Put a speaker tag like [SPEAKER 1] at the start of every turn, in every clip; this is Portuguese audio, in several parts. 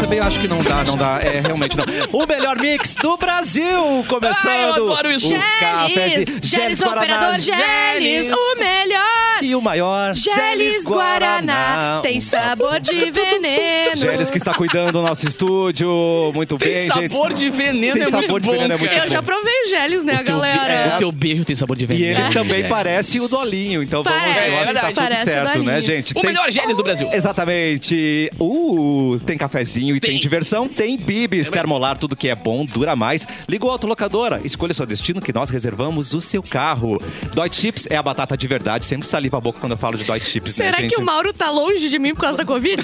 [SPEAKER 1] também acho que não dá, não dá. É, realmente não. O melhor mix do Brasil, começando.
[SPEAKER 2] Ai, eu adoro isso.
[SPEAKER 1] O
[SPEAKER 2] Geles,
[SPEAKER 1] cafezinho.
[SPEAKER 3] É Geles, operador Geles,
[SPEAKER 2] Geles.
[SPEAKER 3] o melhor.
[SPEAKER 1] E o maior,
[SPEAKER 3] Geles
[SPEAKER 1] um
[SPEAKER 3] Guaraná, tem sabor de veneno.
[SPEAKER 1] Geles que está cuidando do nosso estúdio. Muito
[SPEAKER 2] Tem
[SPEAKER 1] bem, gente.
[SPEAKER 2] sabor de veneno,
[SPEAKER 1] Tem
[SPEAKER 2] é
[SPEAKER 1] sabor
[SPEAKER 2] muito
[SPEAKER 1] de
[SPEAKER 2] bom,
[SPEAKER 1] veneno, é muito
[SPEAKER 2] cara.
[SPEAKER 3] Eu já provei o Geles, né,
[SPEAKER 2] teu be-
[SPEAKER 1] é,
[SPEAKER 3] galera?
[SPEAKER 2] O teu beijo tem sabor de
[SPEAKER 1] E
[SPEAKER 2] veneno.
[SPEAKER 1] ele
[SPEAKER 2] né,
[SPEAKER 1] também
[SPEAKER 2] Gélis?
[SPEAKER 1] parece o Dolinho, então vamos
[SPEAKER 3] Parece,
[SPEAKER 1] ver. Eu acho que tá tudo
[SPEAKER 3] parece o
[SPEAKER 1] certo, né,
[SPEAKER 3] Dolinho.
[SPEAKER 1] gente?
[SPEAKER 2] O
[SPEAKER 1] Tem-
[SPEAKER 2] melhor Gélis do Brasil.
[SPEAKER 1] Exatamente. Uh, tem cafezinho e tem,
[SPEAKER 2] Tem.
[SPEAKER 1] diversão, tem bibis. Termolar, tudo que é bom, dura mais. Ligou a autolocadora, escolha seu destino que nós reservamos o seu carro. Dói Chips é a batata de verdade, sempre saliva a boca quando eu falo de Dói Chips, né,
[SPEAKER 3] Será
[SPEAKER 1] gente?
[SPEAKER 3] que o Mauro tá longe de mim por causa da Covid?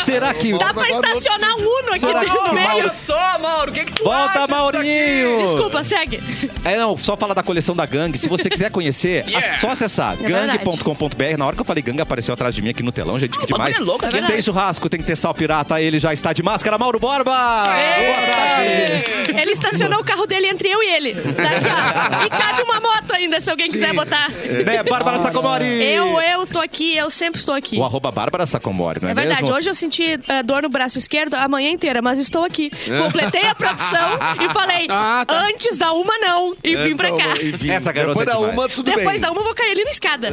[SPEAKER 1] Será que...
[SPEAKER 3] Dá pra estacionar um Uno aqui
[SPEAKER 1] Será que
[SPEAKER 3] no
[SPEAKER 1] o
[SPEAKER 3] meio.
[SPEAKER 1] Mauro-
[SPEAKER 2] Olha só, Mauro, o que, que tu acha
[SPEAKER 1] Volta,
[SPEAKER 2] disso
[SPEAKER 1] Maurinho!
[SPEAKER 3] Desculpa, segue.
[SPEAKER 1] É, não, só fala da coleção da Gangue. Se você quiser conhecer,
[SPEAKER 2] Yeah.
[SPEAKER 1] é só acessar
[SPEAKER 3] verdade.
[SPEAKER 1] gangue.com.br. Na hora que eu falei Gangue, apareceu atrás de mim aqui no telão, gente, que
[SPEAKER 2] o bagulho
[SPEAKER 1] demais.
[SPEAKER 2] é louco aqui.
[SPEAKER 3] É
[SPEAKER 1] tem
[SPEAKER 3] verdade.
[SPEAKER 1] churrasco, tem que ter sal pirata. Ele já está de máscara. Mauro Borba! Boa tarde!
[SPEAKER 3] É. Ele estacionou o carro dele entre eu e ele. Daqui, ó. E cabe uma moto ainda, se alguém quiser botar.
[SPEAKER 1] Né, Bárbara Sacomori!
[SPEAKER 3] Eu, eu tô aqui, eu sempre estou aqui.
[SPEAKER 1] O arroba Bárbara Sacomori, não é,
[SPEAKER 3] É verdade,
[SPEAKER 1] mesmo?
[SPEAKER 3] hoje eu senti eh, dor no braço esquerdo a manhã inteira, mas estou aqui. Completei a produção e falei,
[SPEAKER 2] Ah, tá.
[SPEAKER 3] antes da uma não, e
[SPEAKER 4] É,
[SPEAKER 3] vim pra cá.
[SPEAKER 4] Enfim,
[SPEAKER 1] Essa garota
[SPEAKER 4] Então,
[SPEAKER 1] é demais.
[SPEAKER 4] Depois da uma, tá tudo
[SPEAKER 3] Depois
[SPEAKER 4] bem.
[SPEAKER 3] da uma eu vou cair ali na escada.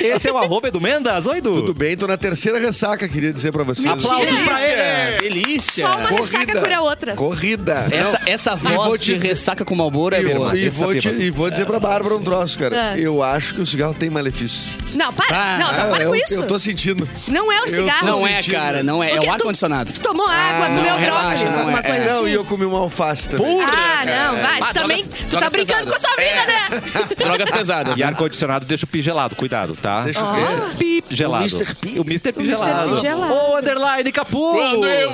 [SPEAKER 1] Esse é o arroba Edu Mendas. Oi, Edu!
[SPEAKER 4] Tudo bem, tô na terceira ressaca, queria dizer pra vocês.
[SPEAKER 1] Aplausos pra ele!
[SPEAKER 2] Delícia.
[SPEAKER 3] Só uma ressaca cura a outra.
[SPEAKER 4] Corrida.
[SPEAKER 2] Essa,
[SPEAKER 4] Não,
[SPEAKER 2] essa
[SPEAKER 4] e
[SPEAKER 2] voz
[SPEAKER 4] vou
[SPEAKER 2] de
[SPEAKER 4] te dizer-
[SPEAKER 2] ressaca com malboro é boa.
[SPEAKER 4] E, e
[SPEAKER 1] essa
[SPEAKER 4] vou te-
[SPEAKER 1] bêbada.
[SPEAKER 4] e vou dizer pra Bárbara um troço, cara.
[SPEAKER 3] Ah.
[SPEAKER 4] Eu acho que o cigarro tem malefícios.
[SPEAKER 3] Não, para.
[SPEAKER 2] Ah,
[SPEAKER 3] não, só para
[SPEAKER 4] eu,
[SPEAKER 3] com isso.
[SPEAKER 4] eu tô sentindo.
[SPEAKER 3] Não é o
[SPEAKER 4] eu
[SPEAKER 3] cigarro.
[SPEAKER 4] tô
[SPEAKER 2] Não é,
[SPEAKER 4] sentindo.
[SPEAKER 2] cara, não é. É
[SPEAKER 3] Porque
[SPEAKER 2] o
[SPEAKER 3] tu-
[SPEAKER 2] ar-condicionado.
[SPEAKER 3] Tu tomou água,
[SPEAKER 2] não,
[SPEAKER 3] comeu
[SPEAKER 2] relaxa,
[SPEAKER 3] drogas,
[SPEAKER 2] não
[SPEAKER 3] alguma
[SPEAKER 2] é,
[SPEAKER 3] coisa
[SPEAKER 2] é.
[SPEAKER 3] assim.
[SPEAKER 4] Não, e eu comi uma alface também.
[SPEAKER 3] Ah, não, vai.
[SPEAKER 2] Ah,
[SPEAKER 3] tu também,
[SPEAKER 2] drogas-
[SPEAKER 3] tu tá
[SPEAKER 2] drogas
[SPEAKER 3] brincando com a tua vida,
[SPEAKER 2] pesadas.
[SPEAKER 3] né?
[SPEAKER 2] Drogas pesadas.
[SPEAKER 1] E ar-condicionado deixa o pi gelado, cuidado, tá?
[SPEAKER 4] Deixa eu ver.
[SPEAKER 1] Pip gelado.
[SPEAKER 4] O Mr. P.
[SPEAKER 1] O Mr.
[SPEAKER 3] Mr.
[SPEAKER 1] P
[SPEAKER 3] P
[SPEAKER 1] gelado.
[SPEAKER 3] gelado.
[SPEAKER 1] Ô, Underline Capu!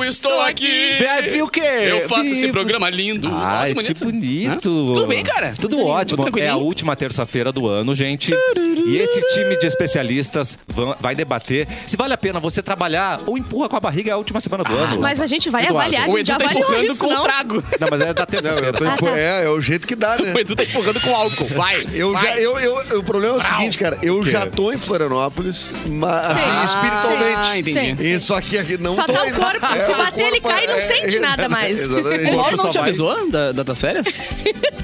[SPEAKER 2] estou aqui,
[SPEAKER 1] Deve o quê? Vivo.
[SPEAKER 2] programa lindo.
[SPEAKER 1] Ai,
[SPEAKER 2] Olha
[SPEAKER 1] que bonito.
[SPEAKER 2] Hã? Tudo bem, cara?
[SPEAKER 1] Tudo
[SPEAKER 2] Tudo
[SPEAKER 1] ótimo.
[SPEAKER 2] lindo, tudo
[SPEAKER 1] é a
[SPEAKER 2] tranquilinho.
[SPEAKER 1] última terça-feira do ano, gente. E esse time de especialistas vão- vai debater se vale a pena você trabalhar ou empurra com a barriga é a última semana do ano.
[SPEAKER 3] Mas a gente vai
[SPEAKER 1] Eduardo.
[SPEAKER 3] avaliar, a
[SPEAKER 2] O
[SPEAKER 3] gente
[SPEAKER 2] Edu
[SPEAKER 3] já
[SPEAKER 2] tá
[SPEAKER 3] avaliou
[SPEAKER 2] empurrando
[SPEAKER 3] isso,
[SPEAKER 2] com o
[SPEAKER 3] não.
[SPEAKER 2] trago.
[SPEAKER 1] Não, mas é da
[SPEAKER 4] Não, eu
[SPEAKER 1] terça-feira.
[SPEAKER 4] tô
[SPEAKER 3] Ah, tá.
[SPEAKER 1] só.
[SPEAKER 4] empu- é, é o jeito que dá, né?
[SPEAKER 2] O Edu tá empurrando com álcool. Vai.
[SPEAKER 4] Eu
[SPEAKER 2] vai.
[SPEAKER 4] já, eu, eu, o problema é o seguinte, cara. Eu
[SPEAKER 1] quê?
[SPEAKER 2] é?
[SPEAKER 4] já tô em Florianópolis, mas
[SPEAKER 3] Sim.
[SPEAKER 4] assim,
[SPEAKER 2] Ah,
[SPEAKER 4] espiritualmente.
[SPEAKER 2] entendi.
[SPEAKER 3] Sim, sim.
[SPEAKER 4] E só que aqui não
[SPEAKER 3] Só
[SPEAKER 4] tô
[SPEAKER 3] dá o
[SPEAKER 4] ainda.
[SPEAKER 3] corpo. Se
[SPEAKER 4] o é,
[SPEAKER 3] bater, ele cai e não sente nada mais.
[SPEAKER 4] Exatamente.
[SPEAKER 2] O Mauro não
[SPEAKER 1] Só
[SPEAKER 2] te
[SPEAKER 1] vai-
[SPEAKER 2] avisou da, da- das férias?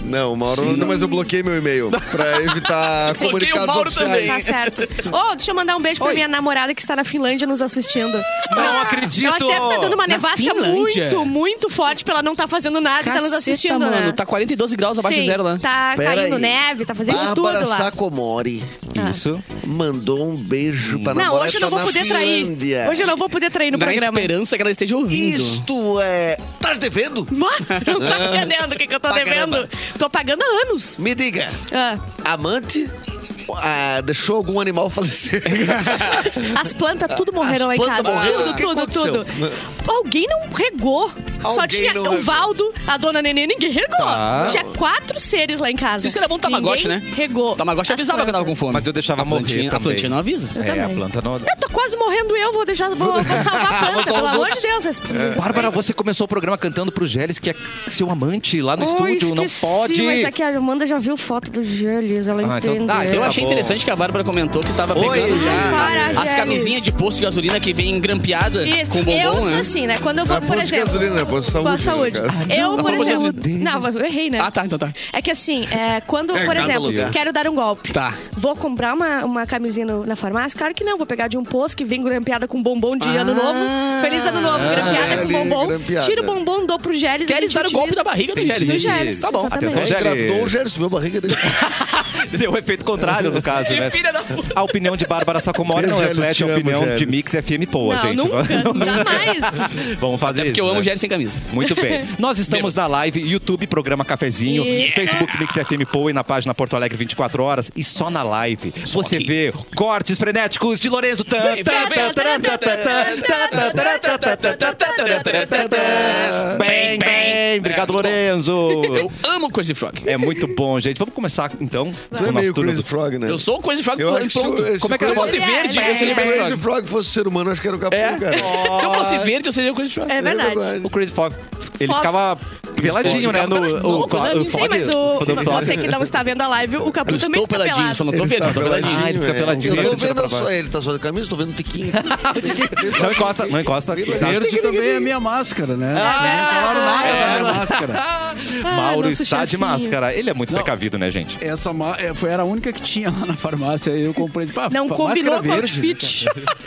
[SPEAKER 4] Não, o Mauro. Não, mas eu bloqueei meu e-mail pra evitar
[SPEAKER 2] Bloqueei o
[SPEAKER 4] comunicados
[SPEAKER 2] Mauro
[SPEAKER 4] oficiais.
[SPEAKER 3] Tá certo. Ô, deixa eu mandar um beijo pra
[SPEAKER 1] Oi.
[SPEAKER 3] minha namorada que está na Finlândia nos assistindo.
[SPEAKER 1] Não
[SPEAKER 3] Ela
[SPEAKER 1] acredito!
[SPEAKER 3] deve estar dando uma
[SPEAKER 2] Na
[SPEAKER 3] nevasca
[SPEAKER 2] Finlândia?
[SPEAKER 3] muito, muito forte pra ela não estar fazendo nada e tá nos
[SPEAKER 2] Caceta,
[SPEAKER 3] assistindo, né?
[SPEAKER 2] mano. Tá 42 graus abaixo
[SPEAKER 3] Sim,
[SPEAKER 2] de zero lá.
[SPEAKER 3] Tá
[SPEAKER 4] Pera
[SPEAKER 3] caindo
[SPEAKER 4] aí.
[SPEAKER 3] neve, tá fazendo
[SPEAKER 4] Bárbara
[SPEAKER 3] tudo lá.
[SPEAKER 4] Sacomori
[SPEAKER 1] Isso.
[SPEAKER 4] mandou um beijo pra
[SPEAKER 3] Não,
[SPEAKER 4] namorada
[SPEAKER 3] hoje eu não
[SPEAKER 4] tá
[SPEAKER 3] vou
[SPEAKER 4] na
[SPEAKER 3] poder
[SPEAKER 4] Finlândia.
[SPEAKER 3] trair. Hoje eu não vou poder trair no
[SPEAKER 2] Na
[SPEAKER 3] programa.
[SPEAKER 2] esperança que ela esteja ouvindo.
[SPEAKER 4] Isto é... Tá devendo?
[SPEAKER 3] Mas, tu não tá entendendo o que, que eu tô
[SPEAKER 4] Pra
[SPEAKER 3] devendo.
[SPEAKER 4] caramba.
[SPEAKER 3] Tô pagando há anos.
[SPEAKER 4] Me diga,
[SPEAKER 3] Ah,
[SPEAKER 4] amante ah, deixou algum animal falecer?
[SPEAKER 3] as plantas tudo morreram
[SPEAKER 4] As
[SPEAKER 3] lá em
[SPEAKER 4] plantas
[SPEAKER 3] casa.
[SPEAKER 4] morreram? O que
[SPEAKER 3] Tudo, tudo,
[SPEAKER 4] aconteceu?
[SPEAKER 3] tudo. Alguém não regou. Só
[SPEAKER 4] Alguém
[SPEAKER 3] tinha
[SPEAKER 4] não
[SPEAKER 3] o
[SPEAKER 4] regou.
[SPEAKER 3] Valdo, a dona Nenê, ninguém regou.
[SPEAKER 1] Tá.
[SPEAKER 3] Tinha quatro seres lá em casa.
[SPEAKER 2] Isso que era bom o Tamagotchi,
[SPEAKER 3] Ninguém
[SPEAKER 2] né?
[SPEAKER 3] Regou.
[SPEAKER 2] O Tamagotchi
[SPEAKER 3] as
[SPEAKER 2] avisava que eu tava com
[SPEAKER 3] plantas.
[SPEAKER 2] fome.
[SPEAKER 1] Mas eu deixava
[SPEAKER 2] a plantinha,
[SPEAKER 1] morrer
[SPEAKER 2] A
[SPEAKER 1] também.
[SPEAKER 2] plantinha não avisa.
[SPEAKER 3] Eu
[SPEAKER 1] é, a
[SPEAKER 3] também.
[SPEAKER 1] planta não.
[SPEAKER 3] Eu tô quase morrendo eu, vou deixar. Vou, vou salvar a planta,
[SPEAKER 4] Vou salvar
[SPEAKER 3] pelo
[SPEAKER 4] os
[SPEAKER 3] amor de
[SPEAKER 4] outros.
[SPEAKER 3] Deus. respeita.
[SPEAKER 2] É,
[SPEAKER 1] Bárbara, você começou o programa cantando pro Geles, que é seu amante lá no
[SPEAKER 3] Ai,
[SPEAKER 1] estúdio. Não
[SPEAKER 3] Oh, esqueci,
[SPEAKER 1] pode.
[SPEAKER 3] Mas é que a Amanda já viu foto do Geles, ela
[SPEAKER 1] Ah, então-
[SPEAKER 3] entendeu.
[SPEAKER 1] Ah, então
[SPEAKER 2] Eu
[SPEAKER 1] Tá
[SPEAKER 2] achei
[SPEAKER 1] bom.
[SPEAKER 2] interessante que a Bárbara comentou que tava
[SPEAKER 1] Oi.
[SPEAKER 2] pegando já
[SPEAKER 3] Ai, para,
[SPEAKER 2] as
[SPEAKER 3] Gélis.
[SPEAKER 2] camisinhas de posto de gasolina que vem grampeada
[SPEAKER 3] Isso.
[SPEAKER 2] com bombom,
[SPEAKER 3] eu sou
[SPEAKER 2] né? Ah,
[SPEAKER 3] assim, né? Quando eu vou,
[SPEAKER 4] Não é
[SPEAKER 3] por
[SPEAKER 4] posto de
[SPEAKER 3] exemplo.
[SPEAKER 4] gasolina, é posto de
[SPEAKER 3] com a
[SPEAKER 4] saúde,
[SPEAKER 3] saúde.
[SPEAKER 4] né, cara?
[SPEAKER 3] Eu,
[SPEAKER 2] Não, é
[SPEAKER 3] por
[SPEAKER 2] vamos
[SPEAKER 3] exemplo.
[SPEAKER 2] fazer-
[SPEAKER 3] Não, eu errei, né?
[SPEAKER 2] Ah, tá, então tá.
[SPEAKER 3] É que assim, é, quando,
[SPEAKER 4] É,
[SPEAKER 3] por
[SPEAKER 4] cada
[SPEAKER 3] exemplo,
[SPEAKER 4] lugar.
[SPEAKER 3] quero dar um golpe.
[SPEAKER 2] Tá.
[SPEAKER 3] Vou comprar uma, uma camisinha no- na farmácia? Claro que não. Vou pegar de um posto que vem grampeada com bombom de
[SPEAKER 2] Ah.
[SPEAKER 3] ano novo. Feliz ano novo, grampeada
[SPEAKER 4] é
[SPEAKER 3] com
[SPEAKER 4] ali,
[SPEAKER 3] bombom.
[SPEAKER 4] grampeada.
[SPEAKER 3] Tira o bombom, dou pro Gélis. a
[SPEAKER 2] Queres
[SPEAKER 3] gente
[SPEAKER 2] dar o golpe
[SPEAKER 3] utiliza-
[SPEAKER 2] da barriga do
[SPEAKER 1] Entendi.
[SPEAKER 2] Gélis?
[SPEAKER 3] Do Gélis.
[SPEAKER 2] Tá bom.
[SPEAKER 3] Exatamente.
[SPEAKER 1] Atenção,
[SPEAKER 4] Ela engravidou
[SPEAKER 1] Gélis.
[SPEAKER 4] o Gerson, viu a barriga dele?
[SPEAKER 1] Deu o efeito contrário, no caso,
[SPEAKER 3] é
[SPEAKER 1] né?
[SPEAKER 2] filha da puta.
[SPEAKER 1] A opinião de Bárbara Sacomori não
[SPEAKER 4] Geles,
[SPEAKER 1] reflete a
[SPEAKER 4] te amo,
[SPEAKER 1] opinião de
[SPEAKER 4] Geles.
[SPEAKER 1] Mix FM Poa,
[SPEAKER 3] Não,
[SPEAKER 1] gente.
[SPEAKER 3] nunca. Jamais.
[SPEAKER 1] Vamos fazer
[SPEAKER 2] É
[SPEAKER 1] isso.
[SPEAKER 2] porque eu amo
[SPEAKER 1] né?
[SPEAKER 2] Gélis sem camisa.
[SPEAKER 1] Muito bem. Nós estamos na live, YouTube, Programa Cafezinho,
[SPEAKER 3] Yeah.
[SPEAKER 1] Facebook Mix FM Poa e na página Porto Alegre 24 horas. E só na live você
[SPEAKER 2] aqui.
[SPEAKER 1] vê cortes frenéticos de Lorenzo. Tan,
[SPEAKER 2] Vem, vem,
[SPEAKER 1] tan,
[SPEAKER 2] vem.
[SPEAKER 1] tan, tan, tan, tan, tan, tan, tan, tan, tan, tan, tan. Bem, bem. Obrigado, Lorenzo.
[SPEAKER 2] Eu amo Crazy Frog.
[SPEAKER 1] É muito bom, gente. Vamos começar, então,
[SPEAKER 4] Tu
[SPEAKER 1] com o
[SPEAKER 4] é
[SPEAKER 1] nosso
[SPEAKER 4] meio
[SPEAKER 1] turno
[SPEAKER 4] Crazy
[SPEAKER 1] do...
[SPEAKER 4] Frog, né?
[SPEAKER 2] Eu sou o Crazy Frog
[SPEAKER 4] Eu
[SPEAKER 2] pronto.
[SPEAKER 4] acho que esse
[SPEAKER 2] Como é que eu
[SPEAKER 4] Crazy-
[SPEAKER 2] fosse verde,
[SPEAKER 3] É,
[SPEAKER 2] eu seria o
[SPEAKER 3] é.
[SPEAKER 4] Se
[SPEAKER 2] Crazy
[SPEAKER 4] o Crazy
[SPEAKER 2] Frog.
[SPEAKER 4] Frog fosse ser humano, eu acho que era o Capu,
[SPEAKER 2] É.
[SPEAKER 4] cara.
[SPEAKER 2] Se eu fosse verde, eu seria o Crazy Frog.
[SPEAKER 3] É verdade.
[SPEAKER 4] verdade.
[SPEAKER 1] O Crazy Frog, ele
[SPEAKER 3] Fof.
[SPEAKER 1] ficava Peladinho, né? No, o,
[SPEAKER 2] Não, coisa
[SPEAKER 1] o-
[SPEAKER 2] linda.
[SPEAKER 3] Sim,
[SPEAKER 1] pode-
[SPEAKER 3] mas o,
[SPEAKER 1] pode-
[SPEAKER 3] você que não está vendo a live, o Capu
[SPEAKER 2] Eu estou
[SPEAKER 3] também fica
[SPEAKER 2] peladinho,
[SPEAKER 3] pelado.
[SPEAKER 2] só não tô vendo, eu tô peladinho.
[SPEAKER 1] Ah, ele fica
[SPEAKER 4] é.
[SPEAKER 1] peladinho.
[SPEAKER 4] Eu
[SPEAKER 1] Ele
[SPEAKER 4] tô
[SPEAKER 1] tira pra
[SPEAKER 4] vendo
[SPEAKER 1] baixo.
[SPEAKER 4] só ele, tá só de camisa, tô vendo o tiquinho.
[SPEAKER 1] Não encosta, não encosta.
[SPEAKER 5] Verde também é a minha máscara, né?
[SPEAKER 3] Ah!
[SPEAKER 5] Não falaram
[SPEAKER 3] É.
[SPEAKER 5] nada da minha máscara.
[SPEAKER 1] Mauro
[SPEAKER 3] nosso
[SPEAKER 1] está de
[SPEAKER 3] chefinho.
[SPEAKER 1] máscara. Ele é muito precavido, né, gente?
[SPEAKER 5] Essa ma- é, foi, era a única que tinha lá na farmácia. aí Eu comprei. Tipo, ah,
[SPEAKER 3] Não
[SPEAKER 5] fa-
[SPEAKER 3] combinou
[SPEAKER 5] máscara
[SPEAKER 3] com o
[SPEAKER 5] verde.
[SPEAKER 3] outfit.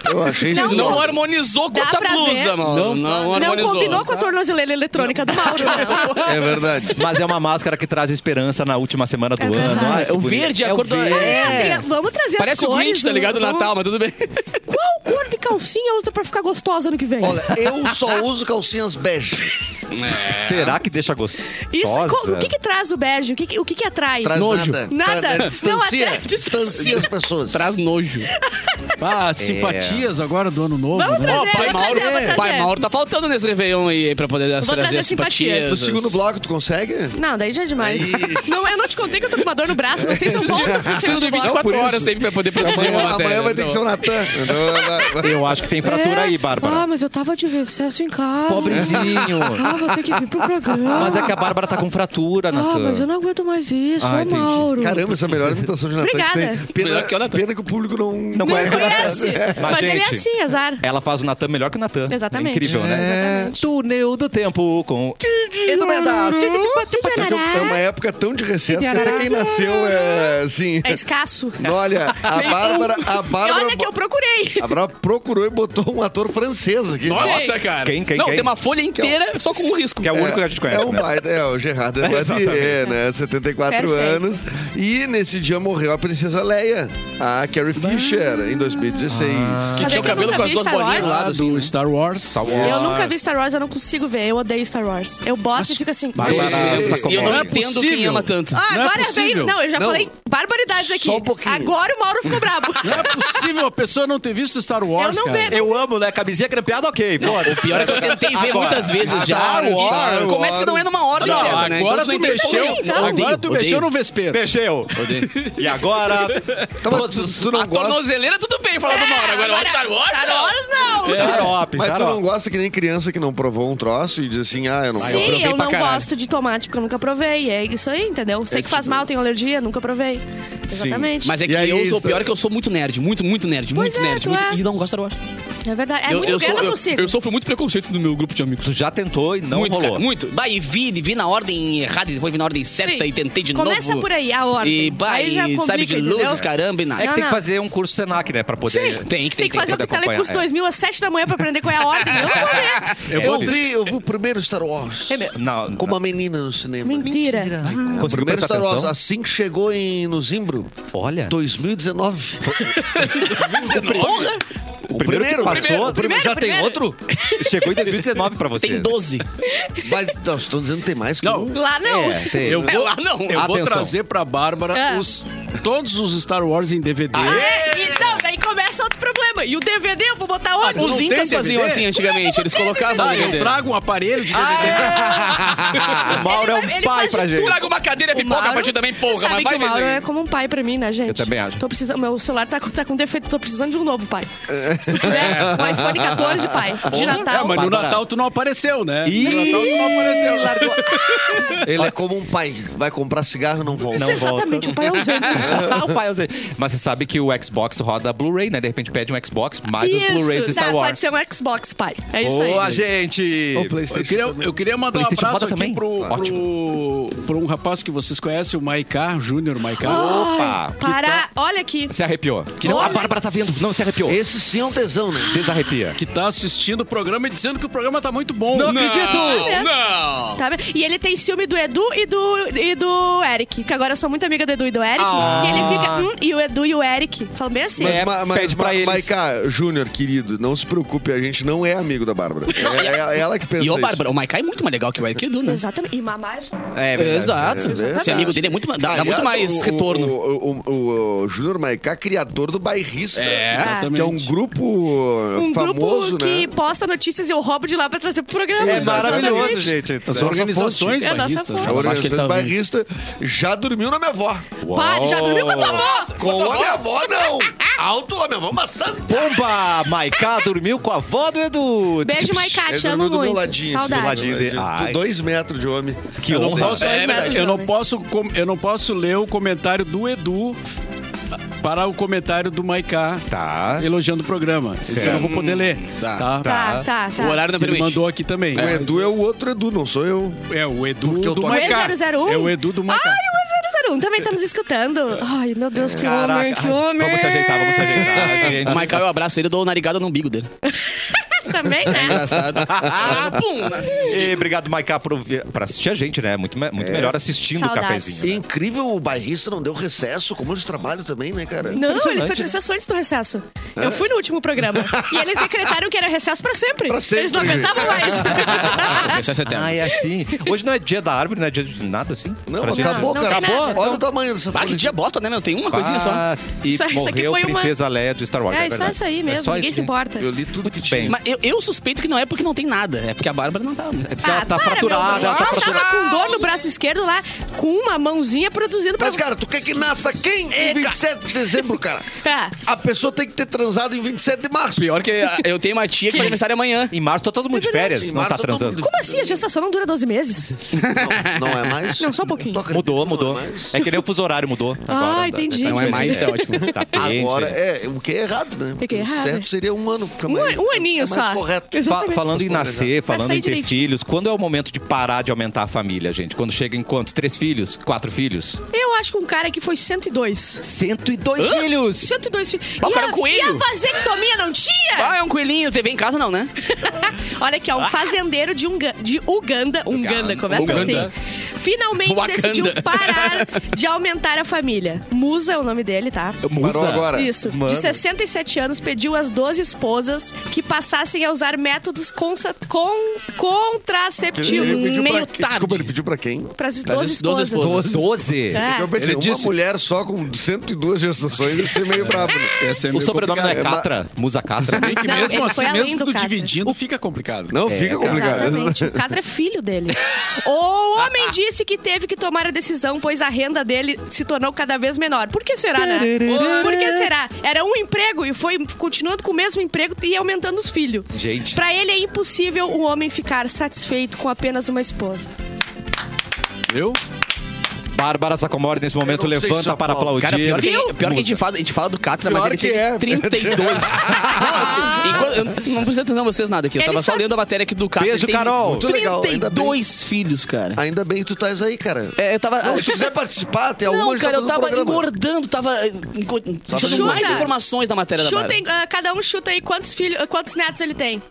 [SPEAKER 4] Eu achei isso
[SPEAKER 2] Não
[SPEAKER 4] louco.
[SPEAKER 2] harmonizou com
[SPEAKER 3] Dá
[SPEAKER 2] outra
[SPEAKER 3] pra
[SPEAKER 2] blusa,
[SPEAKER 3] ver?
[SPEAKER 2] mano. Não,
[SPEAKER 5] Não, não
[SPEAKER 3] Não
[SPEAKER 2] harmonizou. Tá.
[SPEAKER 3] combinou com a tornozeleira eletrônica do Mauro, né?
[SPEAKER 4] É verdade.
[SPEAKER 1] Mas é uma máscara que traz esperança na última semana do
[SPEAKER 3] É
[SPEAKER 1] ano.
[SPEAKER 3] verdade.
[SPEAKER 1] Ah, que
[SPEAKER 2] O
[SPEAKER 1] bonito.
[SPEAKER 2] verde é a
[SPEAKER 1] o
[SPEAKER 2] cor do...
[SPEAKER 1] verde.
[SPEAKER 3] É, Adriana, Vamos trazer as
[SPEAKER 2] Parece o
[SPEAKER 3] cores.
[SPEAKER 2] Grinch, tá ligado?
[SPEAKER 3] vamos-
[SPEAKER 2] Natal, mas tudo bem.
[SPEAKER 3] Qual cor de calcinha usa pra ficar gostosa ano que vem?
[SPEAKER 4] Olha, eu só uso calcinhas bege.
[SPEAKER 2] é
[SPEAKER 1] Será que deixa gostosa?
[SPEAKER 3] Isso, é co- o que que traz o bege? O que que, o que, que atrai?
[SPEAKER 4] Traz
[SPEAKER 5] Nojo.
[SPEAKER 4] nada.
[SPEAKER 3] Nada.
[SPEAKER 4] Traz-
[SPEAKER 3] Não,
[SPEAKER 4] distancia.
[SPEAKER 3] até distancia.
[SPEAKER 4] distancia as pessoas.
[SPEAKER 2] Traz nojo.
[SPEAKER 5] Ah,
[SPEAKER 2] É.
[SPEAKER 5] as simpatias agora do ano novo,
[SPEAKER 3] Vamos
[SPEAKER 5] né?
[SPEAKER 2] Ó,
[SPEAKER 3] Trazer,
[SPEAKER 2] pai
[SPEAKER 3] vou
[SPEAKER 2] Mauro,
[SPEAKER 3] trazer, vou
[SPEAKER 2] pai
[SPEAKER 3] trazer.
[SPEAKER 2] Mauro tá faltando nesse Réveillon aí pra poder
[SPEAKER 3] Vou
[SPEAKER 2] trazer
[SPEAKER 3] trazer
[SPEAKER 2] as simpatias.
[SPEAKER 4] No
[SPEAKER 3] simpatias.
[SPEAKER 4] segundo bloco, tu consegue?
[SPEAKER 3] Não, daí já é demais.
[SPEAKER 4] Aí-
[SPEAKER 3] Não, eu não te contei que eu tô com uma dor no braço, não sei se eu volto. pro
[SPEAKER 2] Preciso
[SPEAKER 3] segundo
[SPEAKER 2] de
[SPEAKER 3] bloco.
[SPEAKER 2] 24
[SPEAKER 4] por isso.
[SPEAKER 2] horas sempre pra poder produzir uma
[SPEAKER 4] Amanhã,
[SPEAKER 2] matéria.
[SPEAKER 4] amanhã vai ter que ser o Natan. Então, vai- vai-
[SPEAKER 1] Eu acho que tem fratura
[SPEAKER 3] É?
[SPEAKER 1] aí,
[SPEAKER 3] Ah,
[SPEAKER 1] Bárbara.
[SPEAKER 3] mas eu tava de recesso em casa.
[SPEAKER 1] Pobrezinho.
[SPEAKER 3] Ah, vou ter que vir pro programa.
[SPEAKER 1] Mas é que a Bárbara tá com fratura,
[SPEAKER 3] Ah,
[SPEAKER 1] Natan.
[SPEAKER 3] mas eu não aguento mais isso,
[SPEAKER 1] Ah,
[SPEAKER 3] ô
[SPEAKER 1] entendi.
[SPEAKER 3] Mauro.
[SPEAKER 4] Caramba, essa é a melhor imitação de Natan que
[SPEAKER 3] Obrigada.
[SPEAKER 4] tem.
[SPEAKER 2] Melhor que o
[SPEAKER 4] Pena,
[SPEAKER 2] Natan.
[SPEAKER 4] pena que o público não, É.
[SPEAKER 1] Não conhece o
[SPEAKER 3] Conhece?
[SPEAKER 1] Natan.
[SPEAKER 3] Mas, ele é
[SPEAKER 1] gente,
[SPEAKER 3] assim, azar.
[SPEAKER 1] Ela faz o Natan melhor que o Natan.
[SPEAKER 3] Exatamente.
[SPEAKER 1] incrível, né?
[SPEAKER 3] É, exatamente.
[SPEAKER 1] Túnel do tempo com...
[SPEAKER 2] É
[SPEAKER 1] Edu Mendas.
[SPEAKER 4] É uma- É uma época tão de recesso que até quem nasceu é assim.
[SPEAKER 3] É escasso.
[SPEAKER 4] Olha, a Bárbara. A
[SPEAKER 3] E
[SPEAKER 4] Bárbara,
[SPEAKER 3] olha que eu procurei.
[SPEAKER 4] a Bárbara procurou e botou um ator francês aqui.
[SPEAKER 2] Nossa, cara.
[SPEAKER 1] Quem, quem,
[SPEAKER 2] Não,
[SPEAKER 1] quem?
[SPEAKER 2] tem uma folha inteira só com um risco.
[SPEAKER 1] Que é o único que a gente conhece,
[SPEAKER 4] É um
[SPEAKER 1] né?
[SPEAKER 4] baita, é o Gerard
[SPEAKER 1] Exatamente.
[SPEAKER 4] Depardieu, né? 74
[SPEAKER 3] Perfeito.
[SPEAKER 4] anos. E nesse dia morreu a princesa Leia, a Carrie Fisher, em 2016.
[SPEAKER 1] Ah.
[SPEAKER 2] Que tinha
[SPEAKER 3] Sabe
[SPEAKER 2] o
[SPEAKER 3] que Ah, eu
[SPEAKER 2] cabelo
[SPEAKER 3] nunca
[SPEAKER 2] com as
[SPEAKER 3] vi
[SPEAKER 2] duas
[SPEAKER 3] Star
[SPEAKER 2] bolinhas do
[SPEAKER 3] Wars?
[SPEAKER 5] Ah,
[SPEAKER 2] lado, assim,
[SPEAKER 5] do
[SPEAKER 2] né?
[SPEAKER 5] Star Wars.
[SPEAKER 3] Eu nunca vi Star Wars, eu não consigo ver. Eu odeio Star Wars. Eu boto e fica assim.
[SPEAKER 1] Vai lá,
[SPEAKER 4] Esse-
[SPEAKER 1] essa
[SPEAKER 4] esse-
[SPEAKER 2] E eu não é
[SPEAKER 1] comédia.
[SPEAKER 2] entendo quem
[SPEAKER 5] Possível.
[SPEAKER 2] ama tanto.
[SPEAKER 3] Ah,
[SPEAKER 5] Não é
[SPEAKER 3] agora vem.
[SPEAKER 5] possível.
[SPEAKER 3] Não, eu já
[SPEAKER 4] Não.
[SPEAKER 3] falei barbaridades aqui.
[SPEAKER 4] Só um pouquinho.
[SPEAKER 3] Agora o Mauro ficou brabo.
[SPEAKER 5] Não é possível a pessoa não ter visto Star Wars,
[SPEAKER 3] Eu não
[SPEAKER 5] cara.
[SPEAKER 3] vejo.
[SPEAKER 1] Eu amo, né? Camisinha grampeada, ok. Bora.
[SPEAKER 2] Pior é que eu tentei ver
[SPEAKER 1] Agora.
[SPEAKER 2] muitas vezes já.
[SPEAKER 1] Star Wars.
[SPEAKER 2] E Começa que não é numa ordem
[SPEAKER 5] Não,
[SPEAKER 2] certa, né?
[SPEAKER 5] agora
[SPEAKER 2] Então,
[SPEAKER 5] tu
[SPEAKER 2] não interpretou.
[SPEAKER 5] mexeu.
[SPEAKER 3] então.
[SPEAKER 5] Agora tu
[SPEAKER 2] Odeio,
[SPEAKER 5] mexeu
[SPEAKER 2] odeio.
[SPEAKER 5] no vespeiro.
[SPEAKER 1] Mexeu. E agora...
[SPEAKER 4] Então, mas tu, tu não
[SPEAKER 2] A
[SPEAKER 4] gosta,
[SPEAKER 2] tornozeleira tudo bem, falava é uma hora. Agora, ó, Star Wars,
[SPEAKER 3] Star
[SPEAKER 2] não.
[SPEAKER 3] Wars não.
[SPEAKER 1] É. Xarope,
[SPEAKER 4] É. mas tu não
[SPEAKER 1] xarope.
[SPEAKER 4] gosta que nem criança que não provou um troço e diz assim, ah, eu não
[SPEAKER 2] Sim.
[SPEAKER 4] gosto.
[SPEAKER 3] Sim,
[SPEAKER 2] provei
[SPEAKER 3] eu
[SPEAKER 2] pra
[SPEAKER 3] não
[SPEAKER 2] caralho. É
[SPEAKER 3] gosto de tomate porque eu nunca provei. É isso aí, entendeu? Sei que faz mal, tenho alergia, nunca provei. Exatamente.
[SPEAKER 2] tipo Mas é
[SPEAKER 4] E
[SPEAKER 2] que
[SPEAKER 4] aí,
[SPEAKER 2] eu sou
[SPEAKER 4] isso-
[SPEAKER 2] pior é que eu sou muito nerd, muito, muito nerd,
[SPEAKER 3] Pois
[SPEAKER 2] muito
[SPEAKER 3] é,
[SPEAKER 2] nerd.
[SPEAKER 3] tu
[SPEAKER 2] muito-
[SPEAKER 3] é.
[SPEAKER 2] E não gosto de Star Wars.
[SPEAKER 3] É verdade. É
[SPEAKER 2] eu,
[SPEAKER 3] muito
[SPEAKER 2] eu,
[SPEAKER 3] grande, eu
[SPEAKER 2] sou,
[SPEAKER 3] não
[SPEAKER 2] eu,
[SPEAKER 3] consigo.
[SPEAKER 2] eu sofro muito preconceito do meu grupo de amigos.
[SPEAKER 1] Tu já tentou e não
[SPEAKER 2] muito,
[SPEAKER 1] rolou.
[SPEAKER 2] cara, muito. Bah, e vi, vi na ordem errada, e depois vi na ordem certa
[SPEAKER 3] Sim.
[SPEAKER 2] e tentei de novo.
[SPEAKER 3] Começa por aí, a ordem.
[SPEAKER 2] E, bah,
[SPEAKER 3] Aí já
[SPEAKER 2] e sabe de
[SPEAKER 3] complica, entendeu?
[SPEAKER 2] luzes, caramba, e nada.
[SPEAKER 1] É que
[SPEAKER 3] Não,
[SPEAKER 1] tem que
[SPEAKER 3] não.
[SPEAKER 1] fazer um curso Senac, né? Pra poder...
[SPEAKER 2] Tem, tem,
[SPEAKER 3] Tem que tá fazer o
[SPEAKER 1] poder acompanhar,
[SPEAKER 3] Telecurso
[SPEAKER 1] é.
[SPEAKER 3] 2000 às 7 da manhã pra aprender qual é a ordem. Eu não vou ver.
[SPEAKER 1] É,
[SPEAKER 4] Eu
[SPEAKER 1] tem-
[SPEAKER 4] vi, eu vi o primeiro Star Wars
[SPEAKER 1] É mesmo? Não, não.
[SPEAKER 4] com uma menina no cinema.
[SPEAKER 3] Mentira.
[SPEAKER 4] O
[SPEAKER 1] Conseguiu
[SPEAKER 4] primeiro
[SPEAKER 1] prestar
[SPEAKER 4] Star Wars,
[SPEAKER 1] atenção? É.
[SPEAKER 4] assim que chegou em, no Zimbro,
[SPEAKER 1] Olha.
[SPEAKER 4] 2019.
[SPEAKER 2] Porra,
[SPEAKER 1] O primeiro, que
[SPEAKER 4] Primeiro,
[SPEAKER 1] passou
[SPEAKER 4] o primeiro, já
[SPEAKER 3] primeiro,
[SPEAKER 4] tem outro?
[SPEAKER 1] chegou em 2019 pra você.
[SPEAKER 2] tem 12.
[SPEAKER 4] Mas, não, tá, vocês estão dizendo que tem mais que
[SPEAKER 5] Não.
[SPEAKER 4] um.
[SPEAKER 3] Lá não.
[SPEAKER 1] É, tem.
[SPEAKER 5] Eu
[SPEAKER 2] É
[SPEAKER 5] vou,
[SPEAKER 2] lá, não.
[SPEAKER 5] eu vou
[SPEAKER 1] Atenção.
[SPEAKER 5] trazer pra Bárbara
[SPEAKER 3] É.
[SPEAKER 5] os, todos os Star Wars em DVD.
[SPEAKER 2] Ah,
[SPEAKER 3] É, e não, daí começa outro problema. E o DVD eu vou botar onde?
[SPEAKER 5] Ah,
[SPEAKER 2] Os
[SPEAKER 5] Não
[SPEAKER 2] incas
[SPEAKER 5] tem
[SPEAKER 2] faziam
[SPEAKER 5] DVD?
[SPEAKER 2] assim antigamente, eles colocavam
[SPEAKER 5] Tá,
[SPEAKER 2] no
[SPEAKER 5] eu
[SPEAKER 2] DVD.
[SPEAKER 5] trago um aparelho de DVD.
[SPEAKER 1] O Mauro é
[SPEAKER 3] Ele-
[SPEAKER 1] um
[SPEAKER 3] ele
[SPEAKER 1] pai
[SPEAKER 3] faz
[SPEAKER 1] pra
[SPEAKER 3] de
[SPEAKER 1] gente.
[SPEAKER 2] Traga uma cadeira pipoca a partir também,
[SPEAKER 3] Você
[SPEAKER 2] porra,
[SPEAKER 3] sabe
[SPEAKER 2] mas vai
[SPEAKER 3] que o Mauro é
[SPEAKER 2] ver.
[SPEAKER 3] como um pai pra mim, né, gente?
[SPEAKER 1] Eu também acho.
[SPEAKER 3] Tô precisando, meu celular tá, com- tá com defeito, tô precisando de um novo pai.
[SPEAKER 1] É.
[SPEAKER 3] Se tu quiser,
[SPEAKER 2] É.
[SPEAKER 3] um iPhone 14, pai. De
[SPEAKER 5] É,
[SPEAKER 3] Natal.
[SPEAKER 5] mas no
[SPEAKER 1] Bárbara.
[SPEAKER 5] Natal tu não apareceu, né?
[SPEAKER 1] Ih,
[SPEAKER 5] No Natal tu não apareceu.
[SPEAKER 1] largou.
[SPEAKER 4] Ele é como um pai, vai comprar cigarro e não volta.
[SPEAKER 3] Isso é
[SPEAKER 1] não volta.
[SPEAKER 3] exatamente, um pai ausente.
[SPEAKER 1] o É um pai, eu sei. Mas você sabe que o Xbox roda Blu-ray, né? De repente pede um Xbox, mais um Blu-ray do
[SPEAKER 3] Tá,
[SPEAKER 1] Star
[SPEAKER 3] pode
[SPEAKER 1] Wars.
[SPEAKER 3] ser um Xbox, pai. É isso aí.
[SPEAKER 1] Boa, gente!
[SPEAKER 4] O
[SPEAKER 5] Eu
[SPEAKER 4] PlayStation.
[SPEAKER 5] queria, eu queria mandar um
[SPEAKER 1] PlayStation roda
[SPEAKER 5] abraço
[SPEAKER 1] também?
[SPEAKER 5] aqui pro, pro, pro um rapaz que vocês conhecem, o Maiká Júnior Maiká.
[SPEAKER 1] Opa!
[SPEAKER 3] Ai, Para, olha aqui.
[SPEAKER 1] Se arrepiou. Que não, a
[SPEAKER 3] Olha.
[SPEAKER 1] Bárbara tá vendo. Não, se arrepiou.
[SPEAKER 4] Esse sim é um tesão, né?
[SPEAKER 1] Desarrepia.
[SPEAKER 5] Que tá assistindo o programa e dizendo que o programa tá muito bom.
[SPEAKER 1] Não acredito!
[SPEAKER 2] Não, não.
[SPEAKER 3] Tá vendo? E ele tem ciúme do Edu e do, e do Eric. Que agora eu sou muito amiga do Edu e do Eric.
[SPEAKER 1] Ah.
[SPEAKER 3] E ele fica. "Hum", e o Edu e o Eric. Falam bem assim.
[SPEAKER 4] Mas,
[SPEAKER 1] É,
[SPEAKER 4] ma, mas,
[SPEAKER 1] pede pra
[SPEAKER 4] Ma-
[SPEAKER 1] eles.
[SPEAKER 4] Maiká, Júnior, querido, não se preocupe, a gente não é amigo da Bárbara. É, é- é ela que pensa
[SPEAKER 2] E
[SPEAKER 4] isso.
[SPEAKER 2] ô, Bárbara, o Maikai é muito mais legal que o Eric Edu, né?
[SPEAKER 3] Exatamente. E mamar é só.
[SPEAKER 1] É,
[SPEAKER 2] Exato.
[SPEAKER 4] verdade.
[SPEAKER 2] Esse amigo dele é muito, ma- dá, dá
[SPEAKER 4] Aliás,
[SPEAKER 2] muito mais
[SPEAKER 4] o-
[SPEAKER 2] retorno.
[SPEAKER 4] O, o, o- o Júnior Maiká, criador do Bairrista.
[SPEAKER 2] É.
[SPEAKER 5] Exatamente.
[SPEAKER 4] Que é um grupo
[SPEAKER 3] Um
[SPEAKER 4] famoso,
[SPEAKER 3] grupo
[SPEAKER 4] né?
[SPEAKER 3] que posta notícias e eu roubo de lá pra trazer pro programa.
[SPEAKER 1] É maravilhoso,
[SPEAKER 3] Exatamente.
[SPEAKER 1] gente.
[SPEAKER 5] As
[SPEAKER 4] Nossa
[SPEAKER 5] organizações
[SPEAKER 3] fonte.
[SPEAKER 5] né?
[SPEAKER 3] É nossa
[SPEAKER 5] barristas.
[SPEAKER 3] fonte.
[SPEAKER 4] A
[SPEAKER 2] Eu acho que ele
[SPEAKER 4] organização
[SPEAKER 2] tá
[SPEAKER 4] do Bairrista já dormiu na minha avó.
[SPEAKER 3] Pá, já dormiu com a tua avó?
[SPEAKER 4] Com a minha avó, é não!
[SPEAKER 6] alto, homem, vamos maçando.
[SPEAKER 1] Pomba, Maiká dormiu com a avó do Edu.
[SPEAKER 3] Beijo, Maiká,
[SPEAKER 4] Ele
[SPEAKER 3] te
[SPEAKER 4] dormiu
[SPEAKER 3] amo
[SPEAKER 4] do meu
[SPEAKER 3] Tá muito.
[SPEAKER 4] ladinho. assim,
[SPEAKER 3] Saudade.
[SPEAKER 1] do ladinho dele. Ai.
[SPEAKER 4] Dois metros de homem.
[SPEAKER 1] Que
[SPEAKER 5] Eu não,
[SPEAKER 1] honra.
[SPEAKER 5] posso,
[SPEAKER 2] É
[SPEAKER 3] verdade.
[SPEAKER 5] eu, não posso, com- eu não posso ler o comentário do Edu para o comentário do Maiká
[SPEAKER 1] Tá.
[SPEAKER 5] elogiando o programa. Esse eu não vou poder ler.
[SPEAKER 2] Tá.
[SPEAKER 3] Tá, tá, tá.
[SPEAKER 2] O horário não
[SPEAKER 5] Ele
[SPEAKER 2] permite.
[SPEAKER 5] mandou aqui também.
[SPEAKER 4] O Edu é o outro Edu, não sou eu.
[SPEAKER 5] É o Edu
[SPEAKER 4] Porque eu
[SPEAKER 5] do
[SPEAKER 4] tô-
[SPEAKER 5] Maiká.
[SPEAKER 3] O E001?
[SPEAKER 5] É o Edu do Maiká.
[SPEAKER 3] Ai, o 001 também tá nos escutando. Ai, meu Deus, que homem, que homem.
[SPEAKER 1] vamos se ajeitar, vamos se ajeitar.
[SPEAKER 2] O
[SPEAKER 1] gente.
[SPEAKER 2] Michael, eu abraço ele, dou narigada no umbigo dele.
[SPEAKER 3] Você também, né?
[SPEAKER 2] Engraçado. Ah, pum, né?
[SPEAKER 1] E obrigado, Maiká, por, vir- pra assistir a gente, né? Muito, me- muito melhor assistindo o
[SPEAKER 3] Saudades.
[SPEAKER 1] cafezinho.
[SPEAKER 6] E incrível, o bairrista não deu recesso, como eles trabalham também, né,
[SPEAKER 4] É
[SPEAKER 6] cara?
[SPEAKER 3] Não, eles foi de recesso antes do recesso. Eu fui no último programa. E eles decretaram que era recesso pra sempre.
[SPEAKER 4] Pra sempre.
[SPEAKER 3] Eles não aguentavam mais.
[SPEAKER 2] Processo eterno.
[SPEAKER 1] Ah, é assim. Hoje não é dia da árvore, não é dia de nada assim?
[SPEAKER 4] Não,
[SPEAKER 1] Pra gente-
[SPEAKER 4] acabou,
[SPEAKER 3] não
[SPEAKER 4] cara.
[SPEAKER 3] tem nada.
[SPEAKER 4] Olha o tamanho dessa
[SPEAKER 2] Ah,
[SPEAKER 4] folha
[SPEAKER 2] que dia bosta, né, meu? Tem uma coisinha só.
[SPEAKER 1] Ah, E
[SPEAKER 3] Isso- isso aqui
[SPEAKER 1] morreu
[SPEAKER 3] foi uma-
[SPEAKER 1] Princesa Leia do Star Wars.
[SPEAKER 3] É, só
[SPEAKER 1] verdade.
[SPEAKER 3] isso aí
[SPEAKER 1] É
[SPEAKER 3] mesmo.
[SPEAKER 1] só
[SPEAKER 3] Ninguém
[SPEAKER 1] isso,
[SPEAKER 3] se
[SPEAKER 1] gente.
[SPEAKER 3] importa.
[SPEAKER 4] Eu li tudo que
[SPEAKER 1] Bem.
[SPEAKER 4] tinha.
[SPEAKER 2] Mas eu, eu suspeito que não é porque não tem nada. É porque a Bárbara não tá. muito.
[SPEAKER 1] Porque ela tá
[SPEAKER 3] Ah, para, meu
[SPEAKER 1] fraturada,
[SPEAKER 3] Deus.
[SPEAKER 1] ela tá
[SPEAKER 3] Eu tava com dor no braço esquerdo lá, com uma mãozinha produzindo pra...
[SPEAKER 6] Mas, cara, tu quer que nasça quem em 27 de dezembro, cara?
[SPEAKER 3] Ah,
[SPEAKER 6] A pessoa tem que ter transado em 27 de março.
[SPEAKER 2] Pior que a- eu tenho uma tia que faz aniversário amanhã.
[SPEAKER 1] Em março tá todo mundo de
[SPEAKER 6] verdade,
[SPEAKER 1] férias,
[SPEAKER 6] em
[SPEAKER 1] não tá
[SPEAKER 6] março todo
[SPEAKER 1] transando.
[SPEAKER 6] mundo-
[SPEAKER 3] como assim? A gestação não dura 12 meses?
[SPEAKER 6] Não, não é mais?
[SPEAKER 3] Não, só um pouquinho.
[SPEAKER 6] Tu acredita
[SPEAKER 1] Mudou,
[SPEAKER 6] que não
[SPEAKER 1] mudou.
[SPEAKER 6] é mais?
[SPEAKER 1] É que nem o fuso horário mudou. Agora,
[SPEAKER 3] Ah,
[SPEAKER 1] né?
[SPEAKER 3] entendi.
[SPEAKER 2] Não é mais, é ótimo.
[SPEAKER 1] Tá bem,
[SPEAKER 6] Agora,
[SPEAKER 1] gente.
[SPEAKER 6] é, o que é errado, né?
[SPEAKER 3] O que é errado,
[SPEAKER 6] O
[SPEAKER 3] é.
[SPEAKER 6] certo seria um ano. fica
[SPEAKER 3] Um
[SPEAKER 6] mais-
[SPEAKER 3] an- um aninho
[SPEAKER 6] é mais
[SPEAKER 3] só.
[SPEAKER 6] correto.
[SPEAKER 3] Exato.
[SPEAKER 1] Fa-
[SPEAKER 3] Exatamente.
[SPEAKER 1] falando em
[SPEAKER 4] é.
[SPEAKER 6] Vamos
[SPEAKER 3] Vai
[SPEAKER 1] nascer, falando
[SPEAKER 3] sair
[SPEAKER 1] em ter
[SPEAKER 3] direito.
[SPEAKER 1] filhos, quando é o momento de parar de aumentar a família, gente? Quando chega em quantos? Três filhos? Quatro filhos?
[SPEAKER 3] Eu acho que um cara que foi 102.
[SPEAKER 1] 102 filhos!
[SPEAKER 3] 102 filhos.
[SPEAKER 2] Mas o
[SPEAKER 3] E
[SPEAKER 2] cara
[SPEAKER 3] a-
[SPEAKER 2] coelho.
[SPEAKER 3] E a vasectomia não tinha?
[SPEAKER 2] Ah, é um coelhinho. TV em casa não, né?
[SPEAKER 3] Olha aqui, ó, um fazendeiro de, Unga, de Uganda, Uganda, começa
[SPEAKER 2] Uganda.
[SPEAKER 3] assim, finalmente
[SPEAKER 2] Wakanda.
[SPEAKER 3] decidiu parar de aumentar a família. Musa é o nome dele, tá?
[SPEAKER 1] Musa.
[SPEAKER 4] Parou agora.
[SPEAKER 3] Isso.
[SPEAKER 1] Mano.
[SPEAKER 3] De 67 anos, pediu às 12 esposas que passassem a usar métodos consa- con- contraceptivos.
[SPEAKER 4] pediu pra-
[SPEAKER 3] Meio
[SPEAKER 4] Desculpa, ele
[SPEAKER 3] tarde.
[SPEAKER 4] pediu pra quem?
[SPEAKER 3] Para as
[SPEAKER 2] Pras
[SPEAKER 3] 12
[SPEAKER 2] as 12
[SPEAKER 3] esposas.
[SPEAKER 2] esposas.
[SPEAKER 1] Doze. Doze.
[SPEAKER 3] É.
[SPEAKER 4] Eu pensei,
[SPEAKER 5] Ele
[SPEAKER 4] uma
[SPEAKER 5] disse-
[SPEAKER 4] mulher só com 102 gestações, ia ser meio brabo. né?
[SPEAKER 5] Essa é
[SPEAKER 1] O
[SPEAKER 5] meio
[SPEAKER 1] sobrenome é não é
[SPEAKER 5] complicada.
[SPEAKER 4] É,
[SPEAKER 1] Catra? Musa Catra?
[SPEAKER 5] Bem que
[SPEAKER 3] Não,
[SPEAKER 5] mesmo
[SPEAKER 3] ele foi
[SPEAKER 5] assim,
[SPEAKER 3] além
[SPEAKER 5] mesmo
[SPEAKER 3] do
[SPEAKER 5] tu
[SPEAKER 3] Catra.
[SPEAKER 5] dividindo, fica complicado.
[SPEAKER 4] Não, fica complicado.
[SPEAKER 3] Exatamente. O Catra é filho dele. O homem disse que teve que tomar a decisão, pois a renda dele se tornou cada vez menor. Por que será, né? Por que será? Era um emprego e foi continuando com o mesmo emprego e aumentando os filhos.
[SPEAKER 1] Gente.
[SPEAKER 3] Pra ele é impossível um homem ficar satisfeito com apenas uma esposa.
[SPEAKER 5] Eu?
[SPEAKER 1] Bárbara Sacomori, nesse momento,
[SPEAKER 6] Eu não sei se
[SPEAKER 1] levanta
[SPEAKER 6] eu
[SPEAKER 1] para
[SPEAKER 6] falo.
[SPEAKER 1] aplaudir.
[SPEAKER 2] Cara, pior que,
[SPEAKER 1] Viu?
[SPEAKER 2] pior que a gente
[SPEAKER 1] Musa.
[SPEAKER 2] faz, a gente fala do Catra, mas
[SPEAKER 4] Pior
[SPEAKER 2] ele
[SPEAKER 4] que
[SPEAKER 2] tem
[SPEAKER 4] é.
[SPEAKER 2] 32. não, enquanto- eu não preciso atenção vocês nada aqui. Eu
[SPEAKER 3] Ele
[SPEAKER 2] tava só
[SPEAKER 3] só-
[SPEAKER 2] lendo a matéria aqui do Catra.
[SPEAKER 1] Beijo,
[SPEAKER 2] ele tem
[SPEAKER 1] Carol.
[SPEAKER 4] Muito legal, ainda bem.
[SPEAKER 2] 32 filhos, cara.
[SPEAKER 6] Ainda bem que tu estás aí, cara.
[SPEAKER 2] É, eu tava.
[SPEAKER 6] Não, se tu quiser participar, tem alguma
[SPEAKER 2] Não,
[SPEAKER 6] coisa
[SPEAKER 2] cara,
[SPEAKER 4] um
[SPEAKER 2] eu tava
[SPEAKER 6] programa.
[SPEAKER 2] engordando, tava. eh, enco- Deixando
[SPEAKER 6] Chuta.
[SPEAKER 2] mais informações da matéria da
[SPEAKER 3] Chutem,
[SPEAKER 2] Bárbara.
[SPEAKER 3] ah, cada um chuta aí quantos filhos, ah, quantos netos ele tem.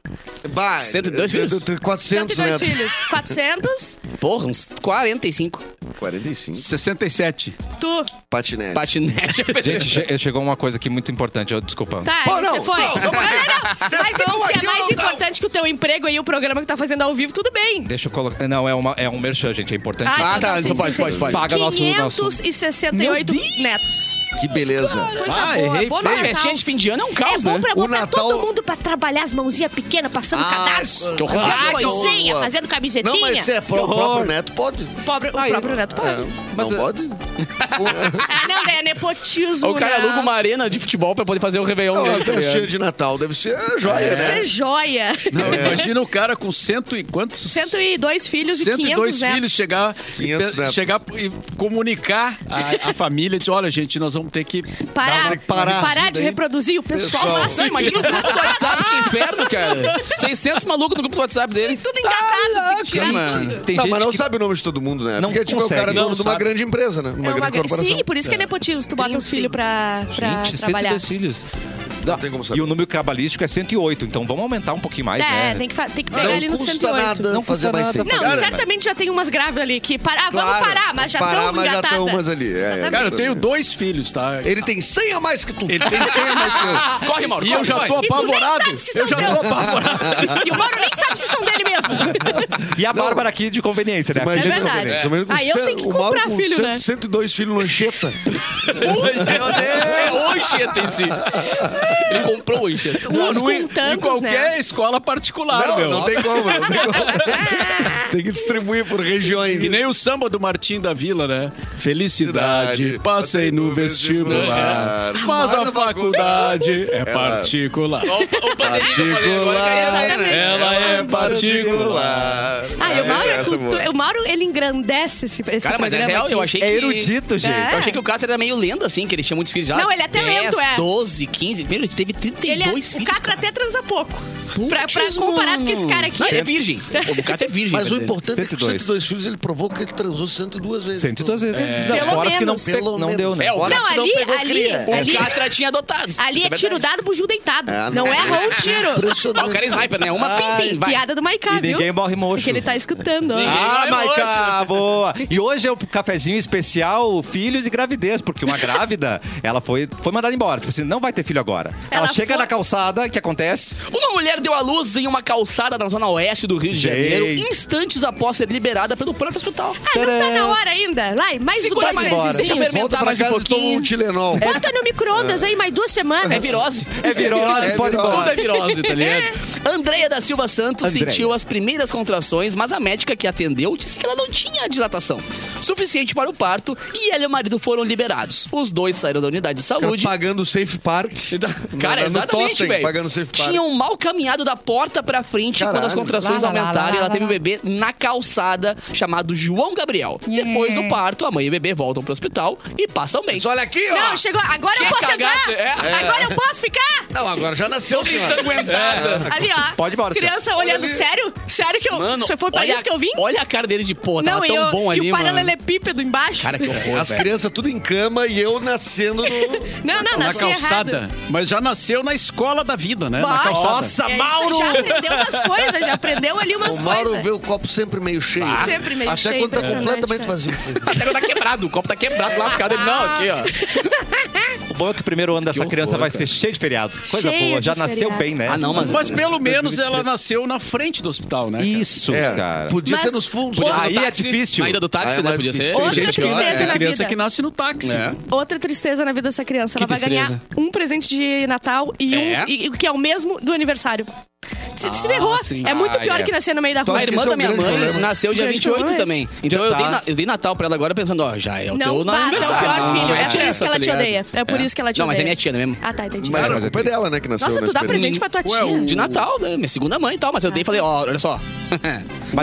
[SPEAKER 4] Bah,
[SPEAKER 2] 102 filhos?
[SPEAKER 4] 400,
[SPEAKER 3] 102
[SPEAKER 4] né?
[SPEAKER 3] filhos. 400.
[SPEAKER 2] Porra, uns 45.
[SPEAKER 4] 45.
[SPEAKER 5] 67.
[SPEAKER 3] Tu.
[SPEAKER 4] Patinete.
[SPEAKER 2] Patinete.
[SPEAKER 1] Gente, che- eh, chegou uma coisa aqui muito importante, eu, desculpa.
[SPEAKER 3] Tá,
[SPEAKER 6] Pô, não,
[SPEAKER 3] você foi.
[SPEAKER 6] só- só
[SPEAKER 3] não, não,
[SPEAKER 6] uma-
[SPEAKER 3] não. Mas
[SPEAKER 6] Sessão
[SPEAKER 3] se
[SPEAKER 6] aqui
[SPEAKER 3] é
[SPEAKER 6] eu
[SPEAKER 3] mais
[SPEAKER 6] não dou.
[SPEAKER 3] importante que o teu emprego aí, o programa que tá fazendo ao vivo, tudo bem.
[SPEAKER 1] Deixa eu colocar. Não, é, uma, é um merchan, gente, é importante.
[SPEAKER 2] Ah,
[SPEAKER 3] sim,
[SPEAKER 2] tá,
[SPEAKER 3] sim,
[SPEAKER 2] então
[SPEAKER 3] sim,
[SPEAKER 2] pode,
[SPEAKER 3] sim.
[SPEAKER 2] pode, pode.
[SPEAKER 1] Paga nosso. nosso...
[SPEAKER 3] 568 netos.
[SPEAKER 4] Que beleza.
[SPEAKER 3] Coisa
[SPEAKER 5] Ah,
[SPEAKER 3] boa.
[SPEAKER 5] errei
[SPEAKER 3] Bom
[SPEAKER 2] Mas
[SPEAKER 5] feio.
[SPEAKER 3] Natal.
[SPEAKER 2] festinha de fim de ano é um
[SPEAKER 3] É
[SPEAKER 2] caos,
[SPEAKER 3] bom
[SPEAKER 2] né?
[SPEAKER 3] pra botar
[SPEAKER 4] Natal-
[SPEAKER 3] todo mundo pra trabalhar as mãozinhas pequenas, passando
[SPEAKER 4] Ah,
[SPEAKER 3] cadastro.
[SPEAKER 2] que horror.
[SPEAKER 3] Fazendo
[SPEAKER 2] Ah, que
[SPEAKER 3] coisinha,
[SPEAKER 4] horror.
[SPEAKER 3] fazendo camisetinha.
[SPEAKER 6] Não, mas se é pro,
[SPEAKER 1] horror.
[SPEAKER 6] próprio neto, pode. É,
[SPEAKER 3] O, pobre- o próprio neto pode.
[SPEAKER 1] Mas,
[SPEAKER 4] não
[SPEAKER 1] eh,
[SPEAKER 4] pode?
[SPEAKER 3] Ah, não, velho, é nepotismo,
[SPEAKER 2] O cara
[SPEAKER 3] né?
[SPEAKER 2] aluga uma arena de futebol pra poder fazer o Réveillon.
[SPEAKER 4] Não,
[SPEAKER 2] dele,
[SPEAKER 4] a
[SPEAKER 2] tá ligado?
[SPEAKER 4] festinha de Natal deve ser a joia,
[SPEAKER 3] Isso é
[SPEAKER 4] né?
[SPEAKER 3] joia.
[SPEAKER 5] Não, Imagina o cara com cento e quantos?
[SPEAKER 3] 102 filhos e
[SPEAKER 5] 102
[SPEAKER 3] 500 netos.
[SPEAKER 5] filhos chegar,
[SPEAKER 4] 500
[SPEAKER 5] e, pe-
[SPEAKER 4] netos.
[SPEAKER 5] chegar e comunicar a, a família de olha gente nós vamos ter que
[SPEAKER 3] Parar,
[SPEAKER 4] tem que parar.
[SPEAKER 3] parar de reproduzir o pessoal,
[SPEAKER 4] Pessoal.
[SPEAKER 3] massa.
[SPEAKER 2] Não, imagina o grupo do WhatsApp, que inferno, cara. 600 malucos no grupo do WhatsApp dele. Tá
[SPEAKER 3] Tudo engatado, tem que tirar
[SPEAKER 2] mano.
[SPEAKER 3] tudo.
[SPEAKER 1] Tem
[SPEAKER 4] Não,
[SPEAKER 1] gente
[SPEAKER 4] mas não
[SPEAKER 1] que
[SPEAKER 4] sabe o nome de todo mundo, né?
[SPEAKER 1] Não
[SPEAKER 4] Porque tipo, é o
[SPEAKER 1] consegue.
[SPEAKER 4] cara é
[SPEAKER 5] Não
[SPEAKER 4] dono de uma
[SPEAKER 5] sabe.
[SPEAKER 4] grande empresa, né? Uma
[SPEAKER 3] É uma
[SPEAKER 4] grande
[SPEAKER 3] gra-
[SPEAKER 4] corporação.
[SPEAKER 3] Sim, por isso que é nepotismo. Tu bota os filhos pra, pra
[SPEAKER 1] Gente,
[SPEAKER 3] trabalhar.
[SPEAKER 1] 102 filhos. Não
[SPEAKER 4] tem como
[SPEAKER 1] E
[SPEAKER 4] saber.
[SPEAKER 1] o número cabalístico é 108, então vamos aumentar um pouquinho mais,
[SPEAKER 3] É,
[SPEAKER 1] né?
[SPEAKER 3] tem que, fa- tem que pegar
[SPEAKER 6] Não
[SPEAKER 3] ali no
[SPEAKER 6] custa
[SPEAKER 3] 108.
[SPEAKER 6] nada
[SPEAKER 1] Não
[SPEAKER 6] fazer
[SPEAKER 1] custa
[SPEAKER 6] mais
[SPEAKER 1] nada
[SPEAKER 6] seis.
[SPEAKER 3] Não,
[SPEAKER 1] Cara,
[SPEAKER 3] certamente já tem umas grávidas ali que. Para, ah,
[SPEAKER 4] Claro,
[SPEAKER 3] vamos parar, mas já
[SPEAKER 4] parar,
[SPEAKER 3] estão
[SPEAKER 4] mas já
[SPEAKER 3] engatadas.
[SPEAKER 4] tão umas ali, é.
[SPEAKER 3] Exatamente.
[SPEAKER 5] cara eu tenho dois filhos tá
[SPEAKER 4] Ele tem 100 a mais que tu.
[SPEAKER 5] ele tem 100 mais que eu.
[SPEAKER 2] Corre, Mauro,
[SPEAKER 5] e
[SPEAKER 2] corre,
[SPEAKER 5] eu já
[SPEAKER 2] vai.
[SPEAKER 3] E
[SPEAKER 5] tô
[SPEAKER 3] tu nem
[SPEAKER 5] apavorado
[SPEAKER 3] sabe se
[SPEAKER 5] eu
[SPEAKER 3] são
[SPEAKER 5] já tô
[SPEAKER 3] teus.
[SPEAKER 5] apavorado
[SPEAKER 3] E o Mauro nem sabe se são dele mesmo.
[SPEAKER 1] E a Bárbara aqui de conveniência, né?
[SPEAKER 4] Imagina,
[SPEAKER 3] É verdade.
[SPEAKER 4] Imagina, imagina com
[SPEAKER 3] Aí eu
[SPEAKER 4] cem-
[SPEAKER 3] tenho que
[SPEAKER 4] o Mauro
[SPEAKER 3] comprar
[SPEAKER 4] com
[SPEAKER 3] filho,
[SPEAKER 4] cento-
[SPEAKER 3] né?
[SPEAKER 4] 102 filhos lancheta.
[SPEAKER 2] Hoje, meu Deus. É hoje, é tem sim. Ele comprou o Encher.
[SPEAKER 3] Uns
[SPEAKER 5] Não,
[SPEAKER 3] com
[SPEAKER 5] em, em
[SPEAKER 3] tantos,
[SPEAKER 5] qualquer
[SPEAKER 3] né?
[SPEAKER 5] escola
[SPEAKER 3] Ah,
[SPEAKER 5] particular,
[SPEAKER 4] Não,
[SPEAKER 5] meu.
[SPEAKER 4] não tem como, não tem como. Tem que distribuir por regiões.
[SPEAKER 5] E nem o samba do Martim da Vila, né? Felicidade, passei no vestibular, mas a faculdade é particular.
[SPEAKER 2] Ó, O, o
[SPEAKER 1] Tá
[SPEAKER 2] pandemia que eu falei agora que é essa, aí, né?
[SPEAKER 5] Ela é particular.
[SPEAKER 3] Ah, e o Mauro, é
[SPEAKER 4] um Essa,
[SPEAKER 3] cultu-
[SPEAKER 4] amor.
[SPEAKER 3] o Mauro, ele engrandece esse, esse
[SPEAKER 2] Cara, mas é
[SPEAKER 3] programa
[SPEAKER 2] real,
[SPEAKER 3] aqui.
[SPEAKER 2] eu achei que...
[SPEAKER 1] É erudito, gente.
[SPEAKER 3] É.
[SPEAKER 2] Eu achei que o Catra era meio lenda, assim, que ele tinha muitos filhos já.
[SPEAKER 3] Não, ele é até lento, é.
[SPEAKER 2] 12, 15. Meu, ele teve 32
[SPEAKER 3] Ele é,
[SPEAKER 2] filhos.
[SPEAKER 3] o Catra
[SPEAKER 2] cara.
[SPEAKER 3] até transa pouco. Pra, pra
[SPEAKER 2] Putz,
[SPEAKER 3] comparado
[SPEAKER 2] mano.
[SPEAKER 3] com esse cara aqui.
[SPEAKER 2] Não, ele é virgem. O Catra é virgem.
[SPEAKER 6] Mas o
[SPEAKER 2] verdadeiro.
[SPEAKER 6] importante é que
[SPEAKER 1] 102.
[SPEAKER 6] 102 filhos ele provou que ele transou 102 vezes.
[SPEAKER 1] 102 vezes. Não,
[SPEAKER 3] É. Pelo
[SPEAKER 1] fora os que não,
[SPEAKER 3] menos.
[SPEAKER 1] pe-
[SPEAKER 6] Pelo
[SPEAKER 1] não deu, né?
[SPEAKER 2] menos. É, o
[SPEAKER 1] Fora-
[SPEAKER 3] Não,
[SPEAKER 6] que não
[SPEAKER 3] ali,
[SPEAKER 6] pegou
[SPEAKER 3] ali,
[SPEAKER 6] cria.
[SPEAKER 2] O
[SPEAKER 1] É.
[SPEAKER 3] ali,
[SPEAKER 2] Catra tinha adotados.
[SPEAKER 3] ali
[SPEAKER 2] Isso
[SPEAKER 3] é tiro
[SPEAKER 2] verdade.
[SPEAKER 3] dado, bujão deitado.
[SPEAKER 4] É,
[SPEAKER 6] Ah,
[SPEAKER 3] não é
[SPEAKER 6] não.
[SPEAKER 3] errou o um tiro.
[SPEAKER 2] Ah, o cara é
[SPEAKER 6] Impressionante.
[SPEAKER 2] sniper, né? Uma pim, pim, vai.
[SPEAKER 3] Piada do Maiká,
[SPEAKER 1] E
[SPEAKER 3] viu?
[SPEAKER 1] ninguém morre mocho.
[SPEAKER 3] Porque ele tá escutando. ó.
[SPEAKER 2] Ninguém.
[SPEAKER 1] Ah,
[SPEAKER 3] é
[SPEAKER 2] Vai,
[SPEAKER 1] Maica, boa! E hoje é o cafezinho especial filhos e gravidez, porque uma grávida, ela foi, foi mandada embora. Tipo assim, não vai ter filho agora. Ela,
[SPEAKER 3] Ela
[SPEAKER 1] chega
[SPEAKER 3] foi-
[SPEAKER 1] na calçada, o que acontece?
[SPEAKER 2] Uma mulher deu à luz em uma calçada na zona oeste do Rio de Janeiro,
[SPEAKER 1] Gente.
[SPEAKER 2] instantes após ser liberada pelo próprio hospital.
[SPEAKER 3] Ah, não tá na hora ainda. Vai, mais
[SPEAKER 2] Segura
[SPEAKER 3] dois
[SPEAKER 2] mais, deixa
[SPEAKER 3] meses.
[SPEAKER 2] fermentar
[SPEAKER 4] Volta pra
[SPEAKER 2] mais um
[SPEAKER 4] casa e toma um
[SPEAKER 2] pouquinho.
[SPEAKER 4] Tilenol.
[SPEAKER 3] Bota no micro-ondas aí mais duas semanas.
[SPEAKER 2] É virose.
[SPEAKER 1] É virose,
[SPEAKER 4] É
[SPEAKER 1] pode ir
[SPEAKER 4] virose.
[SPEAKER 2] Tudo
[SPEAKER 1] embora.
[SPEAKER 2] é virose, tá ligado? Andréia da Silva Santos
[SPEAKER 1] Andréia.
[SPEAKER 2] sentiu as primeiras contrações, mas a médica que atendeu disse que ela não tinha dilatação suficiente para o parto e ela e o marido foram liberados. Os dois saíram da unidade de saúde.
[SPEAKER 4] Pagando o Safe Park.
[SPEAKER 2] Então, Cara,
[SPEAKER 4] Mandando
[SPEAKER 2] exatamente,
[SPEAKER 4] totem,
[SPEAKER 2] velho.
[SPEAKER 4] Pagando o Safe Park.
[SPEAKER 2] Tinham mal caminhado da porta pra frente quando as
[SPEAKER 4] Caralho.
[SPEAKER 2] contrações aumentaram e ela teve o bebê na calçada, chamado João Gabriel. Depois do parto, a mãe e o bebê voltam pro hospital e passam bem.
[SPEAKER 4] Mas olha aqui, ó.
[SPEAKER 3] Não, chegou. Agora eu
[SPEAKER 2] Que
[SPEAKER 3] posso
[SPEAKER 2] cagaço,
[SPEAKER 3] entrar.
[SPEAKER 2] é?
[SPEAKER 3] Agora eu posso ficar.
[SPEAKER 4] Não, agora já nasceu, senhora. É.
[SPEAKER 2] Ensanguentada.
[SPEAKER 3] Ali, ó.
[SPEAKER 1] Pode ir embora,
[SPEAKER 3] Criança olhando.
[SPEAKER 4] ali.
[SPEAKER 3] Sério? Sério que eu...
[SPEAKER 2] Mano,
[SPEAKER 3] se foi pra
[SPEAKER 2] olha-
[SPEAKER 3] isso que eu vim?
[SPEAKER 2] Olha a cara dele de pô, tava
[SPEAKER 3] não, e,
[SPEAKER 2] tão
[SPEAKER 3] eu,
[SPEAKER 2] bom ali,
[SPEAKER 3] e o
[SPEAKER 2] mano.
[SPEAKER 3] paralelepípedo embaixo.
[SPEAKER 2] Cara, que horror,
[SPEAKER 4] As
[SPEAKER 2] velho.
[SPEAKER 4] crianças tudo em cama e eu nascendo no...
[SPEAKER 3] não, não,
[SPEAKER 5] Na
[SPEAKER 3] nasci
[SPEAKER 5] calçada.
[SPEAKER 3] errado.
[SPEAKER 5] Mas já nasceu na escola da vida, né?
[SPEAKER 3] Bah.
[SPEAKER 5] Na calçada.
[SPEAKER 1] Nossa,
[SPEAKER 3] É, isso
[SPEAKER 1] Mauro!
[SPEAKER 3] Já aprendeu umas coisas, já aprendeu ali umas
[SPEAKER 4] O
[SPEAKER 3] coisas.
[SPEAKER 4] Mauro vê o copo sempre meio cheio.
[SPEAKER 3] Sempre meio
[SPEAKER 4] Até
[SPEAKER 3] cheio,
[SPEAKER 4] quando tá
[SPEAKER 3] impressionante, é.
[SPEAKER 4] completamente
[SPEAKER 3] cara.
[SPEAKER 4] vazio.
[SPEAKER 2] Até que tá quebrado, o copo tá quebrado lascado. Ele, não, aqui, ó.
[SPEAKER 1] O bom é que o primeiro ano dessa criança vai ser cheio de feriado. Coisa
[SPEAKER 3] Cheio
[SPEAKER 1] boa, já
[SPEAKER 3] de
[SPEAKER 1] nasceu
[SPEAKER 3] feriado.
[SPEAKER 4] É.
[SPEAKER 1] bem, né?
[SPEAKER 2] Ah, não, mas.
[SPEAKER 5] Mas pelo menos ela nasceu na frente do hospital, né? cara?
[SPEAKER 1] Isso,
[SPEAKER 4] É,
[SPEAKER 1] cara.
[SPEAKER 4] podia
[SPEAKER 3] Mas-
[SPEAKER 4] ser nos fundos. né?
[SPEAKER 2] Podia ser no
[SPEAKER 1] Aí é
[SPEAKER 2] táxi,
[SPEAKER 1] difícil.
[SPEAKER 2] Na ida do táxi,
[SPEAKER 4] Aí é
[SPEAKER 2] né?
[SPEAKER 4] mais
[SPEAKER 2] Podia ser. né?
[SPEAKER 4] difícil.
[SPEAKER 2] Tem
[SPEAKER 3] Outra
[SPEAKER 2] gente que-
[SPEAKER 3] tristeza
[SPEAKER 5] É
[SPEAKER 3] na
[SPEAKER 5] criança
[SPEAKER 3] vida.
[SPEAKER 5] que nasce no táxi.
[SPEAKER 2] É.
[SPEAKER 3] Outra tristeza na vida dessa criança. Ela
[SPEAKER 2] Que
[SPEAKER 3] vai ganhar um presente de Natal e um
[SPEAKER 2] É?
[SPEAKER 3] e- e que é o mesmo do aniversário. Se, se
[SPEAKER 5] Ah,
[SPEAKER 3] ferrou.
[SPEAKER 5] sim.
[SPEAKER 3] É muito
[SPEAKER 1] Ah,
[SPEAKER 3] pior
[SPEAKER 1] é.
[SPEAKER 3] que nascer no meio da
[SPEAKER 4] Tô
[SPEAKER 2] A
[SPEAKER 3] rua.
[SPEAKER 4] aqui.
[SPEAKER 2] irmã
[SPEAKER 4] Esse é
[SPEAKER 2] da
[SPEAKER 4] um
[SPEAKER 2] minha
[SPEAKER 4] grande
[SPEAKER 2] mãe
[SPEAKER 4] problema.
[SPEAKER 2] nasceu dia
[SPEAKER 3] Grande
[SPEAKER 2] 28
[SPEAKER 3] problema é
[SPEAKER 2] também. Então eu
[SPEAKER 1] Já
[SPEAKER 2] dei,
[SPEAKER 1] tá.
[SPEAKER 2] na- eu dei Natal pra ela agora pensando, ó, já é o
[SPEAKER 3] Não,
[SPEAKER 2] teu
[SPEAKER 3] bah, não,
[SPEAKER 2] aniversário.
[SPEAKER 3] pior filho.
[SPEAKER 2] mete
[SPEAKER 3] É por isso
[SPEAKER 2] essa,
[SPEAKER 3] que ela
[SPEAKER 2] tá
[SPEAKER 3] te
[SPEAKER 2] ligado?
[SPEAKER 3] odeia. É por isso que ela te
[SPEAKER 2] Não, mas
[SPEAKER 3] odeia.
[SPEAKER 2] é minha tia, né mesmo?
[SPEAKER 3] Ah, tá, entendi.
[SPEAKER 1] Mas
[SPEAKER 4] Mas a
[SPEAKER 1] é
[SPEAKER 4] culpa é
[SPEAKER 1] porque-
[SPEAKER 4] dela, né, que nasceu.
[SPEAKER 3] Nossa,
[SPEAKER 4] né,
[SPEAKER 3] tu dá
[SPEAKER 4] esse
[SPEAKER 3] presente pra tua
[SPEAKER 5] Ué,
[SPEAKER 3] tia.
[SPEAKER 5] o-
[SPEAKER 2] De Natal, né? Minha segunda mãe e tal, mas eu dei e falei, ó, olha só.
[SPEAKER 1] Mas é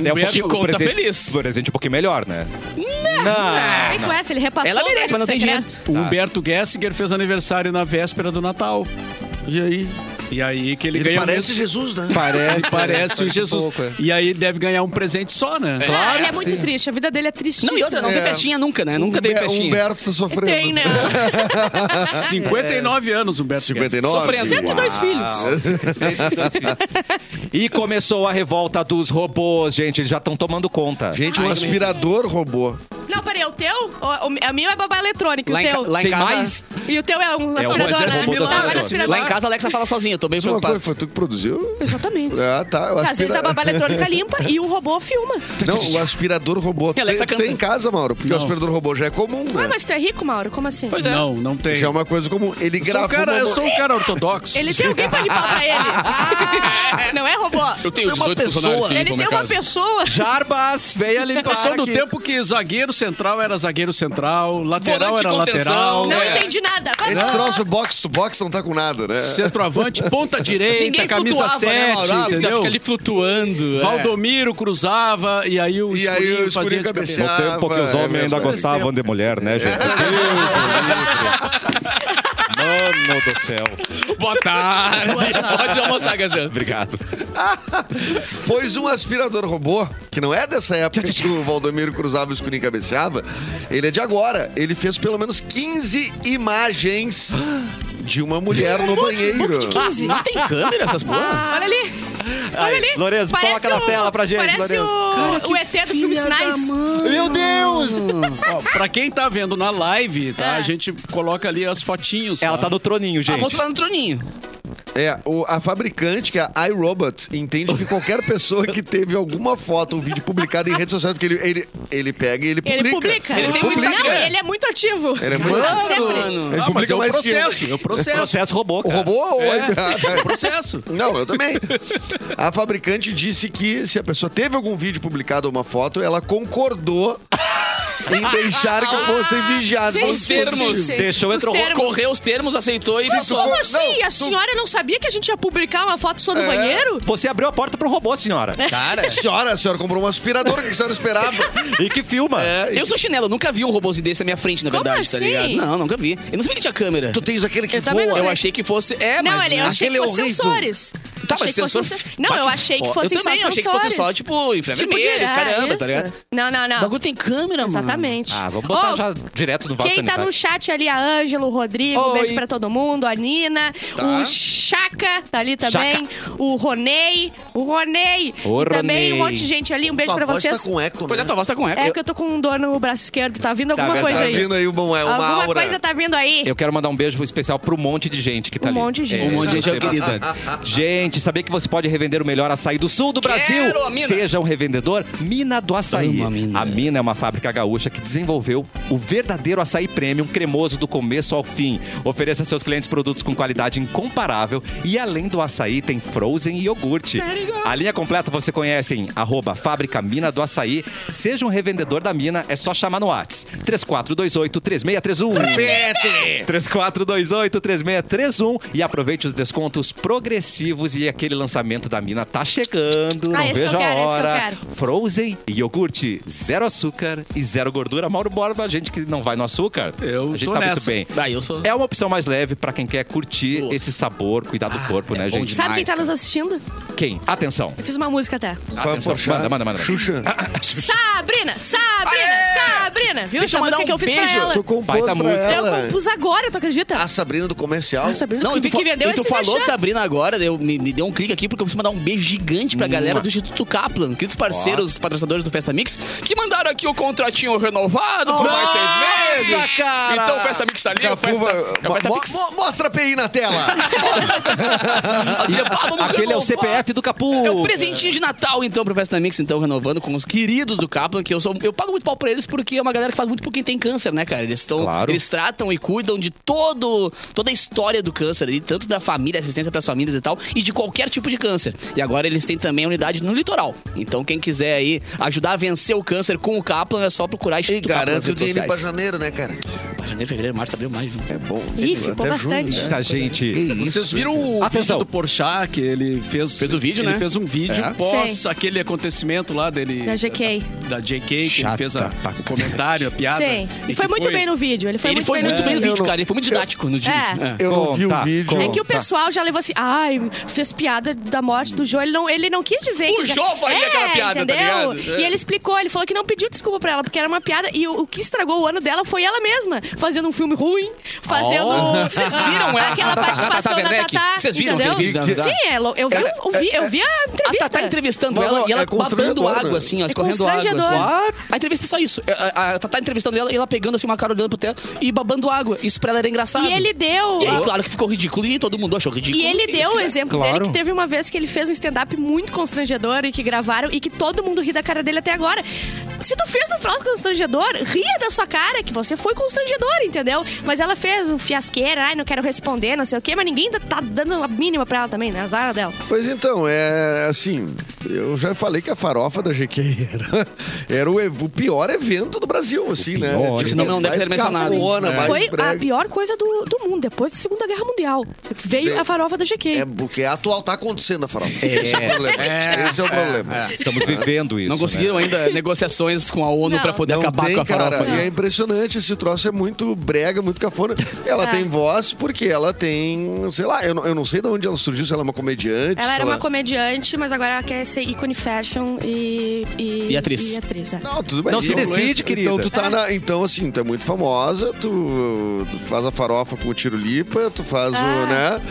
[SPEAKER 1] um
[SPEAKER 5] Humberto
[SPEAKER 1] pouquinho- um
[SPEAKER 2] Conta
[SPEAKER 1] presente-
[SPEAKER 2] feliz.
[SPEAKER 1] um presente um pouquinho melhor, né?
[SPEAKER 3] Vem com essa, ele repassou.
[SPEAKER 2] Ela merece, mas não tem
[SPEAKER 3] segredo.
[SPEAKER 2] jeito.
[SPEAKER 5] O Humberto Gessinger fez aniversário na véspera do Natal.
[SPEAKER 4] filho. E aí?
[SPEAKER 5] E aí que ele,
[SPEAKER 6] Ele
[SPEAKER 5] ganhou.
[SPEAKER 6] parece Jesus, né?
[SPEAKER 5] Ele
[SPEAKER 1] Parece.
[SPEAKER 5] parece o Jesus.
[SPEAKER 1] é.
[SPEAKER 5] E aí ele deve ganhar um presente só, né?
[SPEAKER 3] Ah, ele é muito triste, a vida dele é triste.
[SPEAKER 2] Não, e outra, não tem
[SPEAKER 4] É.
[SPEAKER 2] festinha nunca, né? Nunca tem
[SPEAKER 4] Humber-
[SPEAKER 2] festinha.
[SPEAKER 4] Humberto tá sofrendo.
[SPEAKER 3] Tem, né?
[SPEAKER 5] 59 anos, Humberto. Gessinger.
[SPEAKER 4] 59.
[SPEAKER 2] Sofrendo.
[SPEAKER 3] 102 filhos.
[SPEAKER 1] E começou a revolta dos robôs, gente. Eles já estão tomando conta.
[SPEAKER 4] Gente, um
[SPEAKER 2] Ai,
[SPEAKER 4] aspirador robô.
[SPEAKER 3] Não, peraí, o teu? O, o, a minha é babá eletrônica,
[SPEAKER 2] Lá
[SPEAKER 3] o
[SPEAKER 2] em,
[SPEAKER 3] teu.
[SPEAKER 2] ca- lá em
[SPEAKER 1] Tem
[SPEAKER 2] casa.
[SPEAKER 1] mais?
[SPEAKER 3] E o teu é um aspirador,
[SPEAKER 5] mas é
[SPEAKER 3] né?
[SPEAKER 5] similar,
[SPEAKER 3] Ah, vai no
[SPEAKER 5] né?
[SPEAKER 3] aspirador.
[SPEAKER 2] Lá em casa a Alexa fala sozinha, eu tô bem
[SPEAKER 4] Isso é uma coisa,
[SPEAKER 2] preocupado.
[SPEAKER 4] foi tu que produziu?
[SPEAKER 3] Exatamente.
[SPEAKER 4] Ah, tá. o
[SPEAKER 3] Às vezes a
[SPEAKER 4] aspira-
[SPEAKER 3] babá eletrônica limpa e o robô filma.
[SPEAKER 4] Não, o aspirador robô. Tu
[SPEAKER 2] Alexa
[SPEAKER 4] tem, tu
[SPEAKER 2] canta.
[SPEAKER 4] tem em casa, Mauro? Porque o aspirador robô já é comum,
[SPEAKER 3] Ué,
[SPEAKER 4] né?
[SPEAKER 3] tá mas tu é rico, Mauro? Como assim?
[SPEAKER 2] Pois é.
[SPEAKER 5] Não, não tem.
[SPEAKER 4] Já é uma coisa comum. Ele
[SPEAKER 5] eu, sou um
[SPEAKER 4] grava
[SPEAKER 5] cara,
[SPEAKER 4] uma...
[SPEAKER 5] eu sou um cara ortodoxo.
[SPEAKER 3] Ele tem alguém pra limpar pra ele. Não é robô.
[SPEAKER 2] Eu tenho
[SPEAKER 6] Tem uma
[SPEAKER 2] 18 funcionários que
[SPEAKER 6] pessoa.
[SPEAKER 3] Ele
[SPEAKER 2] limpam
[SPEAKER 3] tem
[SPEAKER 2] minha
[SPEAKER 3] uma
[SPEAKER 2] casa.
[SPEAKER 3] pessoa.
[SPEAKER 1] Jarbas, veia limpar
[SPEAKER 5] Eu sou do
[SPEAKER 1] aqui.
[SPEAKER 5] tempo que zagueiro central era zagueiro central, lateral
[SPEAKER 2] Volante
[SPEAKER 5] era
[SPEAKER 2] contenção.
[SPEAKER 5] lateral,
[SPEAKER 3] Não
[SPEAKER 4] É.
[SPEAKER 3] entendi nada.
[SPEAKER 5] um
[SPEAKER 3] Vai
[SPEAKER 4] Esse
[SPEAKER 3] lá.
[SPEAKER 4] troço box to box não tá com nada, né?
[SPEAKER 5] centroavante, ponta direita,
[SPEAKER 2] Ninguém
[SPEAKER 5] camisa
[SPEAKER 2] flutuava,
[SPEAKER 5] 7,
[SPEAKER 2] né, Mauro? Ah, fica-
[SPEAKER 5] entendeu?
[SPEAKER 2] Fica ali flutuando. é.
[SPEAKER 5] Valdomiro cruzava e aí
[SPEAKER 4] E aí o
[SPEAKER 5] o escurinho
[SPEAKER 4] escurinho
[SPEAKER 5] fazia de cabeça.
[SPEAKER 4] cabeceava.
[SPEAKER 1] No tempo que os
[SPEAKER 4] Ah, é
[SPEAKER 1] homens ainda
[SPEAKER 4] mesmo.
[SPEAKER 1] gostavam de mulher, né, gente? Meu Deus do livre. Mano do céu.
[SPEAKER 2] Boa tarde. Pode almoçar, Gazan.
[SPEAKER 1] Obrigado.
[SPEAKER 4] Pois um aspirador robô, que não é dessa época que o Valdomiro cruzava o escurinho e cabeceava, ele é de agora. Ele fez pelo menos 15 imagens de uma mulher no banheiro.
[SPEAKER 2] Ah, Não tem câmera essas porra?
[SPEAKER 3] Olha ali. Olha ali.
[SPEAKER 1] Lourenço,
[SPEAKER 3] Parece
[SPEAKER 1] coloca na
[SPEAKER 3] o-
[SPEAKER 1] tela pra gente,
[SPEAKER 3] Parece
[SPEAKER 1] Lourenço.
[SPEAKER 3] o, o ET do filme Sinais.
[SPEAKER 4] Meu Deus!
[SPEAKER 5] Ó, Pra quem tá vendo na live, tá?
[SPEAKER 3] É.
[SPEAKER 5] A gente coloca ali as fotinhos.
[SPEAKER 1] Ela tá no troninho,
[SPEAKER 2] A
[SPEAKER 1] gente.
[SPEAKER 2] moça tá no troninho.
[SPEAKER 4] É, o- a fabricante, que é a iRobot, entende que qualquer pessoa que teve alguma um foto ou vídeo publicado em rede social, porque ele, ele, ele pega e ele publica.
[SPEAKER 3] Ele publica.
[SPEAKER 2] Ele tem um
[SPEAKER 3] Não,
[SPEAKER 2] Instagram.
[SPEAKER 3] ele é muito motivo.
[SPEAKER 4] Ele é muito-
[SPEAKER 3] Tá
[SPEAKER 4] Mano!
[SPEAKER 3] sempre.
[SPEAKER 2] Mano.
[SPEAKER 4] Ele
[SPEAKER 5] Ah, mas
[SPEAKER 4] complica
[SPEAKER 5] eu
[SPEAKER 4] é mais que eu.
[SPEAKER 5] processo, eu processo.
[SPEAKER 1] Processo robô,
[SPEAKER 4] O
[SPEAKER 1] cara.
[SPEAKER 4] robô ou
[SPEAKER 5] É.
[SPEAKER 4] Ah, tá.
[SPEAKER 5] processo.
[SPEAKER 4] Não, eu também. A fabricante disse que se a pessoa teve algum vídeo publicado ou uma foto, ela concordou em deixar que fossem vigiados.
[SPEAKER 3] Sim,
[SPEAKER 2] os
[SPEAKER 3] sim,
[SPEAKER 2] termos.
[SPEAKER 3] sim, sim.
[SPEAKER 1] Deixou,
[SPEAKER 3] Os
[SPEAKER 1] entrou.
[SPEAKER 3] termos.
[SPEAKER 2] Correu os termos, aceitou e passou.
[SPEAKER 3] Como
[SPEAKER 4] Não,
[SPEAKER 3] assim?
[SPEAKER 4] tu-
[SPEAKER 3] A senhora não sabia que a gente ia publicar uma foto só do
[SPEAKER 4] É.
[SPEAKER 3] banheiro?
[SPEAKER 1] Você abriu a porta pro robô, senhora.
[SPEAKER 2] Cara,
[SPEAKER 4] Senhora, a senhora comprou um aspirador que a senhora esperava.
[SPEAKER 1] E que filma.
[SPEAKER 4] É, e
[SPEAKER 2] eu sou chinelo, eu nunca vi um robôzinho desse na minha frente, na
[SPEAKER 3] Como
[SPEAKER 2] verdade, tá
[SPEAKER 3] assim?
[SPEAKER 2] ligado? Não, nunca vi. Eu não sabia que tinha câmera.
[SPEAKER 6] Tu tens aquele que
[SPEAKER 3] Eu também
[SPEAKER 6] voa.
[SPEAKER 3] não
[SPEAKER 2] Eu
[SPEAKER 3] sei.
[SPEAKER 2] achei que fosse. É,
[SPEAKER 3] Não,
[SPEAKER 2] mas.
[SPEAKER 3] olha, eu achei que
[SPEAKER 6] Aquele é
[SPEAKER 3] fossem
[SPEAKER 6] horrível.
[SPEAKER 3] sensores.
[SPEAKER 2] Tá,
[SPEAKER 3] achei
[SPEAKER 2] mas
[SPEAKER 3] que fossem
[SPEAKER 2] sensor-
[SPEAKER 3] sens- Não, eu
[SPEAKER 2] bate
[SPEAKER 3] achei que
[SPEAKER 2] fo-
[SPEAKER 3] fossem
[SPEAKER 2] Eu também
[SPEAKER 3] sensores.
[SPEAKER 2] achei que fosse só, tipo, infravermelhos,
[SPEAKER 3] de- ah,
[SPEAKER 2] caramba,
[SPEAKER 3] isso.
[SPEAKER 2] tá ligado?
[SPEAKER 3] Não, não, não.
[SPEAKER 2] O bagulho tem câmera, mano.
[SPEAKER 3] Exatamente.
[SPEAKER 1] Ah, vamos botar
[SPEAKER 3] Ô,
[SPEAKER 1] já direto no vaso
[SPEAKER 3] Quem tá
[SPEAKER 1] sanitário.
[SPEAKER 3] no chat ali, a Ângelo, o Rodrigo, um
[SPEAKER 1] Oi.
[SPEAKER 3] beijo pra todo mundo, a Nina,
[SPEAKER 2] Tá.
[SPEAKER 3] o Chaca tá ali também, o Ronei, o Ronei,
[SPEAKER 1] Ô,
[SPEAKER 3] e também um
[SPEAKER 1] Ronei.
[SPEAKER 3] monte de gente ali, um beijo
[SPEAKER 6] Tua
[SPEAKER 3] pra
[SPEAKER 6] voz
[SPEAKER 3] vocês.
[SPEAKER 6] tá com eco,
[SPEAKER 2] Pois é,
[SPEAKER 6] né?
[SPEAKER 2] tua voz tá com eco.
[SPEAKER 3] É que eu tô com um dor no braço esquerdo, tá vindo alguma
[SPEAKER 1] Tá,
[SPEAKER 3] coisa
[SPEAKER 4] tá
[SPEAKER 3] aí.
[SPEAKER 4] vindo aí bom, é uma
[SPEAKER 3] alguma
[SPEAKER 4] aura.
[SPEAKER 3] coisa tá vindo aí.
[SPEAKER 1] Eu quero mandar um beijo especial pro monte de gente que tá
[SPEAKER 3] Um
[SPEAKER 1] ali.
[SPEAKER 3] monte de
[SPEAKER 1] É,
[SPEAKER 3] gente. Um monte
[SPEAKER 2] de gente,
[SPEAKER 1] eu tenho
[SPEAKER 2] querida.
[SPEAKER 1] bastante. Gente, sabia que você pode revender o melhor açaí do sul do Brasil?
[SPEAKER 2] a mina.
[SPEAKER 1] Seja um revendedor, Mina do Açaí.
[SPEAKER 2] Amo a Mina.
[SPEAKER 1] A Mina é uma fábrica gaúcha que desenvolveu o verdadeiro açaí premium cremoso do começo ao fim. Ofereça a seus clientes produtos com qualidade incomparável e além do açaí tem frozen e iogurte. A linha completa você conhece em arroba Fábrica Mina do Açaí. Seja um revendedor da Mina, é só chamar no Whats 3428 3631.
[SPEAKER 3] É.
[SPEAKER 1] 3428-3631 e aproveite os descontos progressivos e aquele lançamento da mina tá chegando.
[SPEAKER 3] Ah,
[SPEAKER 1] não
[SPEAKER 3] esse que eu
[SPEAKER 1] vejo a
[SPEAKER 3] quero, esse que eu
[SPEAKER 1] hora.
[SPEAKER 3] quero.
[SPEAKER 1] Frozen e iogurte, zero açúcar e zero gordura. Mauro Borba, a gente que não vai no açúcar,
[SPEAKER 5] Eu
[SPEAKER 1] a gente
[SPEAKER 5] tô
[SPEAKER 1] tá
[SPEAKER 5] nessa.
[SPEAKER 1] muito bem.
[SPEAKER 2] Ah, eu sou.
[SPEAKER 1] É uma opção mais leve pra quem quer curtir
[SPEAKER 2] Boa.
[SPEAKER 1] esse sabor, cuidar do corpo, né,
[SPEAKER 2] é bom
[SPEAKER 1] gente?
[SPEAKER 3] Sabe quem
[SPEAKER 2] demais,
[SPEAKER 3] tá
[SPEAKER 2] cara.
[SPEAKER 3] nos assistindo?
[SPEAKER 1] Quem? Atenção.
[SPEAKER 3] Eu fiz uma música até.
[SPEAKER 1] Atenção. Manda, manda, manda.
[SPEAKER 4] Xuxa,
[SPEAKER 3] Sabrina, Sabrina,
[SPEAKER 2] Aê!
[SPEAKER 3] Sabrina, viu?
[SPEAKER 2] Deixa
[SPEAKER 3] Essa
[SPEAKER 2] eu mandar
[SPEAKER 3] música que
[SPEAKER 2] um
[SPEAKER 3] eu fiz pra
[SPEAKER 2] beijo.
[SPEAKER 3] ela.
[SPEAKER 4] tu compôs
[SPEAKER 1] Baita
[SPEAKER 4] pra
[SPEAKER 1] música.
[SPEAKER 4] ela.
[SPEAKER 3] Eu compus agora, tu acredita?
[SPEAKER 6] A Sabrina do comercial.
[SPEAKER 3] Ah, Sabrina,
[SPEAKER 2] Não, e
[SPEAKER 3] que,
[SPEAKER 2] tu,
[SPEAKER 3] que vendeu
[SPEAKER 2] e tu
[SPEAKER 3] esse
[SPEAKER 2] falou,
[SPEAKER 3] merchan.
[SPEAKER 2] Sabrina, agora, eu, me, me deu um clique aqui, porque eu preciso mandar um beijo gigante pra galera do Instituto Kaplan, queridos parceiros, patrocinadores do Festa Mix, que mandaram aqui o contratinho renovado por mais seis meses.
[SPEAKER 1] cara!
[SPEAKER 2] Então o Festa Mix tá ali, o Festa,
[SPEAKER 4] Capuva,
[SPEAKER 2] o Festa
[SPEAKER 4] mo-
[SPEAKER 2] Mix.
[SPEAKER 4] mo- mostra a PI na tela.
[SPEAKER 2] Ah, vamos
[SPEAKER 1] Aquele é o
[SPEAKER 2] renovar.
[SPEAKER 1] CPF do Capu.
[SPEAKER 2] É um presentinho de Natal, então, pro Festa Mix, então, renovando com os queridos do Kaplan, que eu sou. Eu pago muito pau pra eles porque é uma galera que faz muito por quem tem câncer, né, cara? Eles estão.
[SPEAKER 1] Claro.
[SPEAKER 2] Eles tratam e cuidam de todo, toda a história do câncer ali, tanto da família, assistência pras famílias e tal, e de qualquer tipo de câncer. E agora eles têm também a unidade no litoral. Então, quem quiser aí ajudar a vencer o câncer com o Kaplan, é só procurar
[SPEAKER 6] E
[SPEAKER 2] Instituto Kaplan nas
[SPEAKER 6] garante o
[SPEAKER 2] redes
[SPEAKER 6] dinheiro pra
[SPEAKER 2] sociais.
[SPEAKER 6] janeiro, né, cara?
[SPEAKER 2] Janeiro, fevereiro, março, abril, maio, junho.
[SPEAKER 4] É bom.
[SPEAKER 3] Ih, ficou
[SPEAKER 4] Até
[SPEAKER 3] bastante.
[SPEAKER 4] junho, né?
[SPEAKER 1] Tá, gente.
[SPEAKER 5] Vocês viram o
[SPEAKER 1] Atenção.
[SPEAKER 5] vídeo do Porchat, que ele fez...
[SPEAKER 2] Fez o vídeo,
[SPEAKER 5] ele
[SPEAKER 2] né?
[SPEAKER 5] fez um vídeo
[SPEAKER 2] É.
[SPEAKER 5] pós
[SPEAKER 3] Sei.
[SPEAKER 5] aquele acontecimento lá dele...
[SPEAKER 3] Da JK.
[SPEAKER 5] Da, da JK, que ele fez a, o comentário, a piada.
[SPEAKER 3] Sim. E foi
[SPEAKER 5] que
[SPEAKER 3] muito bem no vídeo. Ele foi
[SPEAKER 2] Ele
[SPEAKER 3] muito
[SPEAKER 2] foi
[SPEAKER 3] bem
[SPEAKER 2] muito
[SPEAKER 3] no
[SPEAKER 2] bem no
[SPEAKER 3] vídeo.
[SPEAKER 2] vídeo, cara. Ele foi muito didático no dia. né?
[SPEAKER 3] É.
[SPEAKER 4] Eu não vi o
[SPEAKER 1] Conta,
[SPEAKER 4] vídeo.
[SPEAKER 1] conta.
[SPEAKER 3] É que o
[SPEAKER 1] Tá.
[SPEAKER 3] pessoal já levou assim, ai, fez piada da morte do Jô. Ele não, ele não quis dizer
[SPEAKER 2] O
[SPEAKER 3] que-
[SPEAKER 2] Jô faria aquela piada, tá
[SPEAKER 3] entendeu?
[SPEAKER 2] ligado?
[SPEAKER 3] E ele explicou, ele falou que não pediu desculpa pra ela, porque era uma piada. E o, o que estragou o ano dela foi ela mesma, fazendo um filme ruim, fazendo.
[SPEAKER 1] Oh.
[SPEAKER 3] Vocês viram
[SPEAKER 2] ela?
[SPEAKER 3] aquela
[SPEAKER 2] A Tata
[SPEAKER 3] participação da
[SPEAKER 2] Werneck?
[SPEAKER 3] Tatá.
[SPEAKER 2] Vocês viram
[SPEAKER 3] entendeu?
[SPEAKER 2] aquele vídeo da-
[SPEAKER 3] Sim, ela- eu vi, eu vi, eu vi a entrevista.
[SPEAKER 2] A Tatá Ah, tá, entrevistando
[SPEAKER 4] Não,
[SPEAKER 2] ela
[SPEAKER 4] não,
[SPEAKER 2] e ela
[SPEAKER 4] é
[SPEAKER 2] babando
[SPEAKER 4] constrangedor,
[SPEAKER 2] água,
[SPEAKER 4] né?
[SPEAKER 2] assim, ó,
[SPEAKER 3] É
[SPEAKER 2] escorrendo água.
[SPEAKER 3] constrangedor.
[SPEAKER 2] Assim. A entrevista é só isso. A, a, a Tatá entrevistando ela e ela pegando assim uma cara olhando pro teto e babando água. Isso pra ela era engraçado.
[SPEAKER 3] E ele deu.
[SPEAKER 2] E aí, claro que ficou ridículo e todo mundo achou ridículo.
[SPEAKER 3] E ele deu o exemplo
[SPEAKER 1] Claro.
[SPEAKER 3] dele que teve uma vez que ele fez um stand-up muito constrangedor e que gravaram e que todo mundo ri da cara dele até agora. Se tu fez um troço constrangedor, ria da sua cara, que você foi constrangedor, entendeu? Mas ela fez um fiasqueira, ai, não quero responder, não sei o quê, mas ninguém ainda tá dando a mínima pra ela também, né? Azar dela.
[SPEAKER 4] Pois então, é assim, eu já falei que a farofa da GQ era, era o, ev- o pior evento do Brasil, assim,
[SPEAKER 1] pior,
[SPEAKER 4] né?
[SPEAKER 1] esse
[SPEAKER 2] nome não deve ser mencionado, hein?
[SPEAKER 4] Capona,
[SPEAKER 2] É.
[SPEAKER 4] mais
[SPEAKER 3] foi a
[SPEAKER 4] brega.
[SPEAKER 3] pior coisa do, do mundo, depois da Segunda Guerra Mundial. Veio a farofa da GQ.
[SPEAKER 6] É porque a atual tá acontecendo a farofa.
[SPEAKER 4] Esse é o problema. Esse é o problema.
[SPEAKER 1] Estamos vivendo isso.
[SPEAKER 2] Não conseguiram
[SPEAKER 1] né?
[SPEAKER 2] ainda negociações com a ONU
[SPEAKER 3] Não.
[SPEAKER 2] pra poder
[SPEAKER 4] Não
[SPEAKER 2] acabar
[SPEAKER 4] tem,
[SPEAKER 2] com a farofa. né?
[SPEAKER 4] Cara, e é impressionante, esse troço é muito brega, muito cafona. Ela
[SPEAKER 3] É.
[SPEAKER 4] tem voz porque ela tem, sei lá, eu não, eu não sei de onde ela surgiu, se ela é uma comediante.
[SPEAKER 3] Ela
[SPEAKER 4] se
[SPEAKER 3] era uma comediante, mas agora ela quer ser ícone fashion e... E,
[SPEAKER 2] E atriz.
[SPEAKER 3] E atriz, é.
[SPEAKER 4] Não, tudo bem.
[SPEAKER 1] Não, se
[SPEAKER 4] Então,
[SPEAKER 1] decide,
[SPEAKER 4] então,
[SPEAKER 1] querida.
[SPEAKER 4] Então, tu tá na, então, assim, tu é muito famosa, tu faz a farofa com o tiro lipa, tu faz
[SPEAKER 3] Ah.
[SPEAKER 4] o, né?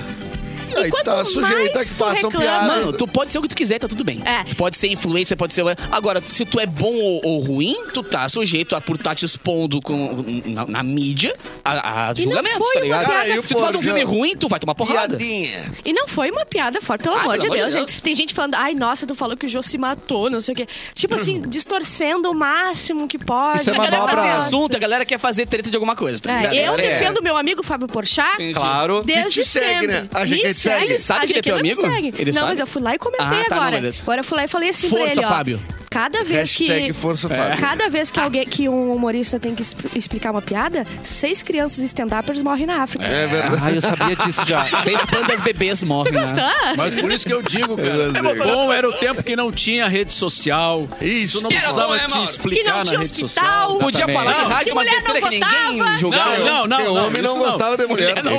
[SPEAKER 3] E
[SPEAKER 4] Aí tu
[SPEAKER 3] quanto
[SPEAKER 4] tá sujeito a
[SPEAKER 3] mais
[SPEAKER 4] que
[SPEAKER 3] tu
[SPEAKER 4] façam
[SPEAKER 3] reclama-
[SPEAKER 4] piada.
[SPEAKER 2] Mano, tu pode ser o que tu quiser, tá tudo bem.
[SPEAKER 3] É.
[SPEAKER 2] Tu pode ser influencer, pode ser. Agora, se tu é bom ou, ou ruim, tu tá sujeito a por tá te expondo com, na, na mídia a, a
[SPEAKER 3] não
[SPEAKER 2] julgamentos,
[SPEAKER 3] foi
[SPEAKER 2] tá
[SPEAKER 3] uma
[SPEAKER 2] ligado?
[SPEAKER 4] piada Cara, e o
[SPEAKER 2] se tu faz um
[SPEAKER 4] Forjão?
[SPEAKER 2] filme ruim, tu vai tomar porrada.
[SPEAKER 4] Piadinha.
[SPEAKER 3] E não foi uma piada forte, pelo
[SPEAKER 2] Ah,
[SPEAKER 3] amor
[SPEAKER 2] pelo
[SPEAKER 3] de
[SPEAKER 2] amor de
[SPEAKER 3] Deus,
[SPEAKER 2] Deus.
[SPEAKER 3] gente. Tem gente falando, ai, nossa, tu falou que o Jô se matou, não sei o quê. Tipo assim, distorcendo o máximo que pode.
[SPEAKER 1] Isso é
[SPEAKER 2] A galera
[SPEAKER 1] manobra.
[SPEAKER 2] quer fazer
[SPEAKER 1] Manobra.
[SPEAKER 2] assunto, a galera quer fazer treta de alguma coisa, tá ligado?
[SPEAKER 3] É, eu
[SPEAKER 2] A galera é-
[SPEAKER 3] defendo meu amigo Fábio Porchat
[SPEAKER 1] Claro.
[SPEAKER 3] desde
[SPEAKER 4] Que te segue,
[SPEAKER 3] sempre.
[SPEAKER 4] né? A gente
[SPEAKER 3] Me
[SPEAKER 4] te segue. Ele
[SPEAKER 2] sabe
[SPEAKER 3] A
[SPEAKER 2] que ele é teu
[SPEAKER 3] me
[SPEAKER 2] amigo?
[SPEAKER 3] segue.
[SPEAKER 2] Ele
[SPEAKER 3] não,
[SPEAKER 2] sabe?
[SPEAKER 3] mas eu fui lá e comentei
[SPEAKER 2] Ah, tá, não,
[SPEAKER 3] agora.
[SPEAKER 2] beleza.
[SPEAKER 3] agora eu fui lá e falei assim pra
[SPEAKER 2] Força,
[SPEAKER 3] ele, ó.
[SPEAKER 2] Fábio. Ah.
[SPEAKER 3] Cada vez
[SPEAKER 4] Hashtag
[SPEAKER 3] que... É,
[SPEAKER 4] Força Fábio.
[SPEAKER 3] Cada vez que, alguém, que um humorista tem que expl- explicar uma piada, seis crianças stand-uppers morrem na África.
[SPEAKER 4] É verdade.
[SPEAKER 1] Ah, eu sabia disso já.
[SPEAKER 2] Seis bandas bebês morrem. né?
[SPEAKER 3] Ah,
[SPEAKER 5] Mas por isso que eu digo, cara.
[SPEAKER 4] Eu gostei.
[SPEAKER 5] Bom era o tempo que não tinha rede social.
[SPEAKER 4] Isso.
[SPEAKER 5] Tu não
[SPEAKER 4] Que
[SPEAKER 2] era
[SPEAKER 5] precisava
[SPEAKER 2] bom, né,
[SPEAKER 5] te
[SPEAKER 2] Mauro?
[SPEAKER 5] explicar
[SPEAKER 3] Que não
[SPEAKER 5] na
[SPEAKER 3] tinha
[SPEAKER 5] rede
[SPEAKER 3] hospital.
[SPEAKER 5] social.
[SPEAKER 2] Podia
[SPEAKER 1] Exatamente.
[SPEAKER 2] falar
[SPEAKER 5] Não,
[SPEAKER 2] em rádio
[SPEAKER 3] que
[SPEAKER 2] umas
[SPEAKER 3] mulher
[SPEAKER 2] besteiras
[SPEAKER 3] não
[SPEAKER 2] que ninguém
[SPEAKER 3] votava.
[SPEAKER 2] julgava.
[SPEAKER 5] Não, não, não.
[SPEAKER 4] Porque
[SPEAKER 5] não,
[SPEAKER 4] homem
[SPEAKER 5] isso
[SPEAKER 4] não gostava de mulher.
[SPEAKER 5] Mulher não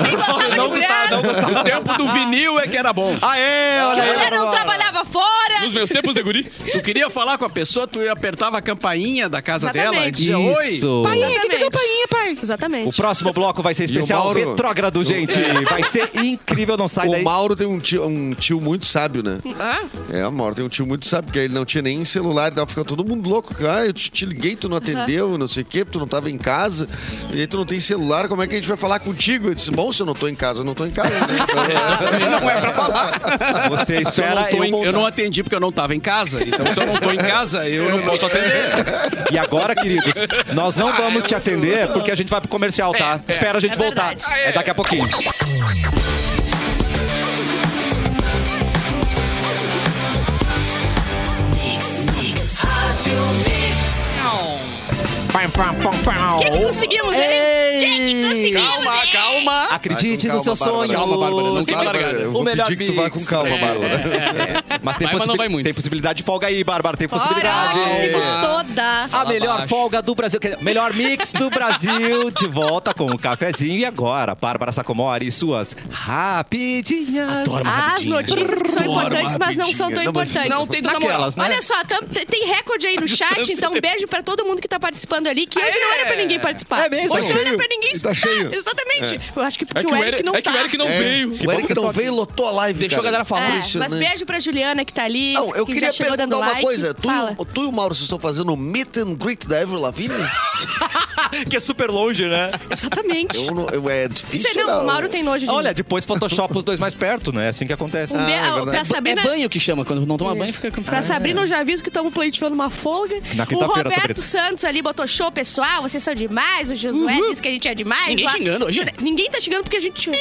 [SPEAKER 3] Homem gostava de mulher.
[SPEAKER 5] O tempo do vinil é que era bom.
[SPEAKER 1] Aê, olha aí.
[SPEAKER 3] Mulher não trabalhava fora.
[SPEAKER 2] Nos meus tempos de guri.
[SPEAKER 5] Tu queria falar com a pessoa, tu apertava a campainha da casa dela e
[SPEAKER 3] Exatamente.
[SPEAKER 5] dizia oi.
[SPEAKER 1] Isso.
[SPEAKER 3] Exatamente. Exatamente.
[SPEAKER 1] O próximo bloco vai ser especial
[SPEAKER 4] Mauro?
[SPEAKER 1] retrógrado, gente. Vai ser incrível, não sai
[SPEAKER 4] O
[SPEAKER 1] daí.
[SPEAKER 4] Mauro tem um tio, um tio muito sábio, né?
[SPEAKER 3] Ah,
[SPEAKER 4] É, o Mauro tem um tio muito sábio, porque ele não tinha nem celular, e tava ficando todo mundo louco. cara. Ah, eu te, te liguei, tu não atendeu, não sei o quê, tu não tava em casa, e aí tu não tem celular, como é que a gente vai falar contigo? Eu disse, bom, se eu não tô em casa, eu não tô em casa. Né? Então,
[SPEAKER 2] Não é pra falar.
[SPEAKER 1] Você
[SPEAKER 5] Se eu, não
[SPEAKER 1] espera
[SPEAKER 5] tô
[SPEAKER 1] eu
[SPEAKER 5] em- eu
[SPEAKER 1] voltar.
[SPEAKER 5] não atendi porque eu não tava em casa. Então, se eu não tô em casa, eu não posso atender.
[SPEAKER 1] E agora, queridos, nós não vamos te atender porque a gente vai pro comercial, tá? Espera a gente
[SPEAKER 3] É
[SPEAKER 1] voltar.
[SPEAKER 3] verdade.
[SPEAKER 1] É daqui a pouquinho.
[SPEAKER 3] É O que, que conseguimos, hein? O que, que conseguimos?
[SPEAKER 2] Calma,
[SPEAKER 3] hein?
[SPEAKER 2] calma.
[SPEAKER 1] Acredite
[SPEAKER 4] Vai com
[SPEAKER 1] no seu
[SPEAKER 4] calma,
[SPEAKER 1] sonho.
[SPEAKER 4] Bárbara.
[SPEAKER 2] Calma, Bárbara, não se
[SPEAKER 1] Bárbara,
[SPEAKER 2] larga.
[SPEAKER 4] eu vou
[SPEAKER 1] o melhor
[SPEAKER 4] pedir que tu vá
[SPEAKER 1] mix.
[SPEAKER 4] com calma,
[SPEAKER 1] É,
[SPEAKER 4] Bárbara.
[SPEAKER 1] é. Mas tem,
[SPEAKER 2] Vai, mas não
[SPEAKER 1] possibi-
[SPEAKER 2] vai muito.
[SPEAKER 1] tem possibilidade de folga aí, Bárbara. Tem
[SPEAKER 3] Fora,
[SPEAKER 1] possibilidade.
[SPEAKER 3] fico toda.
[SPEAKER 1] A melhor
[SPEAKER 2] abaixo.
[SPEAKER 1] folga do Brasil. quer dizer, Melhor mix do Brasil. De volta com o cafezinho. E agora, Bárbara Sacomori e suas rapidinhas.
[SPEAKER 3] As notícias que são importantes, mas não são tão
[SPEAKER 4] Não, mas-
[SPEAKER 3] importantes.
[SPEAKER 1] Não tem tanta
[SPEAKER 3] Naquelas, né?
[SPEAKER 1] moral.
[SPEAKER 3] Olha só, tam- te- tem recorde aí no chat, então um beijo pra todo mundo que tá participando ali, que hoje não era pra ninguém participar.
[SPEAKER 1] É mesmo?
[SPEAKER 3] Hoje não era
[SPEAKER 4] Cheio.
[SPEAKER 3] pra ninguém
[SPEAKER 4] E tá
[SPEAKER 3] escutar.
[SPEAKER 4] cheio.
[SPEAKER 3] Exatamente. Eu acho que porque
[SPEAKER 2] É que o
[SPEAKER 3] o Eric
[SPEAKER 2] Eric,
[SPEAKER 3] não
[SPEAKER 2] é que o
[SPEAKER 3] tá.
[SPEAKER 2] Eric não veio.
[SPEAKER 4] Que
[SPEAKER 6] o
[SPEAKER 4] bom
[SPEAKER 6] Eric
[SPEAKER 4] que
[SPEAKER 6] não
[SPEAKER 4] vocês
[SPEAKER 6] veio, lotou a live.
[SPEAKER 2] Deixou a
[SPEAKER 6] cara.
[SPEAKER 2] galera falar.
[SPEAKER 3] É, mas
[SPEAKER 6] Impressionante.
[SPEAKER 3] beijo pra Juliana que tá ali.
[SPEAKER 6] Não, eu
[SPEAKER 3] que
[SPEAKER 6] queria
[SPEAKER 3] já chegou
[SPEAKER 6] perguntar
[SPEAKER 3] dando
[SPEAKER 6] uma
[SPEAKER 3] like.
[SPEAKER 6] coisa. Tu,
[SPEAKER 3] Fala.
[SPEAKER 6] tu e o Mauro, vocês estão fazendo o meet and greet da Ever Lavigne?
[SPEAKER 1] Que é super longe, né?
[SPEAKER 3] Exatamente.
[SPEAKER 6] Eu não- eu- é difícil.
[SPEAKER 3] Isso aí não, o Mauro tem nojo de mim.
[SPEAKER 1] Olha, depois Photoshop os dois mais perto, né? É assim que acontece.
[SPEAKER 3] Um
[SPEAKER 6] Ah,
[SPEAKER 3] be-
[SPEAKER 4] é verdade.
[SPEAKER 3] pra
[SPEAKER 2] É
[SPEAKER 3] Sabrina.
[SPEAKER 2] banho que chama, quando não toma banho
[SPEAKER 3] Isso.
[SPEAKER 2] fica com
[SPEAKER 3] Pra Sabrina, eu já aviso que estamos pleiteando uma folga.
[SPEAKER 1] Na
[SPEAKER 3] O
[SPEAKER 1] quinta-feira,
[SPEAKER 3] Roberto
[SPEAKER 1] Sabrina.
[SPEAKER 3] Santos ali botou show, pessoal. Vocês são demais. O Josué disse que a gente é demais.
[SPEAKER 2] Ninguém
[SPEAKER 3] lá.
[SPEAKER 2] xingando hoje? né?
[SPEAKER 3] Ninguém tá xingando porque a gente xingou.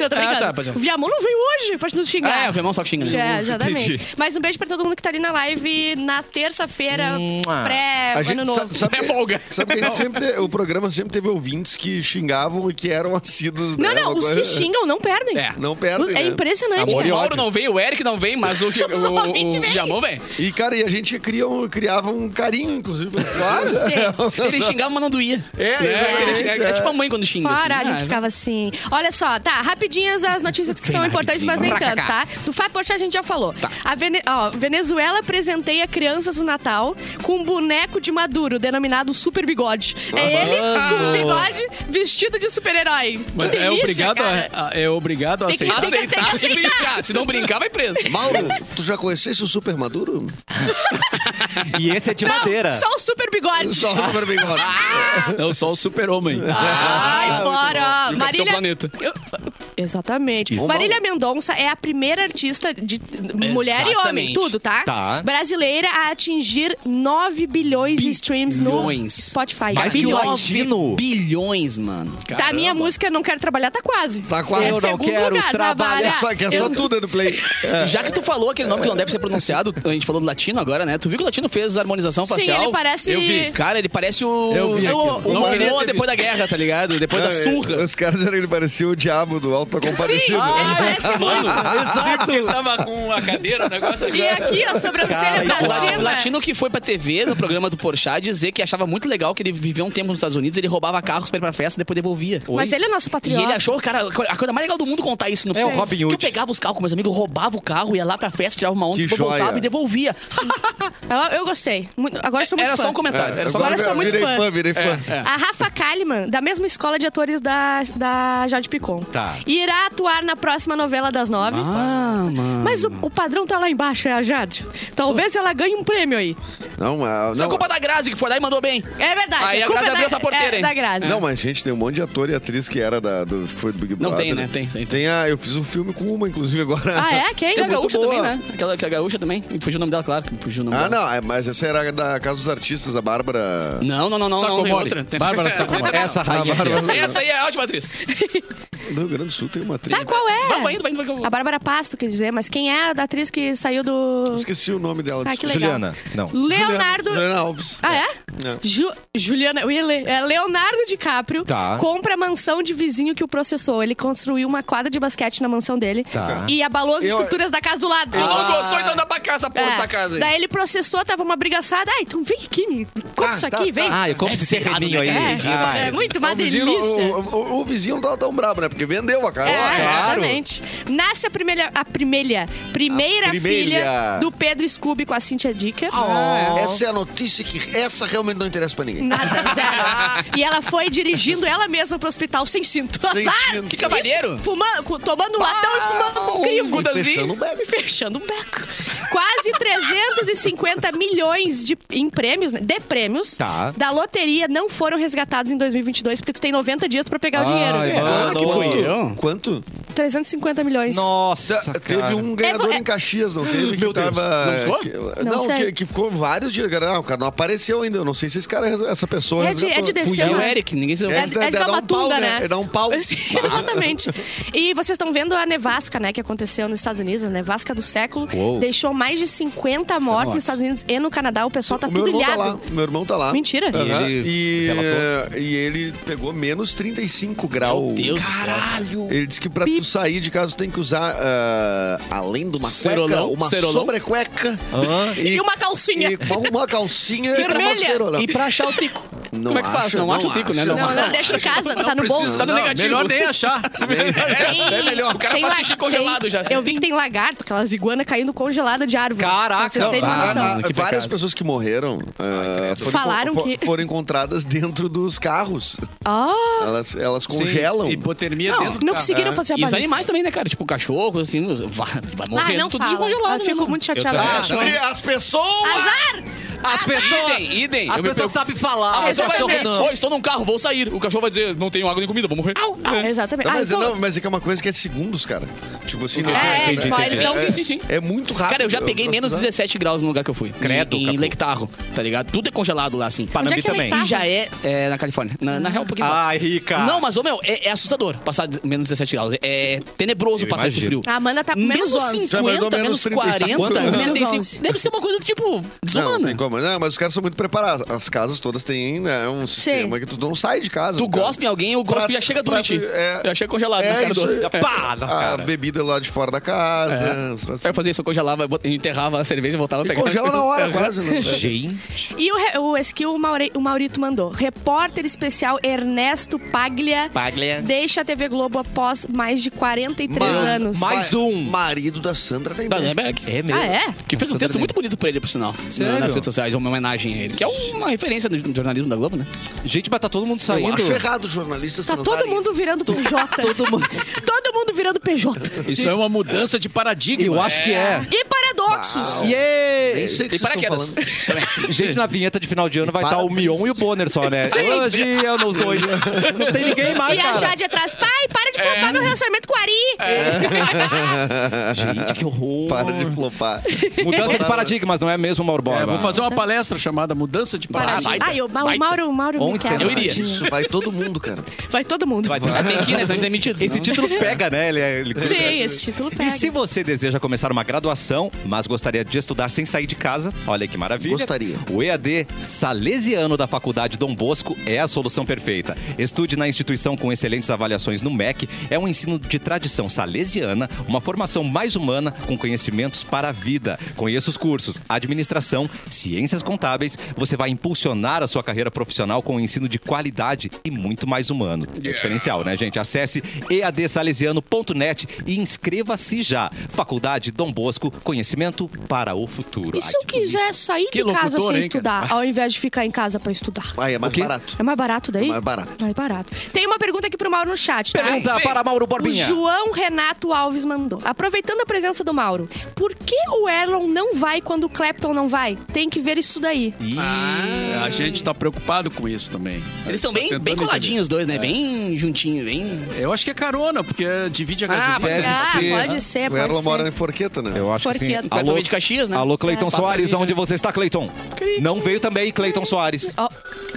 [SPEAKER 3] Não, tô
[SPEAKER 2] Ah,
[SPEAKER 3] brincando.
[SPEAKER 2] tá, pode ser.
[SPEAKER 3] o Viamão não veio hoje pra nos xingar.
[SPEAKER 2] Ah, é, o Viamão só que xinga.
[SPEAKER 3] Já, exatamente.
[SPEAKER 1] Entendi.
[SPEAKER 3] Mas um beijo pra todo mundo que tá ali na live na terça-feira,
[SPEAKER 1] Mua.
[SPEAKER 4] A
[SPEAKER 3] pré-ano
[SPEAKER 4] gente,
[SPEAKER 3] novo.
[SPEAKER 4] sabe, sabe,
[SPEAKER 2] É folga.
[SPEAKER 4] sabe que a gente sempre te- o programa sempre teve ouvintes que xingavam e que eram assíduos.
[SPEAKER 3] Não,
[SPEAKER 4] né?
[SPEAKER 3] não,
[SPEAKER 4] Uma
[SPEAKER 3] os
[SPEAKER 4] coisa-
[SPEAKER 3] que xingam não perdem.
[SPEAKER 2] É.
[SPEAKER 4] Não perdem,
[SPEAKER 3] É
[SPEAKER 4] né?
[SPEAKER 3] impressionante.
[SPEAKER 2] Amor,
[SPEAKER 3] cara.
[SPEAKER 2] o Mauro não veio, o Eric não vem, mas o, o, o, o,
[SPEAKER 3] ouvintes vêm.
[SPEAKER 2] Jamão vem.
[SPEAKER 4] E, cara, e a gente cria um- criava um carinho, inclusive. Claro.
[SPEAKER 3] Sim.
[SPEAKER 2] Ele xingava, mas não doía.
[SPEAKER 4] É,
[SPEAKER 2] É, ele
[SPEAKER 4] exatamente,
[SPEAKER 2] xinga-
[SPEAKER 4] é.
[SPEAKER 2] é tipo a mãe quando xinga. assim.
[SPEAKER 3] Fora, a
[SPEAKER 2] Ah,
[SPEAKER 5] é.
[SPEAKER 3] gente ficava assim. Olha só, tá, rapidinhas as notícias que são importantes, mas nem tanto, tá? Do Fábio Porchat a gente já falou.
[SPEAKER 5] Tá.
[SPEAKER 3] A Vene- ó, Venezuela presenteia crianças no Natal com um boneco de Maduro, denominado Super Bigode. É ele com um bigode vestido de super-herói. Que
[SPEAKER 5] Mas é
[SPEAKER 3] delícia,
[SPEAKER 5] obrigado,
[SPEAKER 3] cara.
[SPEAKER 5] a, a- é obrigado a
[SPEAKER 3] Tem que-
[SPEAKER 5] aceitar.
[SPEAKER 3] tem que-
[SPEAKER 2] Aceitar se brincar. Se não brincar, vai preso.
[SPEAKER 6] Mauro,
[SPEAKER 4] Tu já conhecesse o Super Maduro?
[SPEAKER 1] E esse é de
[SPEAKER 3] Não,
[SPEAKER 1] madeira.
[SPEAKER 3] só o Super Bigode.
[SPEAKER 4] Só o Super Bigode.
[SPEAKER 2] Ah,
[SPEAKER 5] Não, só o super-homem.
[SPEAKER 3] Ah, Ai, fora!
[SPEAKER 2] E o Capitão
[SPEAKER 3] Marília...
[SPEAKER 2] Planeta.
[SPEAKER 3] Eu- Exatamente.
[SPEAKER 1] Isso.
[SPEAKER 3] Marília Mendonça é a primeira artista de mulher e homem,
[SPEAKER 2] Exatamente.
[SPEAKER 3] tudo, tá?
[SPEAKER 1] Tá.
[SPEAKER 3] Brasileira a atingir 9 bilhões de streams no
[SPEAKER 2] Bilhões.
[SPEAKER 3] Spotify.
[SPEAKER 1] Mais que o
[SPEAKER 3] Bilhões.
[SPEAKER 1] latino.
[SPEAKER 2] Bilhões, mano.
[SPEAKER 3] Da minha música Não Quero Trabalhar tá quase.
[SPEAKER 4] Tá quase.
[SPEAKER 3] É
[SPEAKER 4] Eu não
[SPEAKER 3] segundo
[SPEAKER 1] quero
[SPEAKER 3] lugar,
[SPEAKER 1] trabalhar.
[SPEAKER 4] É só, que é só
[SPEAKER 2] Eu-
[SPEAKER 4] tudo no Play.
[SPEAKER 1] É.
[SPEAKER 2] Já que tu falou aquele nome que não deve ser pronunciado, a gente falou do latino agora, né? Tu viu que o latino fez harmonização
[SPEAKER 3] Sim,
[SPEAKER 2] facial?
[SPEAKER 3] ele parece-
[SPEAKER 2] Eu vi. Cara, ele parece o.
[SPEAKER 5] Eu vi aquilo.
[SPEAKER 2] O, o
[SPEAKER 5] Não
[SPEAKER 2] Momoa
[SPEAKER 5] queria ter
[SPEAKER 2] depois da guerra, tá ligado? Depois
[SPEAKER 1] é-
[SPEAKER 2] da surra.
[SPEAKER 4] É, Os caras eram, ele parecia o diabo do Alto
[SPEAKER 3] Sim,
[SPEAKER 4] Comparecido.
[SPEAKER 3] ele parece muito.
[SPEAKER 5] Exato. Ele tava com a cadeira, o negócio
[SPEAKER 3] E aqui, ó,
[SPEAKER 1] Cara,
[SPEAKER 3] sobrancelha é
[SPEAKER 1] e
[SPEAKER 3] pra
[SPEAKER 1] o
[SPEAKER 2] O
[SPEAKER 1] latino-
[SPEAKER 2] la-
[SPEAKER 3] cima.
[SPEAKER 2] o latino que foi pra TV no programa do Porchat dizer que achava muito legal que ele viveu um tempo nos Estados Unidos, ele roubava carros pra ir pra festa e depois devolvia.
[SPEAKER 3] Mas ele é nosso
[SPEAKER 2] E
[SPEAKER 3] patriota.
[SPEAKER 2] ele achou, cara, a co- a coisa mais legal do mundo contar isso no
[SPEAKER 1] É o
[SPEAKER 2] filme.
[SPEAKER 1] Robin
[SPEAKER 2] Que eu
[SPEAKER 1] Hood.
[SPEAKER 2] pegava os carros com meus amigos, eu roubava o carro, ia lá pra festa, tirava uma onda,
[SPEAKER 4] Que
[SPEAKER 2] depois
[SPEAKER 4] joia.
[SPEAKER 2] voltava e devolvia.
[SPEAKER 3] Eu, eu gostei. Muito- Agora eu sou muito
[SPEAKER 2] Era
[SPEAKER 3] fã.
[SPEAKER 4] É,
[SPEAKER 2] só um comentário. era só um
[SPEAKER 3] Agora
[SPEAKER 4] eu
[SPEAKER 3] sou muito
[SPEAKER 4] virei
[SPEAKER 2] é.
[SPEAKER 3] fã.
[SPEAKER 4] fã, virei fã.
[SPEAKER 3] A Rafa Kalimann, da mesma escola de atores atores da, da Jade Picon.
[SPEAKER 1] Tá.
[SPEAKER 3] Irá atuar na próxima novela das nove.
[SPEAKER 2] Ah, mano.
[SPEAKER 3] Mas o, o padrão tá lá embaixo, é a Jade. Talvez ela ganhe um prêmio aí.
[SPEAKER 4] Não, ah,
[SPEAKER 2] Isso é
[SPEAKER 4] não,
[SPEAKER 2] culpa da Grazi, que foi lá e mandou bem.
[SPEAKER 3] É verdade.
[SPEAKER 2] Aí
[SPEAKER 3] é
[SPEAKER 2] a
[SPEAKER 3] culpa
[SPEAKER 2] Grazi
[SPEAKER 3] da-
[SPEAKER 2] abriu essa porteira,
[SPEAKER 3] é,
[SPEAKER 2] hein?
[SPEAKER 3] da Grazi.
[SPEAKER 4] Não, mas gente, tem um monte de ator e atriz que era da, do, que foi do Big
[SPEAKER 2] Não,
[SPEAKER 4] Brother.
[SPEAKER 2] tem, né? Tem, tem, tem.
[SPEAKER 4] a, eu fiz um filme com uma, inclusive, agora.
[SPEAKER 3] Ah, é? Quem?
[SPEAKER 2] Tem a
[SPEAKER 3] Muito
[SPEAKER 2] gaúcha
[SPEAKER 4] boa.
[SPEAKER 2] também, né? Aquela, aquela gaúcha também. Me fugiu o nome dela, claro. que Me fugiu o nome
[SPEAKER 4] Ah,
[SPEAKER 2] dela.
[SPEAKER 4] não, é, mas essa era da Casa dos Artistas, a Bárbara.
[SPEAKER 2] Não, não, não, não. não tem
[SPEAKER 5] Sacomori.
[SPEAKER 2] outra. Tem-
[SPEAKER 5] Bárbara
[SPEAKER 2] é
[SPEAKER 5] Sacomori.
[SPEAKER 1] Essa rainha.
[SPEAKER 4] Ah, Bárbara.
[SPEAKER 2] Essa aí é a ótima atriz.
[SPEAKER 4] Do Rio Grande do Sul tem uma atriz.
[SPEAKER 3] Tá, qual é?
[SPEAKER 2] Vai, vai indo, vai indo. Vai, indo.
[SPEAKER 3] A Bárbara Pasto, quer dizer, mas quem é a da atriz que saiu do.
[SPEAKER 4] Esqueci o nome dela.
[SPEAKER 3] Ah, que
[SPEAKER 4] desculpa.
[SPEAKER 3] legal.
[SPEAKER 1] Juliana, não.
[SPEAKER 3] Leonardo.
[SPEAKER 4] Juliana Alves.
[SPEAKER 3] Ah, é?
[SPEAKER 4] É.
[SPEAKER 3] Ju- Juliana, eu ia ler. É Leonardo DiCaprio
[SPEAKER 1] Tá.
[SPEAKER 3] compra a mansão de vizinho que o processou. Ele construiu uma quadra de basquete na mansão dele
[SPEAKER 1] Tá.
[SPEAKER 3] e abalou as
[SPEAKER 4] Eu- Ah.
[SPEAKER 3] estruturas da casa do lado. É.
[SPEAKER 2] Tu não gostou, então dá pra cá essa porra dessa casa aí.
[SPEAKER 3] Daí ele processou, tava uma brigaçada. Ah, então vem aqui, me compra isso
[SPEAKER 4] tá,
[SPEAKER 3] aqui, vem.
[SPEAKER 1] Ah, eu como esse terreninho aí.
[SPEAKER 3] É,
[SPEAKER 1] demais.
[SPEAKER 3] é muito
[SPEAKER 4] Ah,
[SPEAKER 3] uma
[SPEAKER 4] o, vizinho,
[SPEAKER 3] delícia.
[SPEAKER 4] o, o- o vizinho não tava tão brabo, né? Porque vendeu a casa.
[SPEAKER 3] É,
[SPEAKER 1] claro.
[SPEAKER 3] exatamente. Nasce a primeira, a primeira, primeira
[SPEAKER 4] A primeira.
[SPEAKER 3] filha do Pedro Scooby com a Cintia Dicker.
[SPEAKER 6] Essa é a notícia que essa realmente não interessa pra ninguém.
[SPEAKER 3] Nada, zero. e ela foi dirigindo ela mesma pro hospital sem cinto.
[SPEAKER 4] Sem
[SPEAKER 3] Azar!
[SPEAKER 4] cinto.
[SPEAKER 2] Que cavalheiro.
[SPEAKER 3] Fumando, com- tomando um latão e fumando um crivo.
[SPEAKER 2] Gudazinho.
[SPEAKER 6] Ah, Fechando um beco.
[SPEAKER 3] E fechando um beco. Quase 350 milhões de, em prêmios, né? de prêmios,
[SPEAKER 1] Tá.
[SPEAKER 3] da loteria não foram resgatados em 2022, porque tu tem 90 dias pra pegar o
[SPEAKER 1] Ai,
[SPEAKER 3] dinheiro.
[SPEAKER 1] mano.
[SPEAKER 4] que
[SPEAKER 2] fui eu?
[SPEAKER 4] Ah, Quanto?
[SPEAKER 3] 350 milhões.
[SPEAKER 1] Nossa,
[SPEAKER 4] Tá,
[SPEAKER 1] cara.
[SPEAKER 4] teve um ganhador
[SPEAKER 3] É, é-
[SPEAKER 4] em Caxias, não teve?
[SPEAKER 1] Meu Deus.
[SPEAKER 4] que tava,
[SPEAKER 1] Não ficou?
[SPEAKER 3] Não
[SPEAKER 4] que- não,
[SPEAKER 3] sei.
[SPEAKER 4] que, que ficou vários dias. cara. Ah, o cara não apareceu ainda. Eu não sei se esse cara, essa pessoa.
[SPEAKER 3] É de- é de
[SPEAKER 4] resgatou.
[SPEAKER 3] descer,
[SPEAKER 2] E
[SPEAKER 3] Fui eu.
[SPEAKER 2] o Eric, ninguém se...
[SPEAKER 4] É,
[SPEAKER 3] É,
[SPEAKER 4] de-
[SPEAKER 3] é
[SPEAKER 4] de
[SPEAKER 3] de
[SPEAKER 4] dar um pau,
[SPEAKER 3] Tamatunda,
[SPEAKER 4] né?
[SPEAKER 3] né?
[SPEAKER 4] É dar um pau.
[SPEAKER 3] Sim, Exatamente. E vocês estão vendo a nevasca, né, que aconteceu nos Estados Unidos, a nevasca do século.
[SPEAKER 1] Uou.
[SPEAKER 3] Deixou mais de 50 mortes nos Estados Unidos e no Canadá. O pessoal tá
[SPEAKER 4] é o meu
[SPEAKER 3] tudo
[SPEAKER 4] irmão tá lá.
[SPEAKER 3] ilhado.
[SPEAKER 4] Meu irmão tá lá.
[SPEAKER 3] Mentira.
[SPEAKER 4] Aham.
[SPEAKER 1] E ele
[SPEAKER 4] E,
[SPEAKER 1] relatou?
[SPEAKER 4] e ele pegou menos 35 graus.
[SPEAKER 2] Meu Deus do céu.
[SPEAKER 4] Ele disse que pra tu sair de casa tu tem que usar, ah, além de uma cueca,
[SPEAKER 2] Cerolão,
[SPEAKER 4] uma
[SPEAKER 2] cerolão.
[SPEAKER 4] sobrecueca
[SPEAKER 1] Hã?
[SPEAKER 3] E uma calcinha.
[SPEAKER 4] e uma- uma calcinha e uma
[SPEAKER 3] Vermelha.
[SPEAKER 4] cerolão.
[SPEAKER 2] E pra achar o tico.
[SPEAKER 4] Não
[SPEAKER 2] Como é que faz?
[SPEAKER 4] acha,
[SPEAKER 2] Não,
[SPEAKER 4] não
[SPEAKER 2] acha o tico, né?
[SPEAKER 4] acha.
[SPEAKER 3] Não, não, deixa em casa, tá no
[SPEAKER 2] precisa,
[SPEAKER 3] bolso.
[SPEAKER 2] Tá no
[SPEAKER 5] Não,
[SPEAKER 2] negativo.
[SPEAKER 5] melhor nem achar.
[SPEAKER 4] É melhor.
[SPEAKER 2] O cara
[SPEAKER 3] Tem
[SPEAKER 2] faz
[SPEAKER 3] la-
[SPEAKER 2] xixi congelado
[SPEAKER 3] tem-
[SPEAKER 2] já, assim.
[SPEAKER 3] Eu vi que tem lagarto, aquelas iguanas caindo congelada de árvore.
[SPEAKER 1] Caraca,
[SPEAKER 3] Pra vocês terem
[SPEAKER 1] ah,
[SPEAKER 3] noção.
[SPEAKER 4] A- a-
[SPEAKER 2] mano, que
[SPEAKER 4] várias
[SPEAKER 2] pecado.
[SPEAKER 4] pessoas que morreram ah, foram,
[SPEAKER 3] Falaram
[SPEAKER 4] fo-
[SPEAKER 3] que-
[SPEAKER 4] foram encontradas dentro dos carros.
[SPEAKER 3] Ah,
[SPEAKER 4] Elas, elas congelam.
[SPEAKER 5] Sim, assim? hipotermia
[SPEAKER 2] Não,
[SPEAKER 5] dentro do
[SPEAKER 3] não
[SPEAKER 5] carro.
[SPEAKER 3] conseguiram
[SPEAKER 4] É.
[SPEAKER 3] fazer a
[SPEAKER 2] E os
[SPEAKER 3] baliza.
[SPEAKER 2] animais também, né, cara? Tipo, o cachorro, assim, vai, vai
[SPEAKER 3] Ah,
[SPEAKER 2] morrendo
[SPEAKER 3] não
[SPEAKER 2] tudo
[SPEAKER 3] fala.
[SPEAKER 2] descongelado. né?
[SPEAKER 3] Eu fico muito chateada.
[SPEAKER 4] Ah,
[SPEAKER 3] com o cachorro.
[SPEAKER 4] Pri, as pessoas!
[SPEAKER 3] Azar!
[SPEAKER 1] As pessoas.
[SPEAKER 2] idem, idem.
[SPEAKER 1] As
[SPEAKER 2] Eu me
[SPEAKER 1] pessoas
[SPEAKER 2] preocupo.
[SPEAKER 1] sabem
[SPEAKER 2] Ah,
[SPEAKER 1] falar.
[SPEAKER 2] mas
[SPEAKER 1] o
[SPEAKER 2] só vai
[SPEAKER 1] cachorro
[SPEAKER 2] dizer,
[SPEAKER 1] não.
[SPEAKER 2] "Oi, estou num carro, vou sair. O cachorro vai dizer, não tenho água nem comida, vou morrer. É.
[SPEAKER 3] Exatamente.
[SPEAKER 4] Não,
[SPEAKER 3] Ah,
[SPEAKER 4] mas,
[SPEAKER 3] então-
[SPEAKER 4] não, mas é que é uma coisa que é segundos, cara. Tipo assim, não-
[SPEAKER 3] É, tipo,
[SPEAKER 4] é-
[SPEAKER 3] eles
[SPEAKER 4] é-
[SPEAKER 3] não-
[SPEAKER 4] é-
[SPEAKER 2] sim, sim, sim.
[SPEAKER 4] É muito rápido.
[SPEAKER 2] Cara, eu já peguei
[SPEAKER 4] não-
[SPEAKER 2] menos 17 graus no lugar que eu fui.
[SPEAKER 1] Credo,
[SPEAKER 2] Ah, Em, em
[SPEAKER 1] capô.
[SPEAKER 2] Lake Tahoe, tá ligado? Tudo é congelado lá, assim.
[SPEAKER 3] Onde
[SPEAKER 1] Panambi
[SPEAKER 3] é que ele
[SPEAKER 1] também.
[SPEAKER 3] tá?
[SPEAKER 2] E já é, é, na Califórnia. Na, na real, um pouquinho.
[SPEAKER 1] Ai, Rica.
[SPEAKER 2] Não, mas, ô, meu, é, é assustador passar de- menos 17 graus. É, é tenebroso
[SPEAKER 1] Eu
[SPEAKER 2] passar
[SPEAKER 1] imagino.
[SPEAKER 2] esse frio.
[SPEAKER 3] A Amanda tá com menos 11.
[SPEAKER 4] Já mandou
[SPEAKER 2] 50,
[SPEAKER 4] menos
[SPEAKER 2] menos
[SPEAKER 4] 35.
[SPEAKER 2] 40,
[SPEAKER 4] Quanto?
[SPEAKER 2] menos
[SPEAKER 3] Menos
[SPEAKER 2] 35.
[SPEAKER 3] 11.
[SPEAKER 2] Deve ser uma coisa, tipo,
[SPEAKER 4] Não, não
[SPEAKER 2] desumana.
[SPEAKER 4] tem como. Não, mas os caras são muito preparados. As casas todas têm né, um sistema que tu não sai de casa.
[SPEAKER 2] Tu
[SPEAKER 4] cara.
[SPEAKER 2] gospe em alguém, o
[SPEAKER 4] Pra-
[SPEAKER 2] gospe já chega duro
[SPEAKER 4] pra-
[SPEAKER 2] em ti.
[SPEAKER 4] é-
[SPEAKER 2] já chega congelado
[SPEAKER 4] é
[SPEAKER 2] na cara do
[SPEAKER 4] isso
[SPEAKER 2] outro.
[SPEAKER 4] aí.
[SPEAKER 1] Já Pá, na
[SPEAKER 4] A
[SPEAKER 1] cara.
[SPEAKER 4] Ah, bebida lá de fora da casa. os troços-
[SPEAKER 2] Só eu fazia isso, eu congelava, bot- enterrava a cerveja, voltava a
[SPEAKER 4] E
[SPEAKER 2] pegar.
[SPEAKER 4] congela na hora, quase. né?
[SPEAKER 1] Gente.
[SPEAKER 3] E o, re- o, esse que o, Maure- o Maurito mandou. Repórter especial Ernesto Paglia
[SPEAKER 1] Paglia.
[SPEAKER 3] deixa a TV Globo após mais de 43
[SPEAKER 4] Mano,
[SPEAKER 3] anos.
[SPEAKER 1] mas- Mais um.
[SPEAKER 6] Marido da Sandra
[SPEAKER 2] Da
[SPEAKER 6] Nenberg.
[SPEAKER 2] Lemberg.
[SPEAKER 1] É mesmo.
[SPEAKER 3] Ah, é?
[SPEAKER 2] Que fez um texto muito bonito pra ele, por sinal. na-
[SPEAKER 1] Sério?
[SPEAKER 2] Nas redes sociais, uma homenagem a ele. Que é uma referência do jornalismo da Globo, né?
[SPEAKER 1] Gente, mas tá todo mundo
[SPEAKER 6] Eu
[SPEAKER 1] saindo.
[SPEAKER 6] acho errado jornalistas
[SPEAKER 3] Tá todo
[SPEAKER 6] transarem.
[SPEAKER 3] mundo virando PJ. todo, mundo... virando PJ.
[SPEAKER 5] Isso é uma mudança de paradigma.
[SPEAKER 1] Eu acho que é.
[SPEAKER 3] E paradoxos.
[SPEAKER 1] Yeah.
[SPEAKER 6] Nem sei o que
[SPEAKER 2] Tem
[SPEAKER 6] vocês estão
[SPEAKER 2] paraquedas.
[SPEAKER 6] falando.
[SPEAKER 1] Gente, na vinheta de final de ano vai estar o
[SPEAKER 6] Parabéns.
[SPEAKER 1] Mion e o Bonner só, né?
[SPEAKER 2] Sim.
[SPEAKER 1] Hoje eu nos dois. Não tem ninguém mais,
[SPEAKER 3] E a
[SPEAKER 1] cara.
[SPEAKER 3] Jade atrás. Pai, para de flopar meu relacionamento com o Ari.
[SPEAKER 1] Gente, que horror.
[SPEAKER 4] Para de flopar.
[SPEAKER 1] Mudança de paradigmas, não é mesmo, Mauro Borba?
[SPEAKER 5] É, vou fazer uma palestra chamada Mudança de Paradigma.
[SPEAKER 2] baita,
[SPEAKER 3] Ah, eu, o Mauro,
[SPEAKER 2] baita.
[SPEAKER 3] Mauro, Mauro me
[SPEAKER 1] Ontem,
[SPEAKER 3] quer.
[SPEAKER 2] eu iria.
[SPEAKER 6] Isso, vai todo mundo, cara.
[SPEAKER 3] Vai todo mundo.
[SPEAKER 1] Vai ter-
[SPEAKER 2] É bem que, né? São demitidos.
[SPEAKER 1] Esse
[SPEAKER 2] não?
[SPEAKER 1] título pega, né? Ele, é- ele-
[SPEAKER 3] Sim, esse título pega.
[SPEAKER 1] E se você deseja começar uma graduação, mas gostaria de estudar sem sair de casa, olha aí que maravilha.
[SPEAKER 6] Gostaria.
[SPEAKER 1] O EAD Salesiano da Faculdade Dom Bosco é a solução perfeita. Estude na instituição com excelentes avaliações no MEC Uniplac é um ensino de tradição salesiana, uma formação mais humana com conhecimentos para a vida. Conheça os cursos Administração, Ciências Contábeis. Você vai impulsionar a sua carreira profissional com um ensino de qualidade e muito mais humano. É diferencial, né, gente? Acesse eadsalesiano.net e inscreva-se já. Faculdade Dom Bosco, conhecimento para o futuro.
[SPEAKER 3] E se eu
[SPEAKER 1] que bonito.
[SPEAKER 3] quiser sair
[SPEAKER 5] Que
[SPEAKER 3] de casa
[SPEAKER 5] locutor,
[SPEAKER 3] sem
[SPEAKER 5] hein,
[SPEAKER 3] estudar, ao invés de ficar em casa pra estudar?
[SPEAKER 4] Aí é mais
[SPEAKER 1] O quê?
[SPEAKER 4] barato.
[SPEAKER 3] É mais barato daí?
[SPEAKER 4] Mais barato.
[SPEAKER 3] Mais barato. Tem uma pergunta aqui pro Mauro no chat, tá?
[SPEAKER 1] Pergunta para Mauro
[SPEAKER 3] O
[SPEAKER 1] Borbinha.
[SPEAKER 3] João Renato Alves mandou. Aproveitando a presença do Mauro, por que o Erlon não vai quando o Clapton não vai? Tem que ver isso daí.
[SPEAKER 1] Ih,
[SPEAKER 2] Ah,
[SPEAKER 5] A gente tá preocupado com isso também. A
[SPEAKER 2] Eles
[SPEAKER 5] gente
[SPEAKER 2] estão
[SPEAKER 5] tá
[SPEAKER 2] bem,
[SPEAKER 5] tentando
[SPEAKER 2] bem
[SPEAKER 5] entender.
[SPEAKER 2] coladinhos os dois, né? Bem juntinhos, bem.
[SPEAKER 5] Eu acho que é carona, porque divide a
[SPEAKER 2] Ah,
[SPEAKER 5] gasolina.
[SPEAKER 2] pode ser.
[SPEAKER 3] Ah, pode ser,
[SPEAKER 4] né? O
[SPEAKER 3] pode
[SPEAKER 4] Erlon
[SPEAKER 3] ser.
[SPEAKER 4] mora em Forqueta, né?
[SPEAKER 1] Eu acho que sim.
[SPEAKER 3] Forqueta.
[SPEAKER 1] Alô,
[SPEAKER 2] Alô, é de Caxias, né?
[SPEAKER 1] alô Cleiton
[SPEAKER 2] É, passa
[SPEAKER 1] Soares,
[SPEAKER 2] ali,
[SPEAKER 1] onde
[SPEAKER 2] né?
[SPEAKER 1] você está, Cleiton? Não veio também, Cleiton Soares.
[SPEAKER 3] Ó,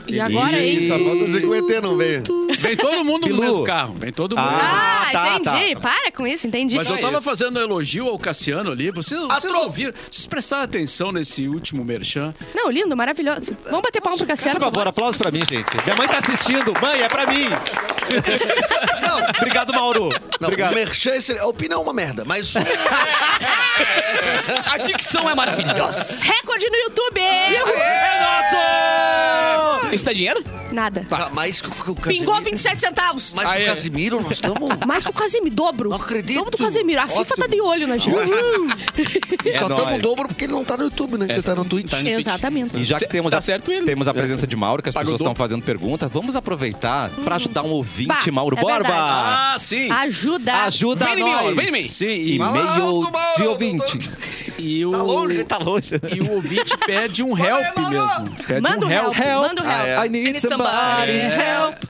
[SPEAKER 3] e agora,
[SPEAKER 2] é
[SPEAKER 3] hein?
[SPEAKER 4] Ih, Só falta dizer que o ET um, não veio.
[SPEAKER 5] Vem todo mundo
[SPEAKER 1] Bilu.
[SPEAKER 5] no mesmo carro. Vem todo mundo.
[SPEAKER 1] Ah,
[SPEAKER 3] Ah,
[SPEAKER 1] tá,
[SPEAKER 3] entendi. Para com isso, entendi.
[SPEAKER 5] Mas eu tava fazendo um elogio ao Cassiano ali. Vocês, vocês
[SPEAKER 4] Atrovo.
[SPEAKER 5] ouviram? Vocês prestaram atenção nesse último merchan?
[SPEAKER 3] Não, lindo, maravilhoso. Vamos bater palma pro Cassiano.
[SPEAKER 1] Por favor, aplausos pra mim, gente. Minha mãe tá assistindo. Mãe, é pra mim.
[SPEAKER 4] Não,
[SPEAKER 1] Obrigado, Mauro.
[SPEAKER 4] não o
[SPEAKER 1] Obrigado.
[SPEAKER 4] merchan, esse- a opinião é uma merda, mas o
[SPEAKER 2] A dicção é maravilhosa.
[SPEAKER 3] Recorde no YouTube!
[SPEAKER 1] É nosso!
[SPEAKER 2] Isso dá dinheiro?
[SPEAKER 3] Nada.
[SPEAKER 4] Ah, Mas que o que o Casimiro.
[SPEAKER 3] Pingou 27 centavos.
[SPEAKER 4] Mas
[SPEAKER 5] Aê.
[SPEAKER 4] o Casimiro, nós estamos.
[SPEAKER 3] Mais que o Casemiro, dobro.
[SPEAKER 4] Não acredito.
[SPEAKER 3] Dobro do Casemiro. A FIFA tá de olho na gente.
[SPEAKER 4] Só estamos
[SPEAKER 1] nóis.
[SPEAKER 4] o dobro porque ele não tá no YouTube, né? ele tá no Twitch.
[SPEAKER 5] tá no-
[SPEAKER 3] Exatamente.
[SPEAKER 1] E já que
[SPEAKER 2] Cê-
[SPEAKER 1] temos,
[SPEAKER 2] tá
[SPEAKER 1] a,
[SPEAKER 2] certo ele.
[SPEAKER 1] temos a presença de Mauro, que as
[SPEAKER 5] Pagou
[SPEAKER 1] pessoas estão
[SPEAKER 5] dobro.
[SPEAKER 1] fazendo pergunta, vamos aproveitar pra ajudar um ouvinte,
[SPEAKER 3] Bah,
[SPEAKER 1] Mauro
[SPEAKER 3] é
[SPEAKER 1] Borba.
[SPEAKER 3] verdade.
[SPEAKER 5] Ah, sim.
[SPEAKER 3] Ajuda.
[SPEAKER 1] Ajuda
[SPEAKER 2] Vem em mim,
[SPEAKER 1] nós.
[SPEAKER 2] Mauro, vem em mim.
[SPEAKER 5] Sim, e,
[SPEAKER 4] Fala
[SPEAKER 1] E-mail
[SPEAKER 4] alto, Mauro,
[SPEAKER 1] de
[SPEAKER 4] doutor.
[SPEAKER 1] ouvinte.
[SPEAKER 5] e o,
[SPEAKER 4] Tá longe.
[SPEAKER 1] Tá longe.
[SPEAKER 5] e o ouvinte pede um help mesmo. Pede
[SPEAKER 3] Manda
[SPEAKER 5] um
[SPEAKER 3] um help.
[SPEAKER 5] help.
[SPEAKER 3] Manda um help.
[SPEAKER 4] Ah, é.
[SPEAKER 1] I need somebody help.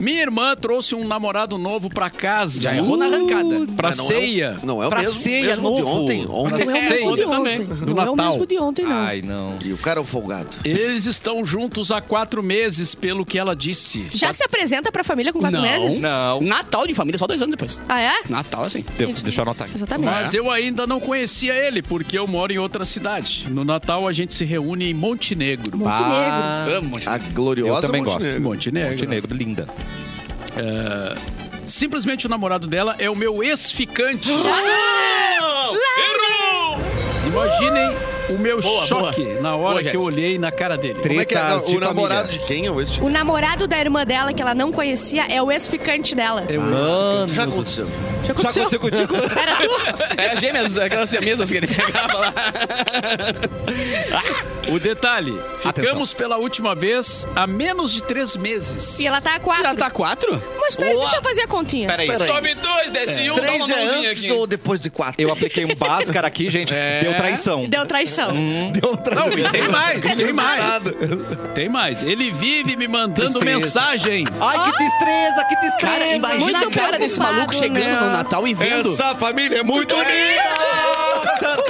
[SPEAKER 5] Minha irmã trouxe um namorado novo pra casa.
[SPEAKER 2] Já errou na arrancada.
[SPEAKER 5] Pra
[SPEAKER 4] Mas não é o-
[SPEAKER 5] ceia.
[SPEAKER 4] não é o
[SPEAKER 1] Pra
[SPEAKER 4] mesmo,
[SPEAKER 1] ceia,
[SPEAKER 4] mesmo de
[SPEAKER 1] novo.
[SPEAKER 4] ontem.
[SPEAKER 5] Pra
[SPEAKER 4] ontem.
[SPEAKER 3] Não é o mesmo
[SPEAKER 5] ceia.
[SPEAKER 3] de
[SPEAKER 5] Também,
[SPEAKER 3] ontem.
[SPEAKER 5] do
[SPEAKER 3] Não é o
[SPEAKER 5] Natal.
[SPEAKER 3] mesmo de ontem, não.
[SPEAKER 1] Ai, não.
[SPEAKER 4] E o cara é o folgado.
[SPEAKER 5] Eles estão juntos há quatro meses, pelo que ela disse.
[SPEAKER 3] Já se apresenta pra família com quatro
[SPEAKER 5] Não.
[SPEAKER 3] meses?
[SPEAKER 1] Não.
[SPEAKER 2] Natal de família, só dois anos depois.
[SPEAKER 3] Ah, é?
[SPEAKER 2] Natal, assim.
[SPEAKER 1] De- Deixa eu anotar aqui.
[SPEAKER 3] Exatamente.
[SPEAKER 5] Mas eu ainda não conhecia ele, porque eu moro em outra cidade. No Natal a gente se reúne em Montenegro.
[SPEAKER 3] Montenegro.
[SPEAKER 2] Amo,
[SPEAKER 4] A
[SPEAKER 2] gente.
[SPEAKER 4] gloriosa
[SPEAKER 1] Ah, Eu também
[SPEAKER 4] Montenegro.
[SPEAKER 5] Montenegro.
[SPEAKER 1] Montenegro, linda.
[SPEAKER 5] Simplesmente o namorado dela é o meu ex-ficante.
[SPEAKER 3] Ah!
[SPEAKER 5] Imaginem o meu
[SPEAKER 2] Boa,
[SPEAKER 5] choque
[SPEAKER 2] boa.
[SPEAKER 5] na hora
[SPEAKER 2] Boa,
[SPEAKER 5] que eu
[SPEAKER 2] Jéssica.
[SPEAKER 5] olhei na cara dele.
[SPEAKER 1] Tre-
[SPEAKER 4] Como é que é?
[SPEAKER 1] Tretas de
[SPEAKER 4] o namorado
[SPEAKER 1] família.
[SPEAKER 4] de quem é o ex
[SPEAKER 3] O namorado da irmã dela, que ela não conhecia, é o ex-ficante dela.
[SPEAKER 5] É,
[SPEAKER 1] Mano.
[SPEAKER 4] Já aconteceu.
[SPEAKER 3] Já
[SPEAKER 1] Já
[SPEAKER 3] aconteceu?
[SPEAKER 1] aconteceu contigo?
[SPEAKER 3] Era tu?
[SPEAKER 2] É as gêmeas, aquelas mesas que ele pegava lá.
[SPEAKER 5] O detalhe,
[SPEAKER 1] atenção.
[SPEAKER 5] ficamos pela última vez há menos de três meses.
[SPEAKER 3] E ela tá a quatro.
[SPEAKER 2] Já tá quatro?
[SPEAKER 3] Mas peraí,
[SPEAKER 1] Boa.
[SPEAKER 3] deixa eu fazer a continha.
[SPEAKER 1] Peraí.
[SPEAKER 4] Peraí.
[SPEAKER 2] Sobe dois, desce um, dá uma
[SPEAKER 4] Três é
[SPEAKER 2] mãozinha
[SPEAKER 4] antes
[SPEAKER 2] aqui.
[SPEAKER 4] ou depois de quatro?
[SPEAKER 1] Eu apliquei um Bhaskara aqui, gente.
[SPEAKER 4] É.
[SPEAKER 1] Deu traição.
[SPEAKER 3] Deu traição.
[SPEAKER 4] dei outra
[SPEAKER 5] Não, e tem mais, e tem mais,
[SPEAKER 4] Nada.
[SPEAKER 5] tem mais. Ele vive me mandando
[SPEAKER 4] Tristeza.
[SPEAKER 5] mensagem.
[SPEAKER 1] Ai, que destreza, que destreza.
[SPEAKER 4] é
[SPEAKER 2] Cara, imagina
[SPEAKER 3] Muito
[SPEAKER 2] a cara desse
[SPEAKER 3] preocupado,
[SPEAKER 2] maluco chegando
[SPEAKER 3] né?
[SPEAKER 2] no Natal e vendo.
[SPEAKER 4] Essa família é muito
[SPEAKER 1] Tá,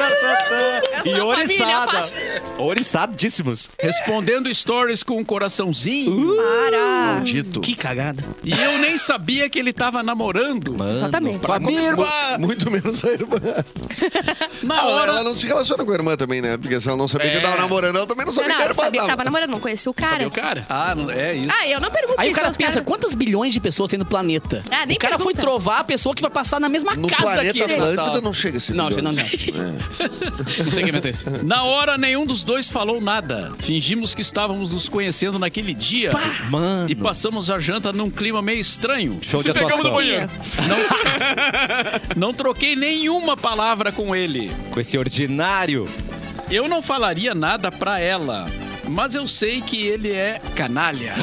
[SPEAKER 1] E
[SPEAKER 3] família
[SPEAKER 1] oriçada.
[SPEAKER 3] faz-
[SPEAKER 1] Oriçadíssimos.
[SPEAKER 5] Ah, Respondendo stories com um
[SPEAKER 1] Uh!
[SPEAKER 5] coraçãozinho.
[SPEAKER 3] Para.
[SPEAKER 4] Dito.
[SPEAKER 2] Que cagada.
[SPEAKER 5] E eu nem sabia que ele tava namorando.
[SPEAKER 3] Exatamente.
[SPEAKER 4] Mu- é Muito menos a irmã.
[SPEAKER 5] Na
[SPEAKER 4] Ela,
[SPEAKER 5] hora.
[SPEAKER 4] ela não se relaciona com a irmã também, né? Porque se ela não sabia que eu tava namorando, ela também não
[SPEAKER 3] Não,
[SPEAKER 4] sabia
[SPEAKER 3] não,
[SPEAKER 4] que a
[SPEAKER 3] eu
[SPEAKER 4] irmã
[SPEAKER 3] sabia que
[SPEAKER 4] tava.
[SPEAKER 3] tava namorando, não conhecia o cara.
[SPEAKER 2] Sabia o cara?
[SPEAKER 5] Ah, não- é isso.
[SPEAKER 3] Ah, eu não perguntei
[SPEAKER 2] Aí o cara
[SPEAKER 3] seus
[SPEAKER 2] pensa,
[SPEAKER 3] caras-
[SPEAKER 2] quantas bilhões de pessoas tem no planeta?
[SPEAKER 3] Ah, nem
[SPEAKER 2] o cara foi
[SPEAKER 3] pergunta.
[SPEAKER 2] trovar a pessoa que vai passar na mesma
[SPEAKER 4] No
[SPEAKER 2] casa
[SPEAKER 4] planeta
[SPEAKER 2] que ele.
[SPEAKER 4] Atlântida não chega esse
[SPEAKER 2] Não,
[SPEAKER 4] bilhão.
[SPEAKER 2] não, não.
[SPEAKER 4] É.
[SPEAKER 2] Não sei quem inventou isso.
[SPEAKER 5] Na hora, nenhum dos dois falou nada. Fingimos que estávamos nos conhecendo naquele dia.
[SPEAKER 1] Mano.
[SPEAKER 5] E passamos a janta num clima meio estranho.
[SPEAKER 1] Show de atuação.
[SPEAKER 5] Não troquei nenhuma palavra com ele.
[SPEAKER 1] Com esse ordinário.
[SPEAKER 5] Eu não falaria nada pra ela. Mas eu sei que ele é canalha.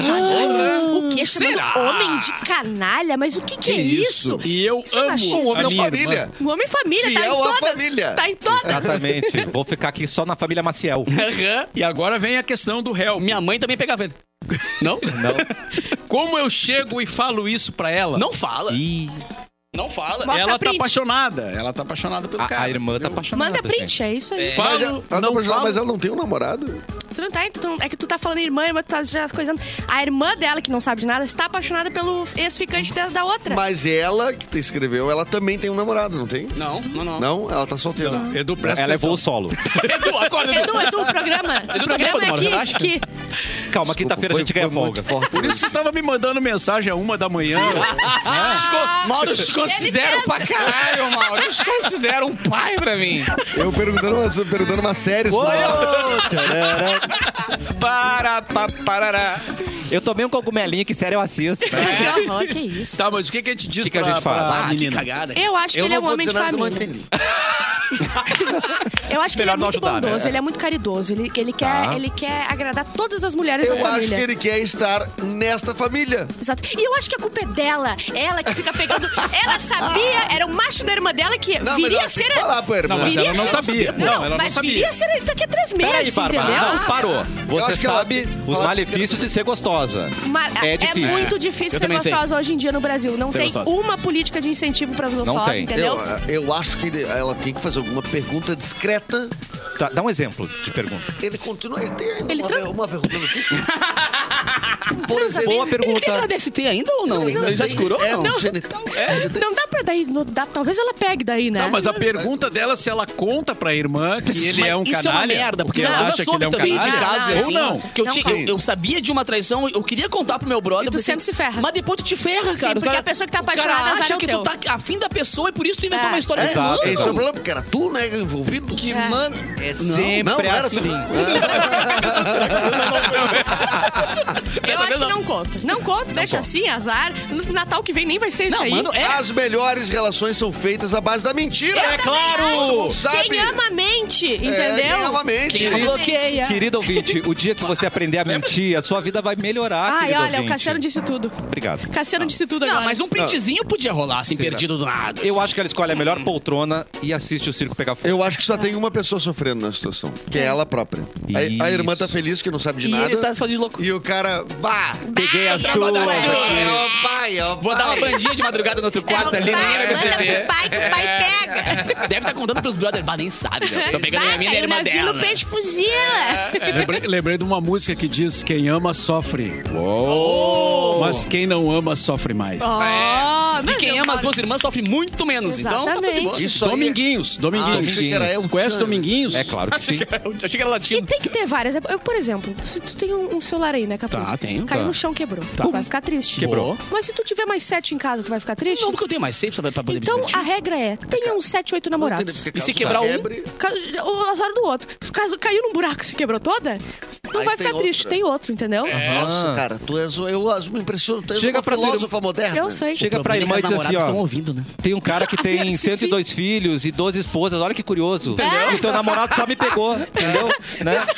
[SPEAKER 3] O que? Chamando
[SPEAKER 5] Será?
[SPEAKER 3] homem de canalha? Mas o que, que é isso?
[SPEAKER 5] E eu
[SPEAKER 3] Isso é machismo.
[SPEAKER 5] amo
[SPEAKER 4] Um homem
[SPEAKER 5] a
[SPEAKER 4] da
[SPEAKER 5] minha
[SPEAKER 4] família.
[SPEAKER 5] irmã.
[SPEAKER 3] O homem família, tá
[SPEAKER 4] Fiel
[SPEAKER 3] em
[SPEAKER 4] à
[SPEAKER 3] todas.
[SPEAKER 4] família.
[SPEAKER 3] Tá em todas.
[SPEAKER 1] Exatamente. Vou ficar aqui só na família Maciel.
[SPEAKER 5] Aham. E agora vem a questão do help.
[SPEAKER 2] Minha mãe também pegava ele. Não?
[SPEAKER 1] Não.
[SPEAKER 5] Como eu chego e falo isso pra ela?
[SPEAKER 2] Não fala.
[SPEAKER 1] Ih,
[SPEAKER 2] Não fala.
[SPEAKER 3] Mostra
[SPEAKER 5] ela tá
[SPEAKER 3] print.
[SPEAKER 5] apaixonada. Ela tá apaixonada pelo
[SPEAKER 1] a,
[SPEAKER 5] cara.
[SPEAKER 1] a irmã tá
[SPEAKER 5] entendeu?
[SPEAKER 1] apaixonada.
[SPEAKER 3] Manda print,
[SPEAKER 1] gente.
[SPEAKER 3] é isso aí.
[SPEAKER 4] Mas ela,
[SPEAKER 5] Falo,
[SPEAKER 4] ela tá
[SPEAKER 5] não
[SPEAKER 4] apaixonada,
[SPEAKER 5] falo.
[SPEAKER 4] mas ela não tem um namorado.
[SPEAKER 3] Tu não tá, tu não- é que tu tá falando irmã, mas tu tá já coisando. A irmã dela, que não sabe de nada, está apaixonada pelo ex-ficante da, da outra.
[SPEAKER 4] Mas ela que te escreveu, ela também tem um namorado, não tem?
[SPEAKER 2] Não, não, não.
[SPEAKER 4] Não? Ela tá solteira.
[SPEAKER 5] Edu, presta
[SPEAKER 1] Ela é
[SPEAKER 5] atenção.
[SPEAKER 1] voo solo.
[SPEAKER 2] Edu, acorda, Edu.
[SPEAKER 3] Edu, Edu, o programa.
[SPEAKER 2] Edu
[SPEAKER 3] o
[SPEAKER 2] tá
[SPEAKER 3] programa
[SPEAKER 2] bêbado,
[SPEAKER 3] é
[SPEAKER 2] Mauro,
[SPEAKER 3] aqui, aqui.
[SPEAKER 1] Calma, quinta-feira a gente ganha folga.
[SPEAKER 5] Por isso tu tava me mandando mensagem a uma da manhã.
[SPEAKER 2] Ah! Né? Desco- Mauro, desconsidera
[SPEAKER 3] Ele
[SPEAKER 2] pra caralho, Mauro. Desconsidera um pai pra mim.
[SPEAKER 4] Eu perguntando umas, perguntando umas séries pra ela.
[SPEAKER 1] Para, pa, parará. Eu tomei um cogumelinho, que sério eu
[SPEAKER 3] É
[SPEAKER 1] assisto.
[SPEAKER 3] Que horror, que isso.
[SPEAKER 5] Tá, mas o que, que a gente diz
[SPEAKER 1] Que que a
[SPEAKER 5] pra-
[SPEAKER 1] gente faz?
[SPEAKER 5] pra
[SPEAKER 2] Ah, que
[SPEAKER 5] menina?
[SPEAKER 2] cagada.
[SPEAKER 3] Eu acho que
[SPEAKER 6] Eu
[SPEAKER 3] ele é
[SPEAKER 6] não
[SPEAKER 3] um
[SPEAKER 6] vou
[SPEAKER 3] homem
[SPEAKER 6] dizer
[SPEAKER 3] de
[SPEAKER 6] nada que eu não
[SPEAKER 3] família.
[SPEAKER 6] entendi.
[SPEAKER 3] Eu acho que ele é
[SPEAKER 1] Melhor não
[SPEAKER 3] muito
[SPEAKER 1] ajudar, né? Tá.
[SPEAKER 3] bondoso, ele é muito caridoso, ele, ele, quer, ele quer agradar todas as mulheres
[SPEAKER 4] Eu
[SPEAKER 3] da
[SPEAKER 4] acho que
[SPEAKER 3] é família.
[SPEAKER 4] ele quer estar nesta família.
[SPEAKER 3] Exato. E eu acho que a culpa é dela. Ela que fica pegando. Ela sabia, era o macho da irmã dela que
[SPEAKER 4] Não, mas
[SPEAKER 3] viria
[SPEAKER 4] ela
[SPEAKER 3] a
[SPEAKER 4] tem
[SPEAKER 3] ser.
[SPEAKER 4] que falar pra irmã.
[SPEAKER 5] Não, mas
[SPEAKER 3] viria
[SPEAKER 5] ela não
[SPEAKER 3] a ser-
[SPEAKER 5] sabia.
[SPEAKER 3] Não,
[SPEAKER 5] Não, ela não
[SPEAKER 3] mas
[SPEAKER 5] sabia.
[SPEAKER 3] viria a ser daqui a três meses.
[SPEAKER 1] Peraí, Bárbara.
[SPEAKER 3] entendeu?
[SPEAKER 1] Não, parou. Você
[SPEAKER 4] acho que ela-
[SPEAKER 1] sabe os
[SPEAKER 4] ela-
[SPEAKER 1] malefícios de ser gostosa.
[SPEAKER 3] Ma-
[SPEAKER 1] É difícil.
[SPEAKER 3] muito difícil
[SPEAKER 2] Eu
[SPEAKER 3] ser
[SPEAKER 2] também sei.
[SPEAKER 3] gostosa hoje em dia no Brasil. Não
[SPEAKER 2] Ser
[SPEAKER 3] tem
[SPEAKER 2] gostosa.
[SPEAKER 3] uma política de incentivo para os gostosos,
[SPEAKER 1] tem.
[SPEAKER 3] entendeu?
[SPEAKER 6] Eu, eu acho que ele- ela tem que fazer alguma pergunta discreta.
[SPEAKER 1] Tá, dá um exemplo de pergunta.
[SPEAKER 6] Ele continua, ele tem ainda
[SPEAKER 3] Ele
[SPEAKER 6] uma,
[SPEAKER 3] tran-
[SPEAKER 6] ver- uma verruga no cu. Por
[SPEAKER 3] Tá
[SPEAKER 6] exemplo.
[SPEAKER 1] Boa
[SPEAKER 2] Ele tem
[SPEAKER 1] pergunta.
[SPEAKER 2] HDST ainda ou não?
[SPEAKER 6] ainda
[SPEAKER 2] Ele já
[SPEAKER 6] tem-
[SPEAKER 2] escurou ou
[SPEAKER 6] é,
[SPEAKER 2] não?
[SPEAKER 6] um genital.
[SPEAKER 3] Não dá pra daí. não dá- talvez ela pegue daí, né?
[SPEAKER 5] Não, mas a pergunta dela é se ela conta pra irmã que ele
[SPEAKER 2] Mas
[SPEAKER 5] é um
[SPEAKER 2] isso
[SPEAKER 5] canalha.
[SPEAKER 2] é uma merda, porque
[SPEAKER 5] ou que
[SPEAKER 2] eu
[SPEAKER 5] ela
[SPEAKER 2] já
[SPEAKER 5] acha que
[SPEAKER 2] soube
[SPEAKER 5] ele é um
[SPEAKER 2] também
[SPEAKER 5] canalha.
[SPEAKER 2] de casos assim,
[SPEAKER 5] ou não.
[SPEAKER 2] que eu,
[SPEAKER 3] Não
[SPEAKER 2] tinha-
[SPEAKER 3] fala.
[SPEAKER 2] eu, eu sabia de uma traição, eu queria contar pro meu brother.
[SPEAKER 3] E tu
[SPEAKER 2] porque-
[SPEAKER 3] sempre se ferra.
[SPEAKER 2] Mas depois tu te ferra, cara.
[SPEAKER 3] Sim,
[SPEAKER 2] O
[SPEAKER 3] porque
[SPEAKER 2] cara-
[SPEAKER 3] a pessoa que tá
[SPEAKER 2] o cara
[SPEAKER 3] apaixonada, azar
[SPEAKER 2] acha
[SPEAKER 3] é o
[SPEAKER 2] que
[SPEAKER 3] teu.
[SPEAKER 2] tu tá afim da pessoa e por isso tu inventou
[SPEAKER 3] É.
[SPEAKER 2] uma história
[SPEAKER 6] É,
[SPEAKER 2] de irmã,
[SPEAKER 6] esse é o
[SPEAKER 2] cara.
[SPEAKER 6] problema, porque era tu, né, envolvido.
[SPEAKER 2] Que
[SPEAKER 3] É.
[SPEAKER 2] mano...
[SPEAKER 1] É
[SPEAKER 6] não, não
[SPEAKER 1] sempre
[SPEAKER 6] era
[SPEAKER 1] assim.
[SPEAKER 3] Eu acho que não conta. Não conta, deixa assim, azar. No Natal que vem nem vai ser isso
[SPEAKER 2] Não,
[SPEAKER 3] aí.
[SPEAKER 2] mano, é...
[SPEAKER 4] As melhores relações são feitas à base da mentira.
[SPEAKER 1] É claro!
[SPEAKER 4] Sabe?
[SPEAKER 3] Quem ama mente, entendeu?
[SPEAKER 4] É, quem ama mente.
[SPEAKER 2] Bloqueia.
[SPEAKER 1] Querido ouvinte, o dia que você aprender a mentir, a sua vida vai melhorar,
[SPEAKER 3] Ai,
[SPEAKER 1] querido
[SPEAKER 3] olha,
[SPEAKER 1] ouvinte.
[SPEAKER 3] o Cassiano disse tudo.
[SPEAKER 1] Obrigado.
[SPEAKER 3] Cassiano disse tudo
[SPEAKER 2] Não,
[SPEAKER 3] agora.
[SPEAKER 2] mas um printzinho podia rolar, assim, perdido do nada.
[SPEAKER 1] Eu acho que ela escolhe a melhor poltrona e assiste o circo pegar fogo.
[SPEAKER 4] Eu acho que só tem uma pessoa sofrendo na situação, que é ela própria. A, a irmã tá
[SPEAKER 1] Isso.
[SPEAKER 4] feliz, que não sabe de
[SPEAKER 2] E
[SPEAKER 4] nada.
[SPEAKER 2] ele tá só de louco.
[SPEAKER 4] E o cara, bah,
[SPEAKER 1] Peguei as
[SPEAKER 3] Ah,
[SPEAKER 1] tuas.
[SPEAKER 3] eu vou dar-
[SPEAKER 4] é o pai, é o
[SPEAKER 2] Vou dar uma
[SPEAKER 4] pai.
[SPEAKER 2] bandinha de madrugada no outro quarto ali, né, ninguém vai
[SPEAKER 3] Manda
[SPEAKER 2] perceber.
[SPEAKER 3] pro pai que o pai pega.
[SPEAKER 2] Deve estar contando pros brothers, mas nem sabe, né? Tô pegando
[SPEAKER 3] Vai,
[SPEAKER 2] a minha e a
[SPEAKER 3] caiu
[SPEAKER 2] irmã É.
[SPEAKER 3] na vila,
[SPEAKER 2] dela.
[SPEAKER 3] o peixe fuzila.
[SPEAKER 5] Lembrei, lembrei de uma música que diz quem ama sofre, mas quem não ama sofre mais.
[SPEAKER 3] Ah, Ó,
[SPEAKER 2] E
[SPEAKER 3] mas
[SPEAKER 2] quem
[SPEAKER 3] eu
[SPEAKER 2] ama as
[SPEAKER 3] falo-
[SPEAKER 2] duas irmãs sofre muito menos, então tá de boa.
[SPEAKER 3] Exatamente.
[SPEAKER 4] Isso aí.
[SPEAKER 5] Dominguinhos,
[SPEAKER 4] Ah,
[SPEAKER 5] Dominguinhos.
[SPEAKER 4] Dominguinhos era El
[SPEAKER 5] Conhece
[SPEAKER 4] Chan.
[SPEAKER 5] Dominguinhos?
[SPEAKER 1] É claro que sim.
[SPEAKER 2] Eu achei que era
[SPEAKER 3] E
[SPEAKER 2] latino.
[SPEAKER 3] tem que ter várias. É, Eu, por exemplo, se tu tem um, um celular aí, né, Capu?
[SPEAKER 2] Tá, tenho,
[SPEAKER 3] Caiu
[SPEAKER 2] tá.
[SPEAKER 3] no chão, quebrou.
[SPEAKER 2] Tá.
[SPEAKER 3] Tu vai ficar triste.
[SPEAKER 2] Quebrou.
[SPEAKER 3] Mas se tu tiver mais sete em casa, tu vai ficar triste?
[SPEAKER 2] Não, porque eu tenho mais seis pra, pra poder me
[SPEAKER 3] Então,
[SPEAKER 2] divertir.
[SPEAKER 3] a regra é, tenha uns sete, oito namorados.
[SPEAKER 2] E se quebrar um?
[SPEAKER 3] Ca- O azar do outro. Caso caiu num buraco e se quebrou toda, não
[SPEAKER 6] Aí
[SPEAKER 3] vai
[SPEAKER 6] tem
[SPEAKER 3] ficar triste,
[SPEAKER 6] outra.
[SPEAKER 3] tem outro, entendeu?
[SPEAKER 2] É.
[SPEAKER 6] Nossa, cara, tu és. o- Eu acho- me impressiono. Tu és
[SPEAKER 1] Chega
[SPEAKER 6] uma
[SPEAKER 1] pra tu-
[SPEAKER 6] filósofa moderna.
[SPEAKER 3] Eu sei.
[SPEAKER 1] Chega
[SPEAKER 2] O
[SPEAKER 1] pra
[SPEAKER 2] problema
[SPEAKER 1] irmã
[SPEAKER 2] é
[SPEAKER 1] e
[SPEAKER 2] que
[SPEAKER 1] diz
[SPEAKER 2] as
[SPEAKER 1] assim,
[SPEAKER 2] namoradas
[SPEAKER 1] ó.
[SPEAKER 2] tão ouvindo, né?
[SPEAKER 1] Tem um cara que tem
[SPEAKER 3] Sim, sim.
[SPEAKER 1] 102 filhos e 12 esposas. Olha que curioso. E o teu namorado só me pegou, entendeu? Né? Tá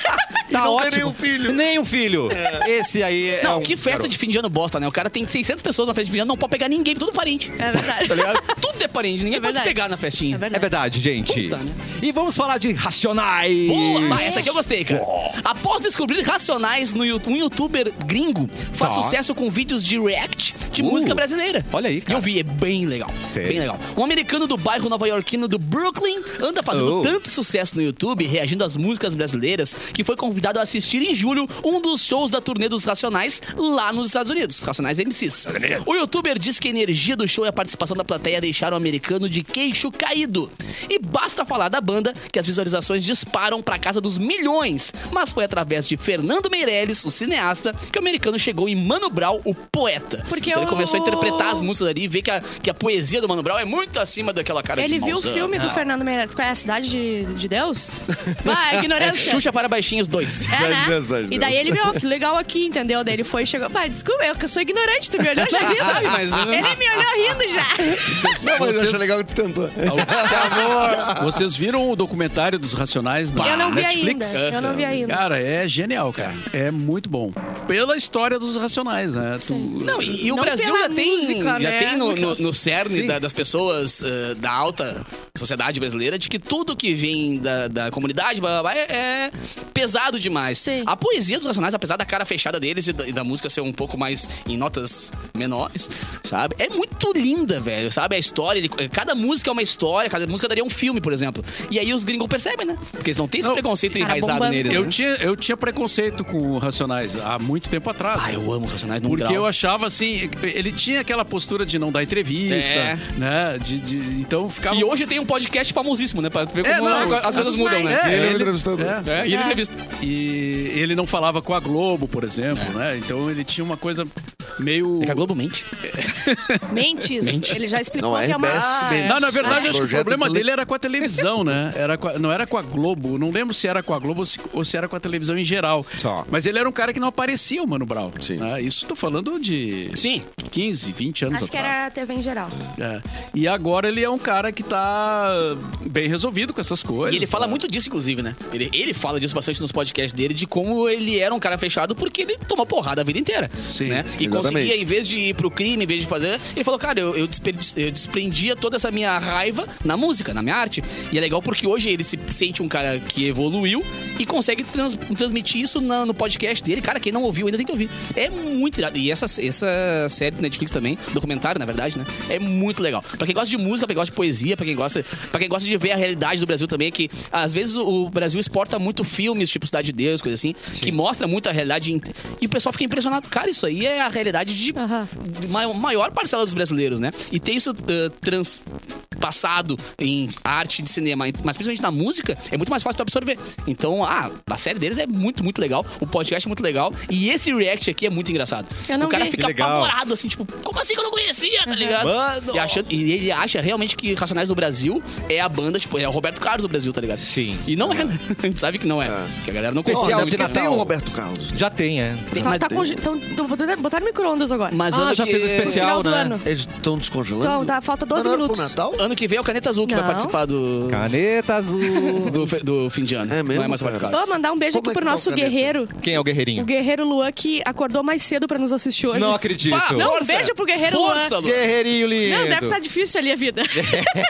[SPEAKER 4] não tem
[SPEAKER 1] ótimo.
[SPEAKER 4] nenhum filho.
[SPEAKER 1] Nenhum filho. Esse aí é
[SPEAKER 2] Não,
[SPEAKER 1] um
[SPEAKER 2] que festa
[SPEAKER 1] garoto.
[SPEAKER 2] de fim de ano bosta, né? O cara tem 600 pessoas na festa de fim de ano, não pode pegar ninguém, tudo parente.
[SPEAKER 3] É verdade.
[SPEAKER 2] Tá ligado? tudo é parente, ninguém
[SPEAKER 3] É
[SPEAKER 2] pode se
[SPEAKER 3] verdade.
[SPEAKER 2] pegar na festinha.
[SPEAKER 3] É
[SPEAKER 1] É
[SPEAKER 3] verdade.
[SPEAKER 1] verdade, gente.
[SPEAKER 2] Puta, né?
[SPEAKER 1] E vamos falar de Racionais.
[SPEAKER 2] Boa! Bah, essa aqui eu gostei, cara. Após descobrir Racionais, no, Yu- um youtuber gringo faz
[SPEAKER 1] Tá.
[SPEAKER 2] sucesso com vídeos de react de
[SPEAKER 1] Uh,
[SPEAKER 2] música brasileira.
[SPEAKER 1] olha aí, cara.
[SPEAKER 2] E eu vi, é bem legal.
[SPEAKER 1] Sério?
[SPEAKER 2] Bem legal. Um americano do bairro nova-iorquino do Brooklyn anda fazendo
[SPEAKER 1] Oh.
[SPEAKER 2] tanto sucesso no YouTube, reagindo às músicas brasileiras, que foi convidado a assistir em julho um dos shows da turnê dos Racionais lá nos Estados Unidos. Racionais MCs. O youtuber diz que a energia do show e a participação da plateia deixaram o americano de queixo caído. E basta falar da banda que as visualizações disparam pra casa dos milhões. Mas foi através de Fernando Meirelles, o cineasta, que o americano chegou em Mano Brown, o poeta.
[SPEAKER 3] Porque
[SPEAKER 2] então ele
[SPEAKER 3] o-
[SPEAKER 2] começou a interpretar as músicas ali e ver que a, que a poesia do Mano Brown é muito acima daquela cara É de
[SPEAKER 3] Ele viu o
[SPEAKER 2] mauzão.
[SPEAKER 3] filme do Fernando Meirelles. Qual é a Cidade de, de Deus? Vai, ignorância.
[SPEAKER 2] Xuxa para baixinhos 2.
[SPEAKER 3] É,
[SPEAKER 4] Cidade de
[SPEAKER 3] né?
[SPEAKER 4] Deus, Cidade de
[SPEAKER 3] E daí
[SPEAKER 4] Deus.
[SPEAKER 3] ele, meu, que legal aqui, entendeu? Daí ele foi e chegou. Pai, desculpa, eu que sou ignorante, tu me olhou já rindo.
[SPEAKER 2] Sabe, mas-
[SPEAKER 3] Ele me olhou rindo já.
[SPEAKER 4] Não, mas eu
[SPEAKER 5] Vocês-
[SPEAKER 4] achei legal que tu tentou.
[SPEAKER 5] Vocês viram o documentário dos Racionais na
[SPEAKER 3] Eu não vi
[SPEAKER 5] é Netflix?
[SPEAKER 3] ainda. Eu não vi ainda.
[SPEAKER 5] Cara, é genial, cara. É muito bom. Pela história dos Racionais, né? Tu-
[SPEAKER 2] Não, e, e o
[SPEAKER 3] Não
[SPEAKER 2] Brasil já
[SPEAKER 3] pela
[SPEAKER 2] tem,
[SPEAKER 3] música,
[SPEAKER 2] já
[SPEAKER 3] né?
[SPEAKER 2] tem no, no, no
[SPEAKER 5] Sim.
[SPEAKER 2] cerne da- das pessoas eh, da alta sociedade brasileira de que tudo que vem da, da comunidade blá, blá, blá, é, é pesado demais.
[SPEAKER 3] Sim.
[SPEAKER 2] A poesia dos Racionais, apesar da cara fechada deles e da, e da música ser um pouco mais em notas menores, sabe? É muito linda, velho, sabe? A história, ele- cada música é uma história, cada música daria um filme, por exemplo. E aí os gringos percebem, né? Porque eles não têm esse
[SPEAKER 5] Não.
[SPEAKER 2] preconceito
[SPEAKER 3] Cara,
[SPEAKER 2] enraizado
[SPEAKER 3] bombando.
[SPEAKER 2] neles.
[SPEAKER 5] Eu
[SPEAKER 2] né?
[SPEAKER 5] tinha, eu tinha preconceito com o Racionais há muito tempo atrás.
[SPEAKER 2] Ah, eu amo os Racionais num
[SPEAKER 5] Porque
[SPEAKER 2] grau.
[SPEAKER 5] eu achava assim, ele tinha aquela postura de não dar entrevista,
[SPEAKER 2] É.
[SPEAKER 5] né? De, de- então ficava.
[SPEAKER 2] E hoje tem um podcast famosíssimo, né? Pra ver como
[SPEAKER 5] É, não,
[SPEAKER 2] as coisas
[SPEAKER 3] as
[SPEAKER 2] mudam,
[SPEAKER 3] mais-
[SPEAKER 2] né?
[SPEAKER 5] É,
[SPEAKER 4] Ele é o
[SPEAKER 5] ele-
[SPEAKER 4] entrevistador.
[SPEAKER 5] é.
[SPEAKER 2] É, e ele entrevista.
[SPEAKER 5] E ele não falava com a Globo, por exemplo, né? Então ele tinha uma coisa meio.
[SPEAKER 2] É que a Globo mente.
[SPEAKER 3] Mentes. Ele já explicou
[SPEAKER 4] Não, é
[SPEAKER 3] que é uma.
[SPEAKER 4] RBS, Mentes.
[SPEAKER 5] Não, na verdade,
[SPEAKER 4] Ah,
[SPEAKER 5] acho que o
[SPEAKER 4] projeto
[SPEAKER 5] problema
[SPEAKER 4] tele-
[SPEAKER 5] dele era com a televisão, né? Era com a- não era com a Globo. Não lembro se era com a Globo ou se, ou se era com a televisão em geral.
[SPEAKER 1] Só.
[SPEAKER 5] Mas ele era um cara que não aparecia, o Mano Brown.
[SPEAKER 4] Sim.
[SPEAKER 5] né? Isso tô falando de
[SPEAKER 2] Sim.
[SPEAKER 5] 15, 20 anos
[SPEAKER 3] Acho que
[SPEAKER 5] atrás.
[SPEAKER 3] era a TV em geral.
[SPEAKER 5] É. E agora ele é um cara que tá bem resolvido com essas coisas.
[SPEAKER 2] E ele fala
[SPEAKER 5] né?
[SPEAKER 2] muito disso, inclusive, né? Ele, ele fala disso bastante nos podcasts dele, de como ele era um cara fechado porque ele toma porrada a vida inteira.
[SPEAKER 5] Sim,
[SPEAKER 2] né? E
[SPEAKER 4] exatamente.
[SPEAKER 2] conseguia, em vez de ir pro crime, em vez de fazer. Ele falou, cara, eu, eu, desperdi- eu desprendia toda essa minha raiva na música, na minha arte. E é legal porque hoje ele se sente um cara que evoluiu e consegue trans- transmitir isso na- no podcast dele. Cara, quem não ouviu ainda tem que ouvir. É muito irado. E essa, essa série do Netflix também, documentário, na verdade, né? É muito legal. Pra quem gosta de música, pra quem gosta de poesia, pra quem gosta, pra quem gosta de ver a realidade do Brasil também, é que às vezes o Brasil exporta muito filmes, tipo Cidade de Deus, coisa assim, que mostra muito a realidade. in- E o pessoal fica impressionado. Cara, isso aí é a realidade de,
[SPEAKER 3] Aham.
[SPEAKER 2] de ma- maior parcela dos brasileiros, né? E ter isso ah, transpassado em arte de cinema, em- mas principalmente na música, é muito mais fácil de absorver. Então, ah, a série deles é muito, muito legal. O podcast é muito legal. E esse react aqui é muito engraçado.
[SPEAKER 3] Eu não
[SPEAKER 2] o cara
[SPEAKER 3] vi.
[SPEAKER 2] fica
[SPEAKER 1] Legal.
[SPEAKER 2] apavorado, assim, tipo, como assim que eu não conhecia, tá ligado?
[SPEAKER 1] Mano!
[SPEAKER 2] E, achando- e ele acha realmente que Racionais do Brasil é a banda, tipo, é o Roberto Carlos do Brasil, tá ligado?
[SPEAKER 1] Sim.
[SPEAKER 2] E não é, né? A gente sabe que não é. Que a galera não
[SPEAKER 1] Especial
[SPEAKER 2] concorda muito,
[SPEAKER 1] de
[SPEAKER 2] né?
[SPEAKER 1] Natal.
[SPEAKER 4] Tem o Roberto Carlos.
[SPEAKER 1] Já tem, é.
[SPEAKER 2] Tem-
[SPEAKER 3] Tá,
[SPEAKER 2] mas-
[SPEAKER 3] tá conge... tão, tão botando, botaram micro-ondas agora.
[SPEAKER 2] Mas
[SPEAKER 1] Ah,
[SPEAKER 2] ano
[SPEAKER 1] já
[SPEAKER 2] que-
[SPEAKER 1] fez o
[SPEAKER 3] No
[SPEAKER 1] especial.
[SPEAKER 3] final do
[SPEAKER 1] né?
[SPEAKER 3] ano.
[SPEAKER 4] É,
[SPEAKER 6] Eles estão descongelando?
[SPEAKER 3] Então, tá, falta 12
[SPEAKER 6] Não era
[SPEAKER 3] minutos.
[SPEAKER 6] Pro Natal?
[SPEAKER 2] Ano que vem é o Caneta Azul que
[SPEAKER 3] Não.
[SPEAKER 2] vai participar do,
[SPEAKER 1] Caneta azul.
[SPEAKER 2] do, fe- do fim de ano.
[SPEAKER 6] É mesmo,
[SPEAKER 2] não é mais o Roberto
[SPEAKER 6] cara?
[SPEAKER 2] Carlos.
[SPEAKER 3] Vou mandar um beijo
[SPEAKER 6] Como
[SPEAKER 3] aqui
[SPEAKER 6] é
[SPEAKER 3] pro
[SPEAKER 6] que tá o
[SPEAKER 3] nosso
[SPEAKER 6] planeta?
[SPEAKER 3] guerreiro.
[SPEAKER 1] Quem é o
[SPEAKER 3] O
[SPEAKER 1] guerreirinho?
[SPEAKER 3] guerreiro Luan, que acordou mais cedo pra nos assistir hoje.
[SPEAKER 1] Não acredito.
[SPEAKER 2] Pá,
[SPEAKER 3] Não, um
[SPEAKER 2] força!
[SPEAKER 3] beijo pro Guerreiro
[SPEAKER 2] Força,
[SPEAKER 3] Luan.
[SPEAKER 2] Luan.
[SPEAKER 1] Guerreirinho lindo.
[SPEAKER 3] Não, deve tá estar difícil ali a vida.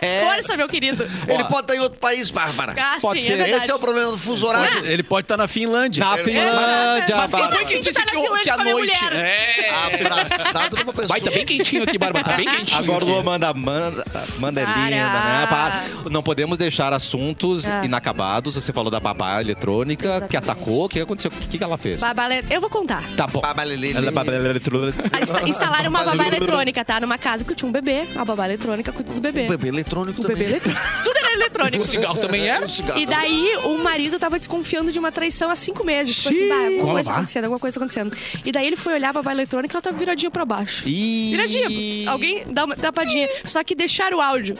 [SPEAKER 6] É.
[SPEAKER 3] Força, meu querido.
[SPEAKER 6] Ele pode estar em outro país, Bárbara.
[SPEAKER 3] Ah,
[SPEAKER 1] Pode
[SPEAKER 3] sim,
[SPEAKER 1] ser.
[SPEAKER 3] é verdade.
[SPEAKER 6] Esse é o problema do fuso horário.
[SPEAKER 5] Ele pode estar na Finlândia.
[SPEAKER 1] Na Finlândia,
[SPEAKER 3] mas quem
[SPEAKER 1] Bárbara.
[SPEAKER 3] foi que
[SPEAKER 2] Disse
[SPEAKER 3] tá na
[SPEAKER 2] que o-
[SPEAKER 3] Finlândia
[SPEAKER 2] que a
[SPEAKER 3] com a minha
[SPEAKER 2] noite- né?
[SPEAKER 3] mulher?
[SPEAKER 6] Abraçado numa pessoa.
[SPEAKER 2] Vai, tá bem quentinho aqui, Bárbara. Tá bem quentinho.
[SPEAKER 1] Agora
[SPEAKER 2] aqui.
[SPEAKER 1] o Luan manda, manda, manda é
[SPEAKER 3] Para.
[SPEAKER 1] linda, né? Para. Não podemos deixar assuntos
[SPEAKER 3] Ah.
[SPEAKER 1] inacabados. Você falou da babá eletrônica que
[SPEAKER 3] Exatamente.
[SPEAKER 1] atacou. O que aconteceu? O que, que ela fez?
[SPEAKER 3] Babale- Eu vou contar.
[SPEAKER 1] Tá bom.
[SPEAKER 6] Babalelele.
[SPEAKER 1] Ela- babá eletrônica.
[SPEAKER 3] Ah, insta- Instalaram uma babá eletrônica, tá? Numa casa que tinha um bebê. A babá eletrônica cuida do bebê.
[SPEAKER 6] O bebê eletrônico
[SPEAKER 3] O
[SPEAKER 6] também.
[SPEAKER 3] bebê eletrônico. Tudo era eletrônico.
[SPEAKER 2] O cigarro também é?
[SPEAKER 6] Um cigarro.
[SPEAKER 3] E daí o marido tava desconfiando de uma traição há cinco meses. Tipo assim, bah, alguma coisa acontecendo, alguma coisa acontecendo. E daí ele foi olhar a babá eletrônica e ela tava viradinha pra baixo.
[SPEAKER 1] Ih.
[SPEAKER 3] Viradinha. Alguém dá uma tapadinha. Só que deixaram o áudio.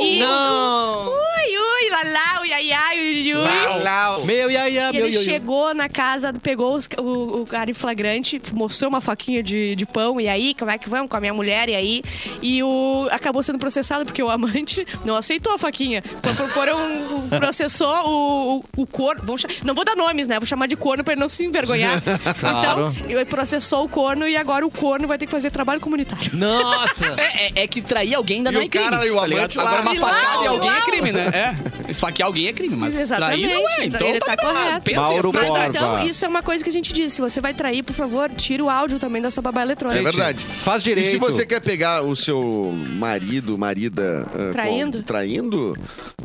[SPEAKER 3] E
[SPEAKER 1] Não!
[SPEAKER 3] Ui, ui, lalá, ui, ai, ai, ui, ui.
[SPEAKER 1] Uau. Meu iaia,
[SPEAKER 3] E
[SPEAKER 1] meu
[SPEAKER 3] ele
[SPEAKER 1] iaia.
[SPEAKER 3] chegou na casa, pegou os- o, o cara em flagrante, mostrou uma faquinha de, de pão, e aí, como é que vamos com a minha mulher, e aí. E o, acabou sendo processado porque o amante não aceitou a faquinha. Foram, foram- processou o, o, o corno. vamos cha- não vou dar nomes, né? Vou chamar de corno pra ele não se envergonhar.
[SPEAKER 1] Claro.
[SPEAKER 3] Então, ele processou o corno e agora o corno vai ter que fazer trabalho comunitário.
[SPEAKER 1] Nossa!
[SPEAKER 2] É, é- é que trair alguém ainda
[SPEAKER 4] E
[SPEAKER 2] não
[SPEAKER 4] o
[SPEAKER 2] é crime.
[SPEAKER 4] cara e o
[SPEAKER 2] tá ligado?
[SPEAKER 4] amante lá.
[SPEAKER 2] Agora uma
[SPEAKER 3] E lá,
[SPEAKER 2] facada em
[SPEAKER 3] lá.
[SPEAKER 2] alguém é crime, né? É. Esfaquear alguém é crime, mas
[SPEAKER 3] Exatamente.
[SPEAKER 2] trair não é. Então
[SPEAKER 3] Ele tá
[SPEAKER 2] errado.
[SPEAKER 3] correto.
[SPEAKER 2] Pensa,
[SPEAKER 1] Mauro
[SPEAKER 2] mas-
[SPEAKER 3] Mas
[SPEAKER 1] Borba.
[SPEAKER 3] então, isso é uma coisa que a gente disse. Se você vai trair, por favor, tira o áudio também da sua babá
[SPEAKER 4] É
[SPEAKER 3] eletrônica.
[SPEAKER 4] verdade.
[SPEAKER 1] Faz direito.
[SPEAKER 4] E se você quer pegar o seu marido, marida... ah,
[SPEAKER 3] Traindo?
[SPEAKER 4] com- traindo,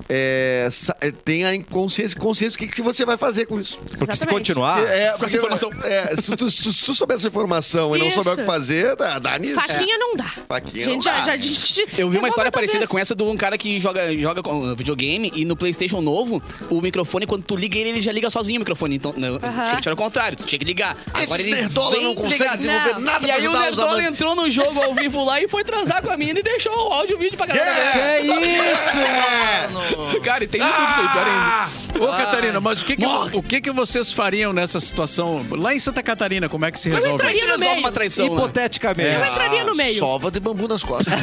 [SPEAKER 4] é, sa- é, tenha consciência, consciência do que, que você vai fazer com isso.
[SPEAKER 1] Porque se
[SPEAKER 3] Exatamente.
[SPEAKER 1] continuar,
[SPEAKER 4] é,
[SPEAKER 2] com essa informação.
[SPEAKER 4] é, se, tu, se tu- se tu souber essa informação e não
[SPEAKER 3] Isso.
[SPEAKER 4] souber o que fazer, dá, dá nisso.
[SPEAKER 3] Faquinha não dá.
[SPEAKER 4] É. Faquinha
[SPEAKER 3] gente,
[SPEAKER 4] não
[SPEAKER 3] já,
[SPEAKER 4] dá.
[SPEAKER 3] já- gente,
[SPEAKER 2] Eu vi uma
[SPEAKER 3] revolta
[SPEAKER 2] história
[SPEAKER 3] a
[SPEAKER 2] parecida
[SPEAKER 3] cabeça.
[SPEAKER 2] com essa de um cara que joga, joga com- uh, videogame e no PlayStation novo, o microfone, quando tu liga ele, ele já liga sozinho o microfone. Então, não,
[SPEAKER 3] Aham.
[SPEAKER 2] tinha que tirar o contrário, tu tinha que ligar.
[SPEAKER 6] Esses
[SPEAKER 2] ele
[SPEAKER 6] nerdola
[SPEAKER 2] vem
[SPEAKER 6] não conseguem
[SPEAKER 2] ligar.
[SPEAKER 6] desenvolver
[SPEAKER 3] Não.
[SPEAKER 6] nada
[SPEAKER 2] E
[SPEAKER 6] pra
[SPEAKER 2] aí o
[SPEAKER 6] ajudar os
[SPEAKER 2] Nerdola
[SPEAKER 6] amantes.
[SPEAKER 2] entrou no jogo ao vivo lá e foi transar com a mina e deixou o áudio e o vídeo pra galera.
[SPEAKER 1] Que
[SPEAKER 2] é
[SPEAKER 1] isso,
[SPEAKER 4] É.
[SPEAKER 1] mano?
[SPEAKER 2] ver. Cara, e tem YouTube, foi pior
[SPEAKER 3] Ah!
[SPEAKER 2] ainda.
[SPEAKER 5] Ô, Catarina, mas o que que,
[SPEAKER 2] Morre.
[SPEAKER 5] o que que vocês fariam nessa situação? Lá em Santa Catarina, como é que se resolve?
[SPEAKER 2] Aí
[SPEAKER 3] entraria-
[SPEAKER 2] você
[SPEAKER 3] no
[SPEAKER 2] resolve
[SPEAKER 3] meio.
[SPEAKER 2] uma traição, né?
[SPEAKER 1] Hipoteticamente.
[SPEAKER 4] É.
[SPEAKER 3] Eu entraria no meio.
[SPEAKER 6] Sova de bambu nas costas.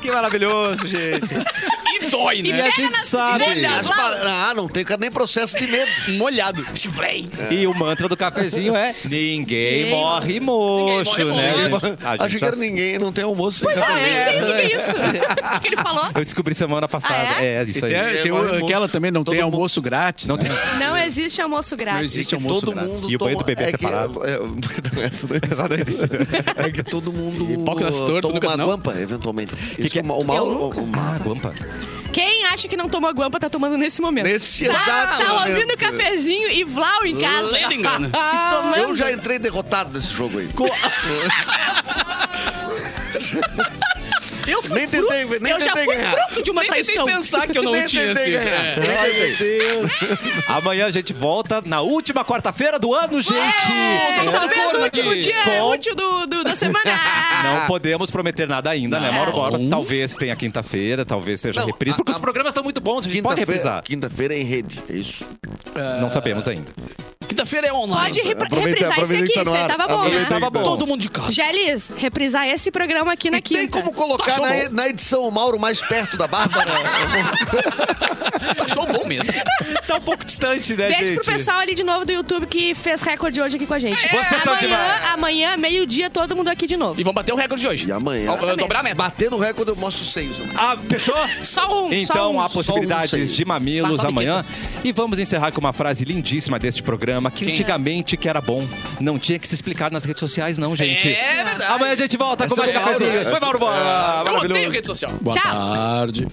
[SPEAKER 1] Que maravilhoso, gente.
[SPEAKER 2] dói,
[SPEAKER 1] E a
[SPEAKER 2] né?
[SPEAKER 1] gente sabe.
[SPEAKER 3] orelhas.
[SPEAKER 6] As par- Ah, não tem nem processo de medo.
[SPEAKER 2] Molhado. Vem.
[SPEAKER 4] É.
[SPEAKER 1] E o mantra do cafezinho é: ninguém
[SPEAKER 3] Ninguém
[SPEAKER 1] morre mocho,
[SPEAKER 2] morre
[SPEAKER 1] né?
[SPEAKER 2] mocho.
[SPEAKER 1] gente? A gente
[SPEAKER 4] Acho que
[SPEAKER 1] já-
[SPEAKER 4] era ninguém, não tem almoço. Pois
[SPEAKER 3] Ah, nem sei o que
[SPEAKER 1] né?
[SPEAKER 3] é isso. O que ele falou?
[SPEAKER 1] Eu descobri semana passada.
[SPEAKER 3] Ah,
[SPEAKER 1] é?
[SPEAKER 5] E
[SPEAKER 1] isso aí.
[SPEAKER 5] tem, tem
[SPEAKER 4] Morre
[SPEAKER 5] o- aquela
[SPEAKER 4] moço.
[SPEAKER 5] também não
[SPEAKER 4] Todo
[SPEAKER 5] tem
[SPEAKER 4] mundo-
[SPEAKER 5] almoço grátis.
[SPEAKER 1] Não
[SPEAKER 5] né?
[SPEAKER 1] tem.
[SPEAKER 3] Não existe almoço
[SPEAKER 5] Não
[SPEAKER 3] grátis.
[SPEAKER 5] existe almoço
[SPEAKER 4] todo
[SPEAKER 5] grátis.
[SPEAKER 4] mundo
[SPEAKER 1] E o banho do
[SPEAKER 4] toma-
[SPEAKER 1] bebê
[SPEAKER 4] que-
[SPEAKER 1] separado.
[SPEAKER 4] é, não, essa não é
[SPEAKER 1] Essa não existe.
[SPEAKER 4] É que todo mundo
[SPEAKER 2] Hipócritas torto,
[SPEAKER 4] toma
[SPEAKER 2] Lucas,
[SPEAKER 4] uma
[SPEAKER 2] não?
[SPEAKER 4] guampa, eventualmente. Isso
[SPEAKER 1] que é?
[SPEAKER 4] é o mal... o- o-
[SPEAKER 1] Ah, guampa.
[SPEAKER 3] Quem acha que não tomou guampa tá tomando nesse momento.
[SPEAKER 4] Nesse
[SPEAKER 3] tá,
[SPEAKER 4] exato
[SPEAKER 3] tá
[SPEAKER 4] momento. Ah,
[SPEAKER 3] ouvindo cafezinho e Vlau em casa.
[SPEAKER 2] Lendo engano.
[SPEAKER 4] Eu já entrei derrotado nesse jogo aí.
[SPEAKER 3] Eu fui
[SPEAKER 4] Nem tentei-
[SPEAKER 3] fruto-
[SPEAKER 4] nem
[SPEAKER 3] eu já
[SPEAKER 4] tentei
[SPEAKER 3] fui
[SPEAKER 4] ganhar.
[SPEAKER 3] fruto de uma
[SPEAKER 2] Nem tentei
[SPEAKER 3] traição.
[SPEAKER 2] pensar que eu não
[SPEAKER 4] Nem
[SPEAKER 2] tinha.
[SPEAKER 4] tentei
[SPEAKER 2] assim,
[SPEAKER 4] ganhar.
[SPEAKER 2] é.
[SPEAKER 4] Nem
[SPEAKER 1] Ai,
[SPEAKER 4] tentei.
[SPEAKER 1] meu Deus. Amanhã a gente volta na última quarta-feira do ano, gente.
[SPEAKER 3] É, talvez o
[SPEAKER 2] Forma
[SPEAKER 3] último
[SPEAKER 2] de-
[SPEAKER 3] dia
[SPEAKER 1] Bom.
[SPEAKER 3] útil do, do- da semana.
[SPEAKER 1] Não podemos prometer nada ainda, né, Mauro
[SPEAKER 2] Não.
[SPEAKER 1] Borba? Talvez tenha quinta-feira, talvez seja
[SPEAKER 4] Não,
[SPEAKER 1] reprise.
[SPEAKER 4] a-
[SPEAKER 1] Porque
[SPEAKER 4] a-
[SPEAKER 1] os programas estão muito bons, a gente pode
[SPEAKER 4] Quinta-feira
[SPEAKER 1] reprisar.
[SPEAKER 4] quinta-feira é em rede, é isso.
[SPEAKER 1] Não sabemos ainda.
[SPEAKER 2] Quinta-feira é online.
[SPEAKER 3] Pode repri-
[SPEAKER 4] Aproveita-
[SPEAKER 3] reprisar esse
[SPEAKER 4] aproveita
[SPEAKER 3] aqui,
[SPEAKER 4] que tá no
[SPEAKER 3] esse aí
[SPEAKER 4] ar.
[SPEAKER 3] tava bom,
[SPEAKER 4] Aproveita
[SPEAKER 1] Ele
[SPEAKER 4] Esse
[SPEAKER 3] né?
[SPEAKER 4] tá-
[SPEAKER 1] estava bom.
[SPEAKER 2] Todo mundo de casa.
[SPEAKER 3] Gelis, reprisar esse programa aqui na
[SPEAKER 4] E tem
[SPEAKER 3] quinta.
[SPEAKER 4] como colocar
[SPEAKER 2] Tá show
[SPEAKER 4] na, na edição o Mauro mais perto da Bárbara?
[SPEAKER 2] Achou bom mesmo.
[SPEAKER 1] Tá um pouco distante, né,
[SPEAKER 3] Beijo
[SPEAKER 1] gente?
[SPEAKER 3] pro pessoal ali de novo do YouTube que fez recorde hoje aqui com a gente.
[SPEAKER 1] Vocês são demais.
[SPEAKER 3] amanhã, amanhã, meio-dia, todo mundo aqui de novo.
[SPEAKER 2] E vamos bater o recorde de hoje.
[SPEAKER 4] E amanhã?
[SPEAKER 2] Vamos dobrar a meta.
[SPEAKER 4] Batendo o né? recorde, eu mostro os seios.
[SPEAKER 1] Ah, fechou?
[SPEAKER 3] Só um, só
[SPEAKER 1] Então
[SPEAKER 3] um.
[SPEAKER 1] há possibilidades
[SPEAKER 4] sei.
[SPEAKER 1] de mamilos
[SPEAKER 2] Passa a
[SPEAKER 1] amanhã. E vamos encerrar com uma frase lindíssima deste programa, que
[SPEAKER 2] Quem é?
[SPEAKER 1] antigamente que era bom. Não tinha que se explicar nas redes sociais, não, gente.
[SPEAKER 2] É verdade.
[SPEAKER 1] Amanhã a gente volta com
[SPEAKER 4] Essa
[SPEAKER 1] mais
[SPEAKER 4] é legal,
[SPEAKER 1] cafezinho.
[SPEAKER 4] né?
[SPEAKER 1] Foi Mauro Borba.
[SPEAKER 2] Eu odeio rede social.
[SPEAKER 5] Boa
[SPEAKER 3] Tchau.
[SPEAKER 5] tarde.